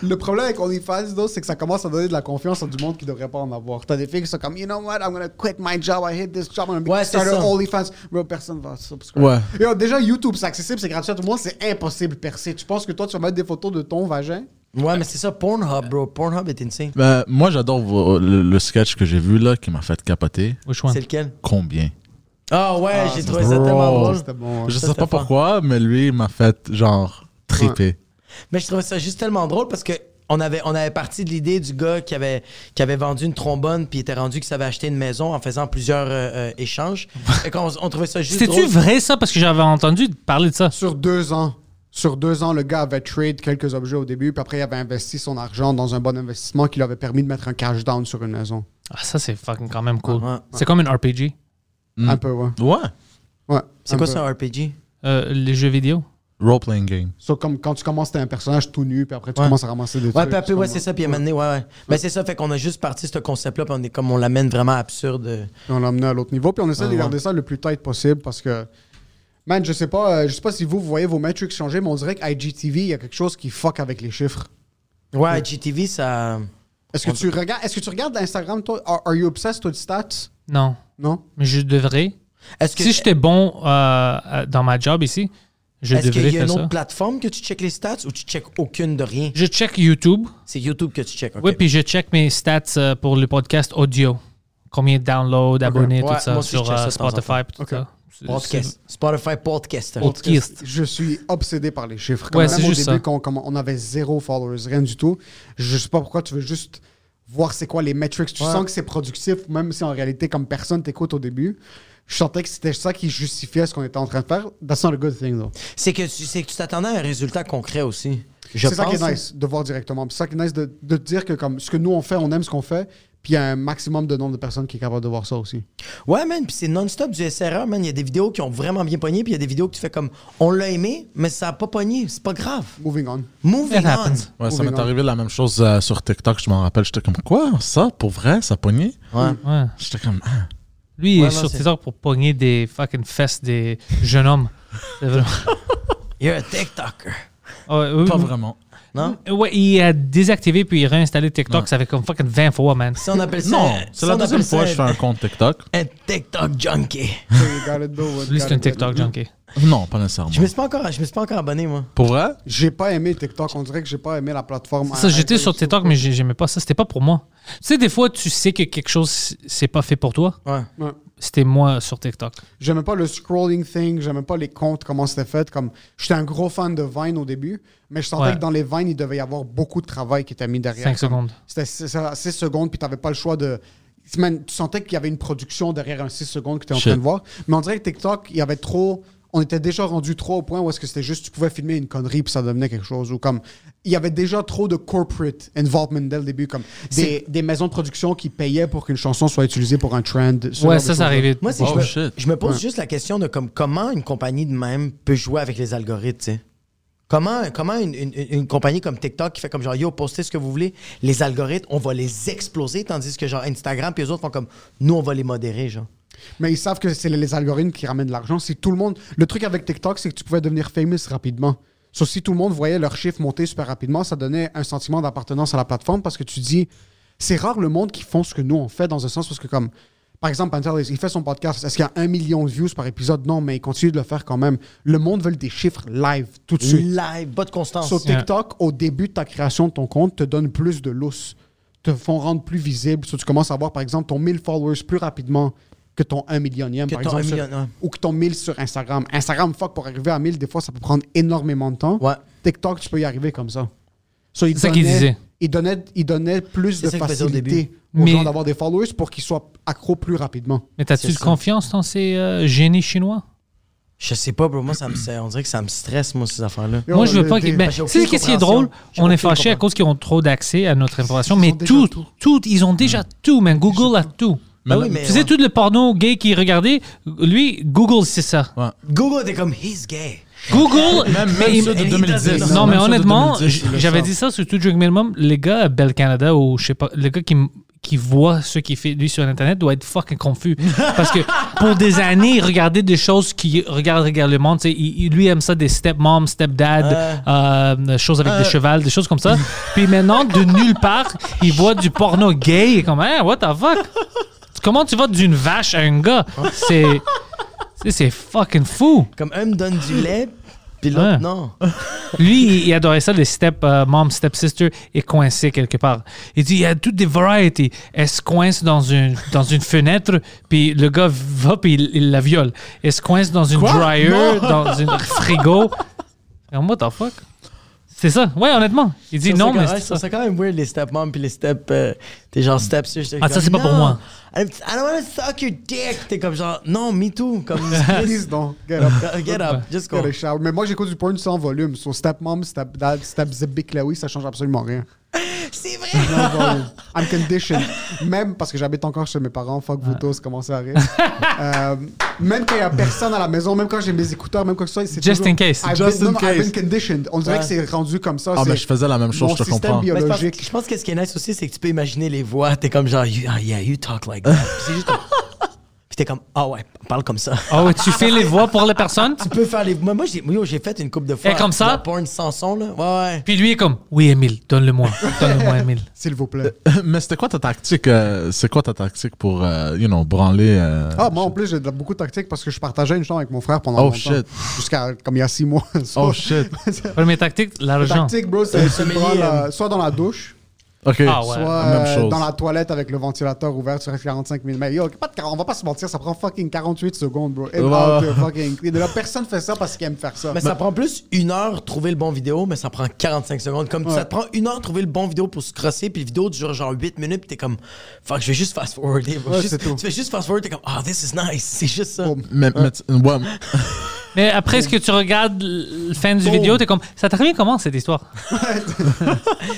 [SPEAKER 3] Le problème avec OnlyFans, though, c'est que ça commence à donner de la confiance à du monde qui devrait pas en avoir. T'as des filles qui sont comme, you know what, I'm gonna quit my job, I hate this job, I'm gonna
[SPEAKER 2] Ouais,
[SPEAKER 3] be
[SPEAKER 2] c'est
[SPEAKER 3] starter
[SPEAKER 2] ça.
[SPEAKER 3] OnlyFans. Bro, personne va subscribe.
[SPEAKER 4] <laughs> Ouais.
[SPEAKER 3] Yo, oh, déjà, YouTube, c'est accessible, c'est gratuit à tout le monde, c'est impossible de percer. Tu penses que toi, tu vas mettre des photos de ton vagin?
[SPEAKER 2] Ouais, mais c'est ça, Pornhub, bro. Pornhub est insane.
[SPEAKER 4] Ben, moi, j'adore vos- le, le sketch que j'ai vu là qui m'a fait capoter.
[SPEAKER 1] Which one?
[SPEAKER 2] C'est lequel?
[SPEAKER 4] Combien
[SPEAKER 2] Ah ouais, j'ai trouvé ça
[SPEAKER 4] Bro.
[SPEAKER 2] tellement drôle.
[SPEAKER 3] C'était bon. hein.
[SPEAKER 4] Je
[SPEAKER 2] ça,
[SPEAKER 4] sais
[SPEAKER 2] c'était
[SPEAKER 4] pas
[SPEAKER 2] fun.
[SPEAKER 4] pourquoi, mais lui, il m'a fait genre triper.
[SPEAKER 2] Mais je trouvais ça juste tellement drôle parce que on avait, on avait parti de l'idée du gars qui avait, qui avait vendu une trombone puis il était rendu qu'il savait acheter une maison en faisant plusieurs euh, euh,
[SPEAKER 1] <laughs>
[SPEAKER 2] échanges. Et qu'on- on, trouvait ça juste
[SPEAKER 1] C'était-tu
[SPEAKER 2] drôle.
[SPEAKER 1] vrai ça? Parce que j'avais entendu parler de ça.
[SPEAKER 3] Sur deux ans. Sur deux ans, le gars avait trade quelques objets au début, puis après, il avait investi son argent dans un bon investissement qui lui avait permis de mettre un cash down sur une maison.
[SPEAKER 1] Ah, ça, c'est fucking quand même cool.
[SPEAKER 2] Ouais, ouais.
[SPEAKER 1] C'est comme une RPG.
[SPEAKER 2] Hmm.
[SPEAKER 3] Un peu, ouais.
[SPEAKER 4] Ouais.
[SPEAKER 3] ouais
[SPEAKER 2] C'est
[SPEAKER 3] un
[SPEAKER 2] quoi
[SPEAKER 3] peu.
[SPEAKER 2] ça, un RPG?
[SPEAKER 1] Euh, les jeux vidéo.
[SPEAKER 4] Role-playing game.
[SPEAKER 3] So, comme quand tu commences, t'es un personnage tout nu, puis après tu
[SPEAKER 2] Ouais.
[SPEAKER 3] commences à ramasser des
[SPEAKER 2] Ouais,
[SPEAKER 3] trucs.
[SPEAKER 2] puis après,
[SPEAKER 3] comme-
[SPEAKER 2] ouais, c'est ça. Puis à un moment donné, ouais, ouais. Ben, c'est ça, fait qu'on a juste parti de ce concept-là, puis on est comme on l'amène vraiment absurde.
[SPEAKER 3] Puis on l'a amené à l'autre niveau, puis on
[SPEAKER 2] Ah,
[SPEAKER 3] essaie de garder ça le plus tight possible parce que, man, je sais pas, euh, je sais pas si vous, vous voyez vos metrics changer, mais on dirait qu'IGTV, il y a quelque chose qui fuck avec les chiffres.
[SPEAKER 2] Ouais, GTV, ça.
[SPEAKER 3] Est-ce que tu regardes, est-ce que tu regardes Instagram, toi, are, are you obsessed with stats?
[SPEAKER 1] Non.
[SPEAKER 3] Non?
[SPEAKER 1] Mais je devrais.
[SPEAKER 2] Est-ce que
[SPEAKER 1] Si j'étais bon euh, euh, dans ma job ici, je
[SPEAKER 2] est-ce qu'il
[SPEAKER 1] devrais
[SPEAKER 2] y a
[SPEAKER 1] faire
[SPEAKER 2] une autre
[SPEAKER 1] ça.
[SPEAKER 2] plateforme que tu checkes les stats ou tu checkes aucune de rien?
[SPEAKER 1] Je check YouTube.
[SPEAKER 2] C'est YouTube que tu checkes. ok.
[SPEAKER 1] Oui, puis je check mes stats euh, pour le podcast audio. Combien de downloads, d'abonnés,
[SPEAKER 2] Ouais,
[SPEAKER 1] tout ça
[SPEAKER 2] moi aussi, je
[SPEAKER 1] sur euh,
[SPEAKER 2] check ça de temps en
[SPEAKER 1] Spotify, puis tout
[SPEAKER 3] Ok.
[SPEAKER 1] ça. C'est-
[SPEAKER 2] Podcast. Spotify Podcast.
[SPEAKER 1] c'est- Podcast.
[SPEAKER 3] Je suis obsédé par les chiffres.
[SPEAKER 1] Ouais,
[SPEAKER 3] même
[SPEAKER 1] c'est
[SPEAKER 3] au
[SPEAKER 1] juste
[SPEAKER 3] début,
[SPEAKER 1] ça.
[SPEAKER 3] quand, quand on avait zéro followers, rien du tout, je sais pas pourquoi tu veux juste voir c'est quoi les metrics. Tu
[SPEAKER 2] Ouais.
[SPEAKER 3] sens que c'est productif, même si en réalité, comme personne t'écoute au début. Je sentais que c'était ça qui justifiait ce qu'on était en train de faire. That's not a good thing, though.
[SPEAKER 2] C'est que tu c'est que tu t'attendais à un résultat concret aussi. Je
[SPEAKER 3] C'est ça qui
[SPEAKER 2] pense.
[SPEAKER 3] est nice de voir directement. Puis C'est ça qui est nice de, de te dire que comme ce que nous on fait, on aime ce qu'on fait. Puis il y a un maximum de nombre de personnes qui est capable de voir ça aussi.
[SPEAKER 2] Ouais, man, puis c'est non-stop du SRR, man. Il y a des vidéos qui ont vraiment bien pogné, puis il y a des vidéos que tu fais comme on l'a aimé, mais ça a pas pogné. C'est pas grave.
[SPEAKER 3] Moving on.
[SPEAKER 2] Moving
[SPEAKER 1] It happens.
[SPEAKER 2] on.
[SPEAKER 4] Ouais, ça
[SPEAKER 3] Moving
[SPEAKER 4] m'est
[SPEAKER 3] on.
[SPEAKER 4] arrivé la même chose euh, sur TikTok, je m'en rappelle. J'étais comme, quoi, ça, pour vrai, ça pognait?
[SPEAKER 2] Ouais.
[SPEAKER 1] Ouais.
[SPEAKER 4] J'étais comme, ah.
[SPEAKER 1] Lui, il
[SPEAKER 2] Ouais,
[SPEAKER 1] est
[SPEAKER 2] non,
[SPEAKER 1] sur
[SPEAKER 2] c'est-
[SPEAKER 1] Twitter pour pogner des fucking fesses des jeunes
[SPEAKER 2] <laughs>
[SPEAKER 1] hommes. C'est vraiment-
[SPEAKER 2] You're a TikToker.
[SPEAKER 1] Ah ouais, oui,
[SPEAKER 4] pas
[SPEAKER 2] Mhm.
[SPEAKER 1] oui.
[SPEAKER 4] vraiment.
[SPEAKER 2] Non?
[SPEAKER 1] Ouais, il a désactivé puis il a réinstallé TikTok. Ça fait comme fucking 20 fois, man.
[SPEAKER 2] Ça, on appelle ça.
[SPEAKER 4] Non,
[SPEAKER 2] ça,
[SPEAKER 4] c'est la
[SPEAKER 2] on
[SPEAKER 4] deuxième
[SPEAKER 2] appelle ça
[SPEAKER 4] fois que je fais un compte TikTok.
[SPEAKER 2] un TikTok junkie.
[SPEAKER 3] So you gotta do what
[SPEAKER 1] Lui, c'est un
[SPEAKER 3] gotta
[SPEAKER 1] TikTok
[SPEAKER 3] do.
[SPEAKER 1] junkie.
[SPEAKER 4] Non, pas nécessairement.
[SPEAKER 2] Je me suis pas encore, je me suis pas encore abonné, moi.
[SPEAKER 4] Pour vrai?
[SPEAKER 3] J'ai pas aimé TikTok. On dirait que j'ai pas aimé la plateforme.
[SPEAKER 1] Ça, j'étais sur TikTok, mais j'ai- j'aimais pas ça. C'était pas pour moi. Tu sais, des fois, tu sais que quelque chose, c'est pas fait pour toi.
[SPEAKER 2] Ouais.
[SPEAKER 3] Ouais.
[SPEAKER 1] C'était moi sur TikTok.
[SPEAKER 3] J'aimais pas le scrolling thing. J'aimais pas les comptes, comment c'était fait. Comme j'étais un gros fan de Vine au début, mais je sentais
[SPEAKER 1] Ouais.
[SPEAKER 3] que dans les Vines, il devait y avoir beaucoup de travail qui était mis derrière.
[SPEAKER 1] 5
[SPEAKER 3] Comme-
[SPEAKER 1] secondes.
[SPEAKER 3] C'était 6 secondes, puis t'avais pas le choix de. Man, tu sentais qu'il y avait une production derrière un 6 secondes que tu en
[SPEAKER 4] Shit.
[SPEAKER 3] train de voir. Mais on dirait que TikTok, il y avait trop. On était déjà rendu trop au point où est-ce que c'était juste tu pouvais filmer une connerie puis ça devenait quelque chose. Ou comme. Il y avait déjà trop de corporate involvement dès le début. Comme des, des maisons de production qui payaient pour qu'une chanson soit utilisée pour un trend. ce genre
[SPEAKER 1] Ouais,
[SPEAKER 3] de
[SPEAKER 1] ça, ça
[SPEAKER 3] choses-là.
[SPEAKER 1] arrivait.
[SPEAKER 2] Moi, c'est
[SPEAKER 4] Oh,
[SPEAKER 2] je, me,
[SPEAKER 4] shit.
[SPEAKER 2] je me pose juste la question de comme, comment une compagnie de même peut jouer avec les algorithmes, tu sais. Comment, comment une, une- une compagnie comme TikTok qui fait comme genre yo, postez ce que vous voulez, les algorithmes, on va les exploser, tandis que genre Instagram puis les autres font comme nous, on va les modérer, genre.
[SPEAKER 3] Mais ils savent que c'est les algorithmes qui ramènent de l'argent. Si tout le monde. Le truc avec TikTok, c'est que tu pouvais devenir famous rapidement. Sauf si tout le monde voyait leurs chiffres monter super rapidement, ça donnait un sentiment d'appartenance à la plateforme parce que tu dis, c'est rare le monde qui font ce que nous on fait dans un sens parce que comme. Par exemple, Pantelis, il fait son podcast. Est-ce qu'il y a un million de views par épisode? Non, mais il continue de le faire quand même. Le monde veut des chiffres live tout de suite.
[SPEAKER 2] Live, pas de constance.
[SPEAKER 3] Sur TikTok, au début de ta création de ton compte, te donne plus de lousse, te font rendre plus visible. So, tu commences à voir, par exemple, ton 1000 followers plus rapidement que ton 1 millionième,
[SPEAKER 2] Que
[SPEAKER 3] par
[SPEAKER 2] ton
[SPEAKER 3] exemple.
[SPEAKER 2] 1
[SPEAKER 3] sur-
[SPEAKER 2] million, ouais.
[SPEAKER 3] Ou que ton 1000 sur Instagram. Instagram, fuck, pour arriver à 1000, des fois, ça peut prendre énormément de temps.
[SPEAKER 2] Ouais.
[SPEAKER 3] TikTok, tu peux y arriver comme ça. So, il
[SPEAKER 1] C'est ça qu'il
[SPEAKER 3] donnait-
[SPEAKER 1] disait.
[SPEAKER 3] Il donnait, il donnait plus
[SPEAKER 2] C'est
[SPEAKER 3] de
[SPEAKER 2] ça qu'il faisait au
[SPEAKER 3] facilité aux
[SPEAKER 1] Mais-
[SPEAKER 3] gens d'avoir des followers pour qu'ils soient accros plus rapidement.
[SPEAKER 1] Mais t'as-tu
[SPEAKER 2] C'est
[SPEAKER 1] de
[SPEAKER 2] ça.
[SPEAKER 1] confiance dans ces euh, génies chinois?
[SPEAKER 2] Je sais pas, bro, moi ça me c'est- on dirait que ça me stresse moi ces affaires-là.
[SPEAKER 3] Yo,
[SPEAKER 1] Moi, je veux
[SPEAKER 3] le-
[SPEAKER 1] pas.
[SPEAKER 3] des-
[SPEAKER 1] qu'ils- Ben,
[SPEAKER 2] j'ai
[SPEAKER 1] tu
[SPEAKER 2] aucune
[SPEAKER 1] sais qu'est-ce qui est
[SPEAKER 2] compréhension.
[SPEAKER 1] drôle?
[SPEAKER 2] J'ai
[SPEAKER 1] On est
[SPEAKER 2] aucune
[SPEAKER 1] fâché à
[SPEAKER 2] compréhension.
[SPEAKER 1] cause qu'ils ont trop d'accès à notre information,
[SPEAKER 3] Ils
[SPEAKER 1] mais
[SPEAKER 3] ont déjà
[SPEAKER 1] tout,
[SPEAKER 3] tout.
[SPEAKER 1] tout, ils ont
[SPEAKER 2] Hmm.
[SPEAKER 1] déjà tout, man. Google a tout.
[SPEAKER 2] Ah oui, mais
[SPEAKER 1] tu sais,
[SPEAKER 2] ouais.
[SPEAKER 1] tout le porno gay qui regardait, lui, Google, c'est ça.
[SPEAKER 2] Google t'es comme he's gay.
[SPEAKER 1] Google,
[SPEAKER 4] Même-
[SPEAKER 1] mais
[SPEAKER 4] même
[SPEAKER 1] il-
[SPEAKER 4] ceux de
[SPEAKER 1] il-
[SPEAKER 4] 2010.
[SPEAKER 1] Non,
[SPEAKER 4] Même
[SPEAKER 1] mais
[SPEAKER 4] ceux de
[SPEAKER 1] honnêtement,
[SPEAKER 4] 2010,
[SPEAKER 1] j-
[SPEAKER 4] c'est le
[SPEAKER 1] j'avais
[SPEAKER 4] sens.
[SPEAKER 1] dit ça sur tout Drink Minimum. Les gars à Bell Canada ou je sais pas, le gars qui, m- qui voit ce qu'il fait lui sur Internet doit être fucking confus. Parce que pour des années, il regardait des choses qui regardent régulièrement. Tu sais, il- il- lui aime ça des stepmom, stepdad, euh, choses avec des chevals, des choses comme
[SPEAKER 4] <laughs>
[SPEAKER 1] ça. Puis maintenant, de nulle part, il voit du porno gay. Il est comme, Hein, what the fuck? Comment tu vas d'une vache à un gars?
[SPEAKER 4] Oh.
[SPEAKER 1] C'est. c'est- C'est fucking fou.
[SPEAKER 2] Comme un me donne du lait, puis l'autre,
[SPEAKER 1] Ouais.
[SPEAKER 2] non.
[SPEAKER 1] Lui, il- il adorait ça, les step euh, mom, step sister, est coincé quelque part. Il dit, il y a toutes des varieties. Elle se coince dans une, dans une fenêtre, puis le gars va, puis il, il la viole. Elle se coince dans une dryer, dans
[SPEAKER 2] <laughs>
[SPEAKER 1] une frigo. Et What the fuck? C'est ça. Ouais, honnêtement. Il dit,
[SPEAKER 2] Ça,
[SPEAKER 1] non,
[SPEAKER 2] c'est
[SPEAKER 1] mais
[SPEAKER 2] quand- ouais,
[SPEAKER 1] c'est
[SPEAKER 2] ça,
[SPEAKER 1] ça.
[SPEAKER 2] c'est quand même weird, les step mom puis les step. euh, T'es genre step sister.
[SPEAKER 1] Ah, ça, c'est pas pour moi.
[SPEAKER 2] I I don't wanna suck your dick. T'es comme genre, non, me too.
[SPEAKER 1] <laughs>
[SPEAKER 2] Comme, please, Uh,
[SPEAKER 3] Please don't. Get up.
[SPEAKER 2] get up, just go.
[SPEAKER 3] Get a shower. Mais moi, j'écoute du porn sans volume. Sur Stepmom, Stepdad, Step Claoui, ça change absolument rien.
[SPEAKER 2] C'est vrai.
[SPEAKER 3] Non volume. I'm conditioned. Même parce que j'habite encore chez mes parents, fuck vous tous, commencez à rire. Euh, même quand il y a personne à la maison, même quand j'ai mes écouteurs, même quand ça, c'est
[SPEAKER 1] Just
[SPEAKER 3] toujours-
[SPEAKER 1] in case.
[SPEAKER 3] I've
[SPEAKER 4] Just
[SPEAKER 3] been, non,
[SPEAKER 4] in
[SPEAKER 3] non, I've
[SPEAKER 4] case.
[SPEAKER 3] been conditioned. On dirait
[SPEAKER 2] Ouais.
[SPEAKER 3] que c'est rendu comme ça.
[SPEAKER 4] Ah,
[SPEAKER 3] c'est
[SPEAKER 4] mais je faisais la même chose,
[SPEAKER 3] mon
[SPEAKER 4] je te
[SPEAKER 3] système
[SPEAKER 4] comprends.
[SPEAKER 2] <laughs> Mais c'est parce que-
[SPEAKER 3] biologique.
[SPEAKER 2] je pense que ce qui est nice aussi, c'est que tu peux imaginer les voix. T'es comme genre, you- ah, yeah, you talk like that. Puis c'est juste comme. <laughs> Puis t'es comme, ah ouais, parle comme ça. <laughs>
[SPEAKER 1] Oh, tu fais les voix pour les personnes?
[SPEAKER 2] Tu peux faire les. Moi, moi, j'ai yo, j'ai fait une coupe de fois.
[SPEAKER 1] Et Eh, comme ça?
[SPEAKER 2] de La porn sans son, là. Ouais, ouais.
[SPEAKER 1] Puis lui est comme, oui, Emile, donne-le-moi. Donne-le-moi, Emile.
[SPEAKER 3] S'il vous plaît.
[SPEAKER 4] <laughs> Mais c'était quoi ta tactique? euh, c'est quoi ta tactique pour, euh, you know, branler? euh,
[SPEAKER 3] Ah, moi en plus, j'ai de- beaucoup de tactique parce que je partageais une chambre avec mon frère pendant
[SPEAKER 4] Oh,
[SPEAKER 3] longtemps.
[SPEAKER 4] shit.
[SPEAKER 3] Jusqu'à comme il y a six mois. <laughs>
[SPEAKER 4] Oh shit.
[SPEAKER 1] Première tactique, l'argent.
[SPEAKER 3] Tactique, bro, c'est tu
[SPEAKER 2] sommelier,
[SPEAKER 3] prends la-
[SPEAKER 2] euh,
[SPEAKER 3] soit dans la douche,
[SPEAKER 4] OK.
[SPEAKER 1] Ah ouais.
[SPEAKER 3] soit
[SPEAKER 4] La même
[SPEAKER 3] euh,
[SPEAKER 4] chose.
[SPEAKER 3] dans la toilette avec le ventilateur ouvert sur 45 000 mais yo, pas de 40, on va pas se mentir, ça prend fucking 48 secondes, bro. Et
[SPEAKER 4] Ouais.
[SPEAKER 3] fucking clean. Et Là, personne fait ça parce qu'il aime faire ça.
[SPEAKER 2] Mais ça prend plus une heure trouver le bon vidéo, mais ça prend 45 secondes. Comme ça te prend une heure trouver le bon vidéo pour se crosser, puis le vidéo dure genre 8 minutes, puis t'es comme, fuck, je vais juste fast forwarder.
[SPEAKER 3] Ouais,
[SPEAKER 2] Juste-
[SPEAKER 3] c'est tout.
[SPEAKER 2] Tu fais juste fast forward, t'es comme, ah, this is nice. <laughs> C'est juste ça.
[SPEAKER 3] Boum.
[SPEAKER 4] Mais, mais tu- ouais, mais-
[SPEAKER 1] Mais après ce que tu regardes le fin
[SPEAKER 2] Oh.
[SPEAKER 1] du vidéo, t'es comme, ça t'a bien comment cette histoire?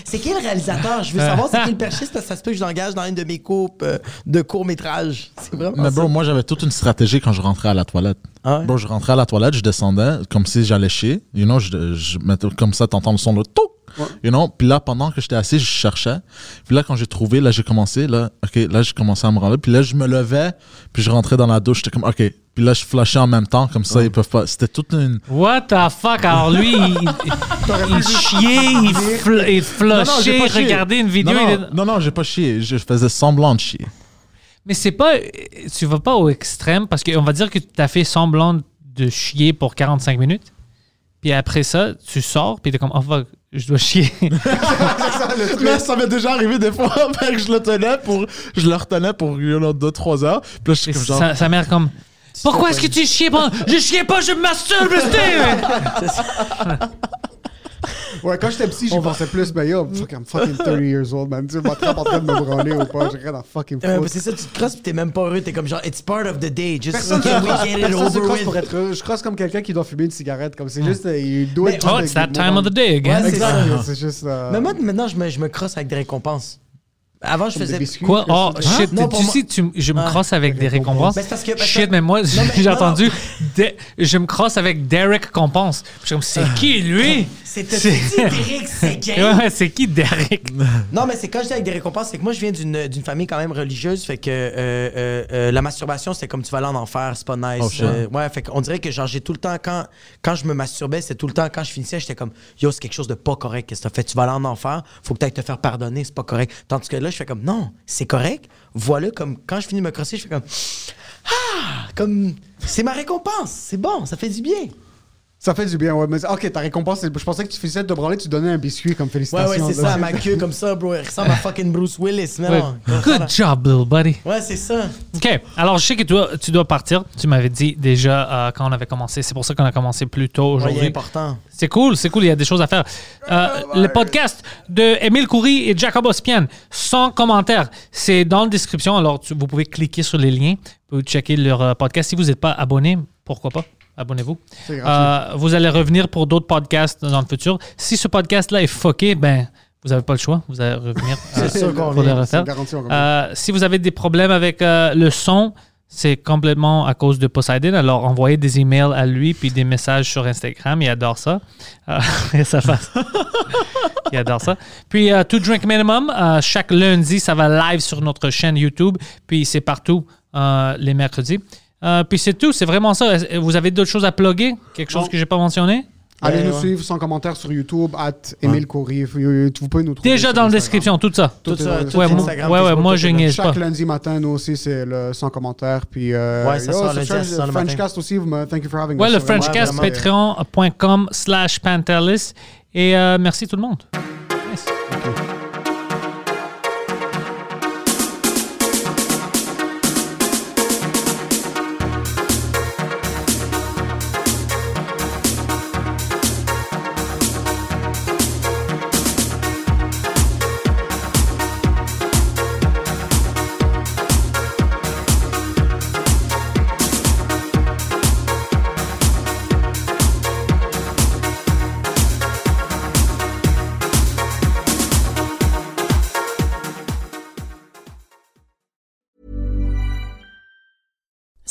[SPEAKER 2] C'est qui le réalisateur Je veux savoir c'est qui
[SPEAKER 3] <laughs>
[SPEAKER 2] le perchiste, parce que ça se peut que je l'engage dans une de mes coupes euh, de court métrage. C'est vraiment.
[SPEAKER 4] mais bro,
[SPEAKER 2] ça.
[SPEAKER 4] moi, j'avais toute une stratégie quand je rentrais à la toilette.
[SPEAKER 2] Ah ouais?
[SPEAKER 4] Bro, je rentrais à la toilette, je descendais comme si j'allais chier. You know, je, je mettais comme ça, t'entends le son, le tout. You know, puis là, pendant que j'étais assis, je cherchais. Puis là, quand j'ai trouvé, là, j'ai commencé, là, OK, là, j'ai commencé à me rendre. Puis là, je me levais, puis je rentrais dans la douche, j'étais comme, OK. Puis là, je flashais en même temps, comme ça, ils peuvent pas. C'était toute une.
[SPEAKER 1] What the fuck? Alors lui, il, il- il chiait, il, fl- il
[SPEAKER 4] j'ai
[SPEAKER 1] flushait,
[SPEAKER 4] pas
[SPEAKER 1] il
[SPEAKER 4] chié.
[SPEAKER 1] regardait une vidéo.
[SPEAKER 4] Non, non,
[SPEAKER 1] il est-
[SPEAKER 4] non, non, j'ai pas chié. Je faisais semblant de chier.
[SPEAKER 1] Mais c'est pas. Tu vas pas au extrême parce qu'on va dire que tu as fait semblant de chier pour 45 minutes. Puis après ça, tu sors, puis t'es comme, oh fuck, je dois
[SPEAKER 4] <laughs>
[SPEAKER 1] chier.
[SPEAKER 4] Mais ça m'est déjà arrivé des fois, <laughs> fait que je le tenais pour. Je le retenais pour 2-3 heures. Puis là, je suis
[SPEAKER 1] Et
[SPEAKER 4] comme genre.
[SPEAKER 1] sa, sa mère, comme, pourquoi est-ce que tu chiais pas? Je chiais pas, je me masturbe,
[SPEAKER 4] <laughs>
[SPEAKER 1] c'était-
[SPEAKER 3] Ouais, quand j'étais psy, j'y pensais plus, mais yo, fuck, I'm fucking 30 years old, man. Tu m'as en train de me branler ou pas, j'ai rien à fucking
[SPEAKER 2] Euh,
[SPEAKER 3] foutre.
[SPEAKER 2] c'est ça, tu te crosses, puis t'es même pas heureux. T'es comme genre, it's part of the day. Just
[SPEAKER 3] Personne
[SPEAKER 2] can
[SPEAKER 3] se
[SPEAKER 2] we
[SPEAKER 3] crosse-
[SPEAKER 2] get it
[SPEAKER 3] personne se
[SPEAKER 2] over
[SPEAKER 3] crosse
[SPEAKER 2] with?
[SPEAKER 3] pour être heureux. Je crosse comme quelqu'un qui doit fumer une cigarette. Comme c'est juste, euh, you do it.
[SPEAKER 1] Oh, it's that time of the day again.
[SPEAKER 2] Ouais, c'est ça.
[SPEAKER 3] Exact, c'est juste. euh,
[SPEAKER 2] Mais moi, maintenant, je me, je me crosse avec des récompenses. Avant, je
[SPEAKER 3] comme des
[SPEAKER 2] faisais.
[SPEAKER 3] biscuits,
[SPEAKER 1] Quoi?
[SPEAKER 3] quelque
[SPEAKER 1] Oh
[SPEAKER 3] chose de-
[SPEAKER 1] shit,
[SPEAKER 2] Non,
[SPEAKER 1] tu
[SPEAKER 2] pour moi-
[SPEAKER 1] sais, tu m- je me
[SPEAKER 2] Ah,
[SPEAKER 1] crosse avec des
[SPEAKER 3] récompenses.
[SPEAKER 1] récompenses.
[SPEAKER 2] Mais c'est parce que- parce
[SPEAKER 1] shit,
[SPEAKER 2] que-
[SPEAKER 1] mais moi,
[SPEAKER 2] Non, mais-
[SPEAKER 1] j'ai
[SPEAKER 2] non,
[SPEAKER 1] entendu, De- je me crosse avec Derek Compense. Puis Je suis comme, c'est qui lui?
[SPEAKER 2] C'est Cédric, Ah. c'est
[SPEAKER 3] <laughs>
[SPEAKER 2] gay.
[SPEAKER 1] <laughs> Ouais, ouais, c'est qui Derek?
[SPEAKER 2] Non, mais c'est quand je dis avec des récompenses, c'est que moi, je viens d'une d'une famille quand même religieuse. Fait que euh, euh, euh, la masturbation, c'était comme tu vas aller en enfer, c'est pas nice.
[SPEAKER 4] Oh, shit.
[SPEAKER 2] Euh, ouais, fait qu'on dirait que genre, j'ai tout le temps, quand, quand je me masturbais, c'est tout le temps, quand je finissais, j'étais comme, yo, c'est quelque chose de pas correct. Qu'est-ce que t'as fait? Tu vas aller en enfer, faut peut-être te faire pardonner, c'est pas correct. Tandis que là, je fais comme, non, c'est correct. Voilà, comme, quand je finis de me crosser, je fais comme, ah, comme, c'est ma récompense, c'est bon, ça fait du bien.
[SPEAKER 3] Ça fait du bien, ouais. Mais c'est- ok, ta récompense, c'est- je pensais que tu finissais de te branler, tu donnais un biscuit comme
[SPEAKER 2] Ouais,
[SPEAKER 3] félicitations.
[SPEAKER 2] ouais, c'est
[SPEAKER 3] là.
[SPEAKER 2] ça, ma queue comme ça, bro. Elle ressemble à fucking Bruce Willis,
[SPEAKER 1] Ouais.
[SPEAKER 2] man.
[SPEAKER 1] Good job, little buddy.
[SPEAKER 2] Ouais, c'est ça.
[SPEAKER 1] OK. Alors, je sais que toi, tu dois partir. Tu m'avais dit déjà euh, quand on avait commencé. C'est pour ça qu'on a commencé plus tôt
[SPEAKER 2] Ouais,
[SPEAKER 1] aujourd'hui.
[SPEAKER 2] c'est important.
[SPEAKER 1] C'est cool, c'est cool, il y a des choses à faire. Euh, le podcast de Émile Coury et Jacob Ospian, sans commentaire, c'est dans la description. Alors, tu- vous pouvez cliquer sur les liens, vous pouvez checker leur euh, podcast. Si vous n'êtes pas abonné, pourquoi pas? Abonnez-vous.
[SPEAKER 3] C'est gratuit.
[SPEAKER 1] Euh, vous allez revenir pour d'autres podcasts dans le futur. Si ce podcast-là est fucké, ben, vous n'avez pas le choix. Vous
[SPEAKER 3] <laughs>
[SPEAKER 1] allez revenir euh,
[SPEAKER 2] sûr qu'on
[SPEAKER 1] pour le
[SPEAKER 2] revient,
[SPEAKER 1] refaire.
[SPEAKER 3] c'est garanti, on revient.
[SPEAKER 1] Euh, si vous avez des problèmes avec euh, le son, c'est complètement à cause de Poseidon. Alors, envoyez des emails à lui puis des messages sur Instagram. Il adore ça. Euh, <laughs> et sa face. Il adore ça. Puis, euh, To Drink Minimum, euh, chaque lundi, ça va live sur notre chaîne YouTube. Puis, c'est partout euh, les mercredis. Euh, puis, c'est tout. C'est vraiment ça. Est-ce- euh, Vous avez d'autres choses à plugger? Quelque chose
[SPEAKER 3] Non.
[SPEAKER 1] que j'ai pas mentionné?
[SPEAKER 3] Allez
[SPEAKER 2] Ouais,
[SPEAKER 3] nous
[SPEAKER 2] ouais.
[SPEAKER 3] suivre sans commentaire sur YouTube, at Emile Coury. Vous vous pouvez nous trouver.
[SPEAKER 1] Déjà
[SPEAKER 3] sur
[SPEAKER 1] dans la
[SPEAKER 3] Instagram.
[SPEAKER 1] description, tout ça.
[SPEAKER 2] Tout ça,
[SPEAKER 3] Ouais,
[SPEAKER 2] tout
[SPEAKER 1] ouais, moi-
[SPEAKER 2] Instagram,
[SPEAKER 1] ouais, ouais,
[SPEAKER 2] Facebook,
[SPEAKER 1] moi,
[SPEAKER 2] tout
[SPEAKER 1] je
[SPEAKER 2] ça.
[SPEAKER 1] niais. Yes,
[SPEAKER 3] Chaque
[SPEAKER 1] pas.
[SPEAKER 3] lundi matin, nous aussi, c'est le sans commentaire. Puis, euh,
[SPEAKER 2] Ouais, ça sort lundi à
[SPEAKER 3] French-
[SPEAKER 2] 6 heures le matin.
[SPEAKER 3] Frenchcast aussi, vous me- thank you for having
[SPEAKER 1] Ouais,
[SPEAKER 3] us.
[SPEAKER 1] le
[SPEAKER 3] Vraiment,
[SPEAKER 1] Frenchcast,
[SPEAKER 3] vraiment.
[SPEAKER 1] patreon.com slash pantelis. Et euh, merci tout le monde. Nice.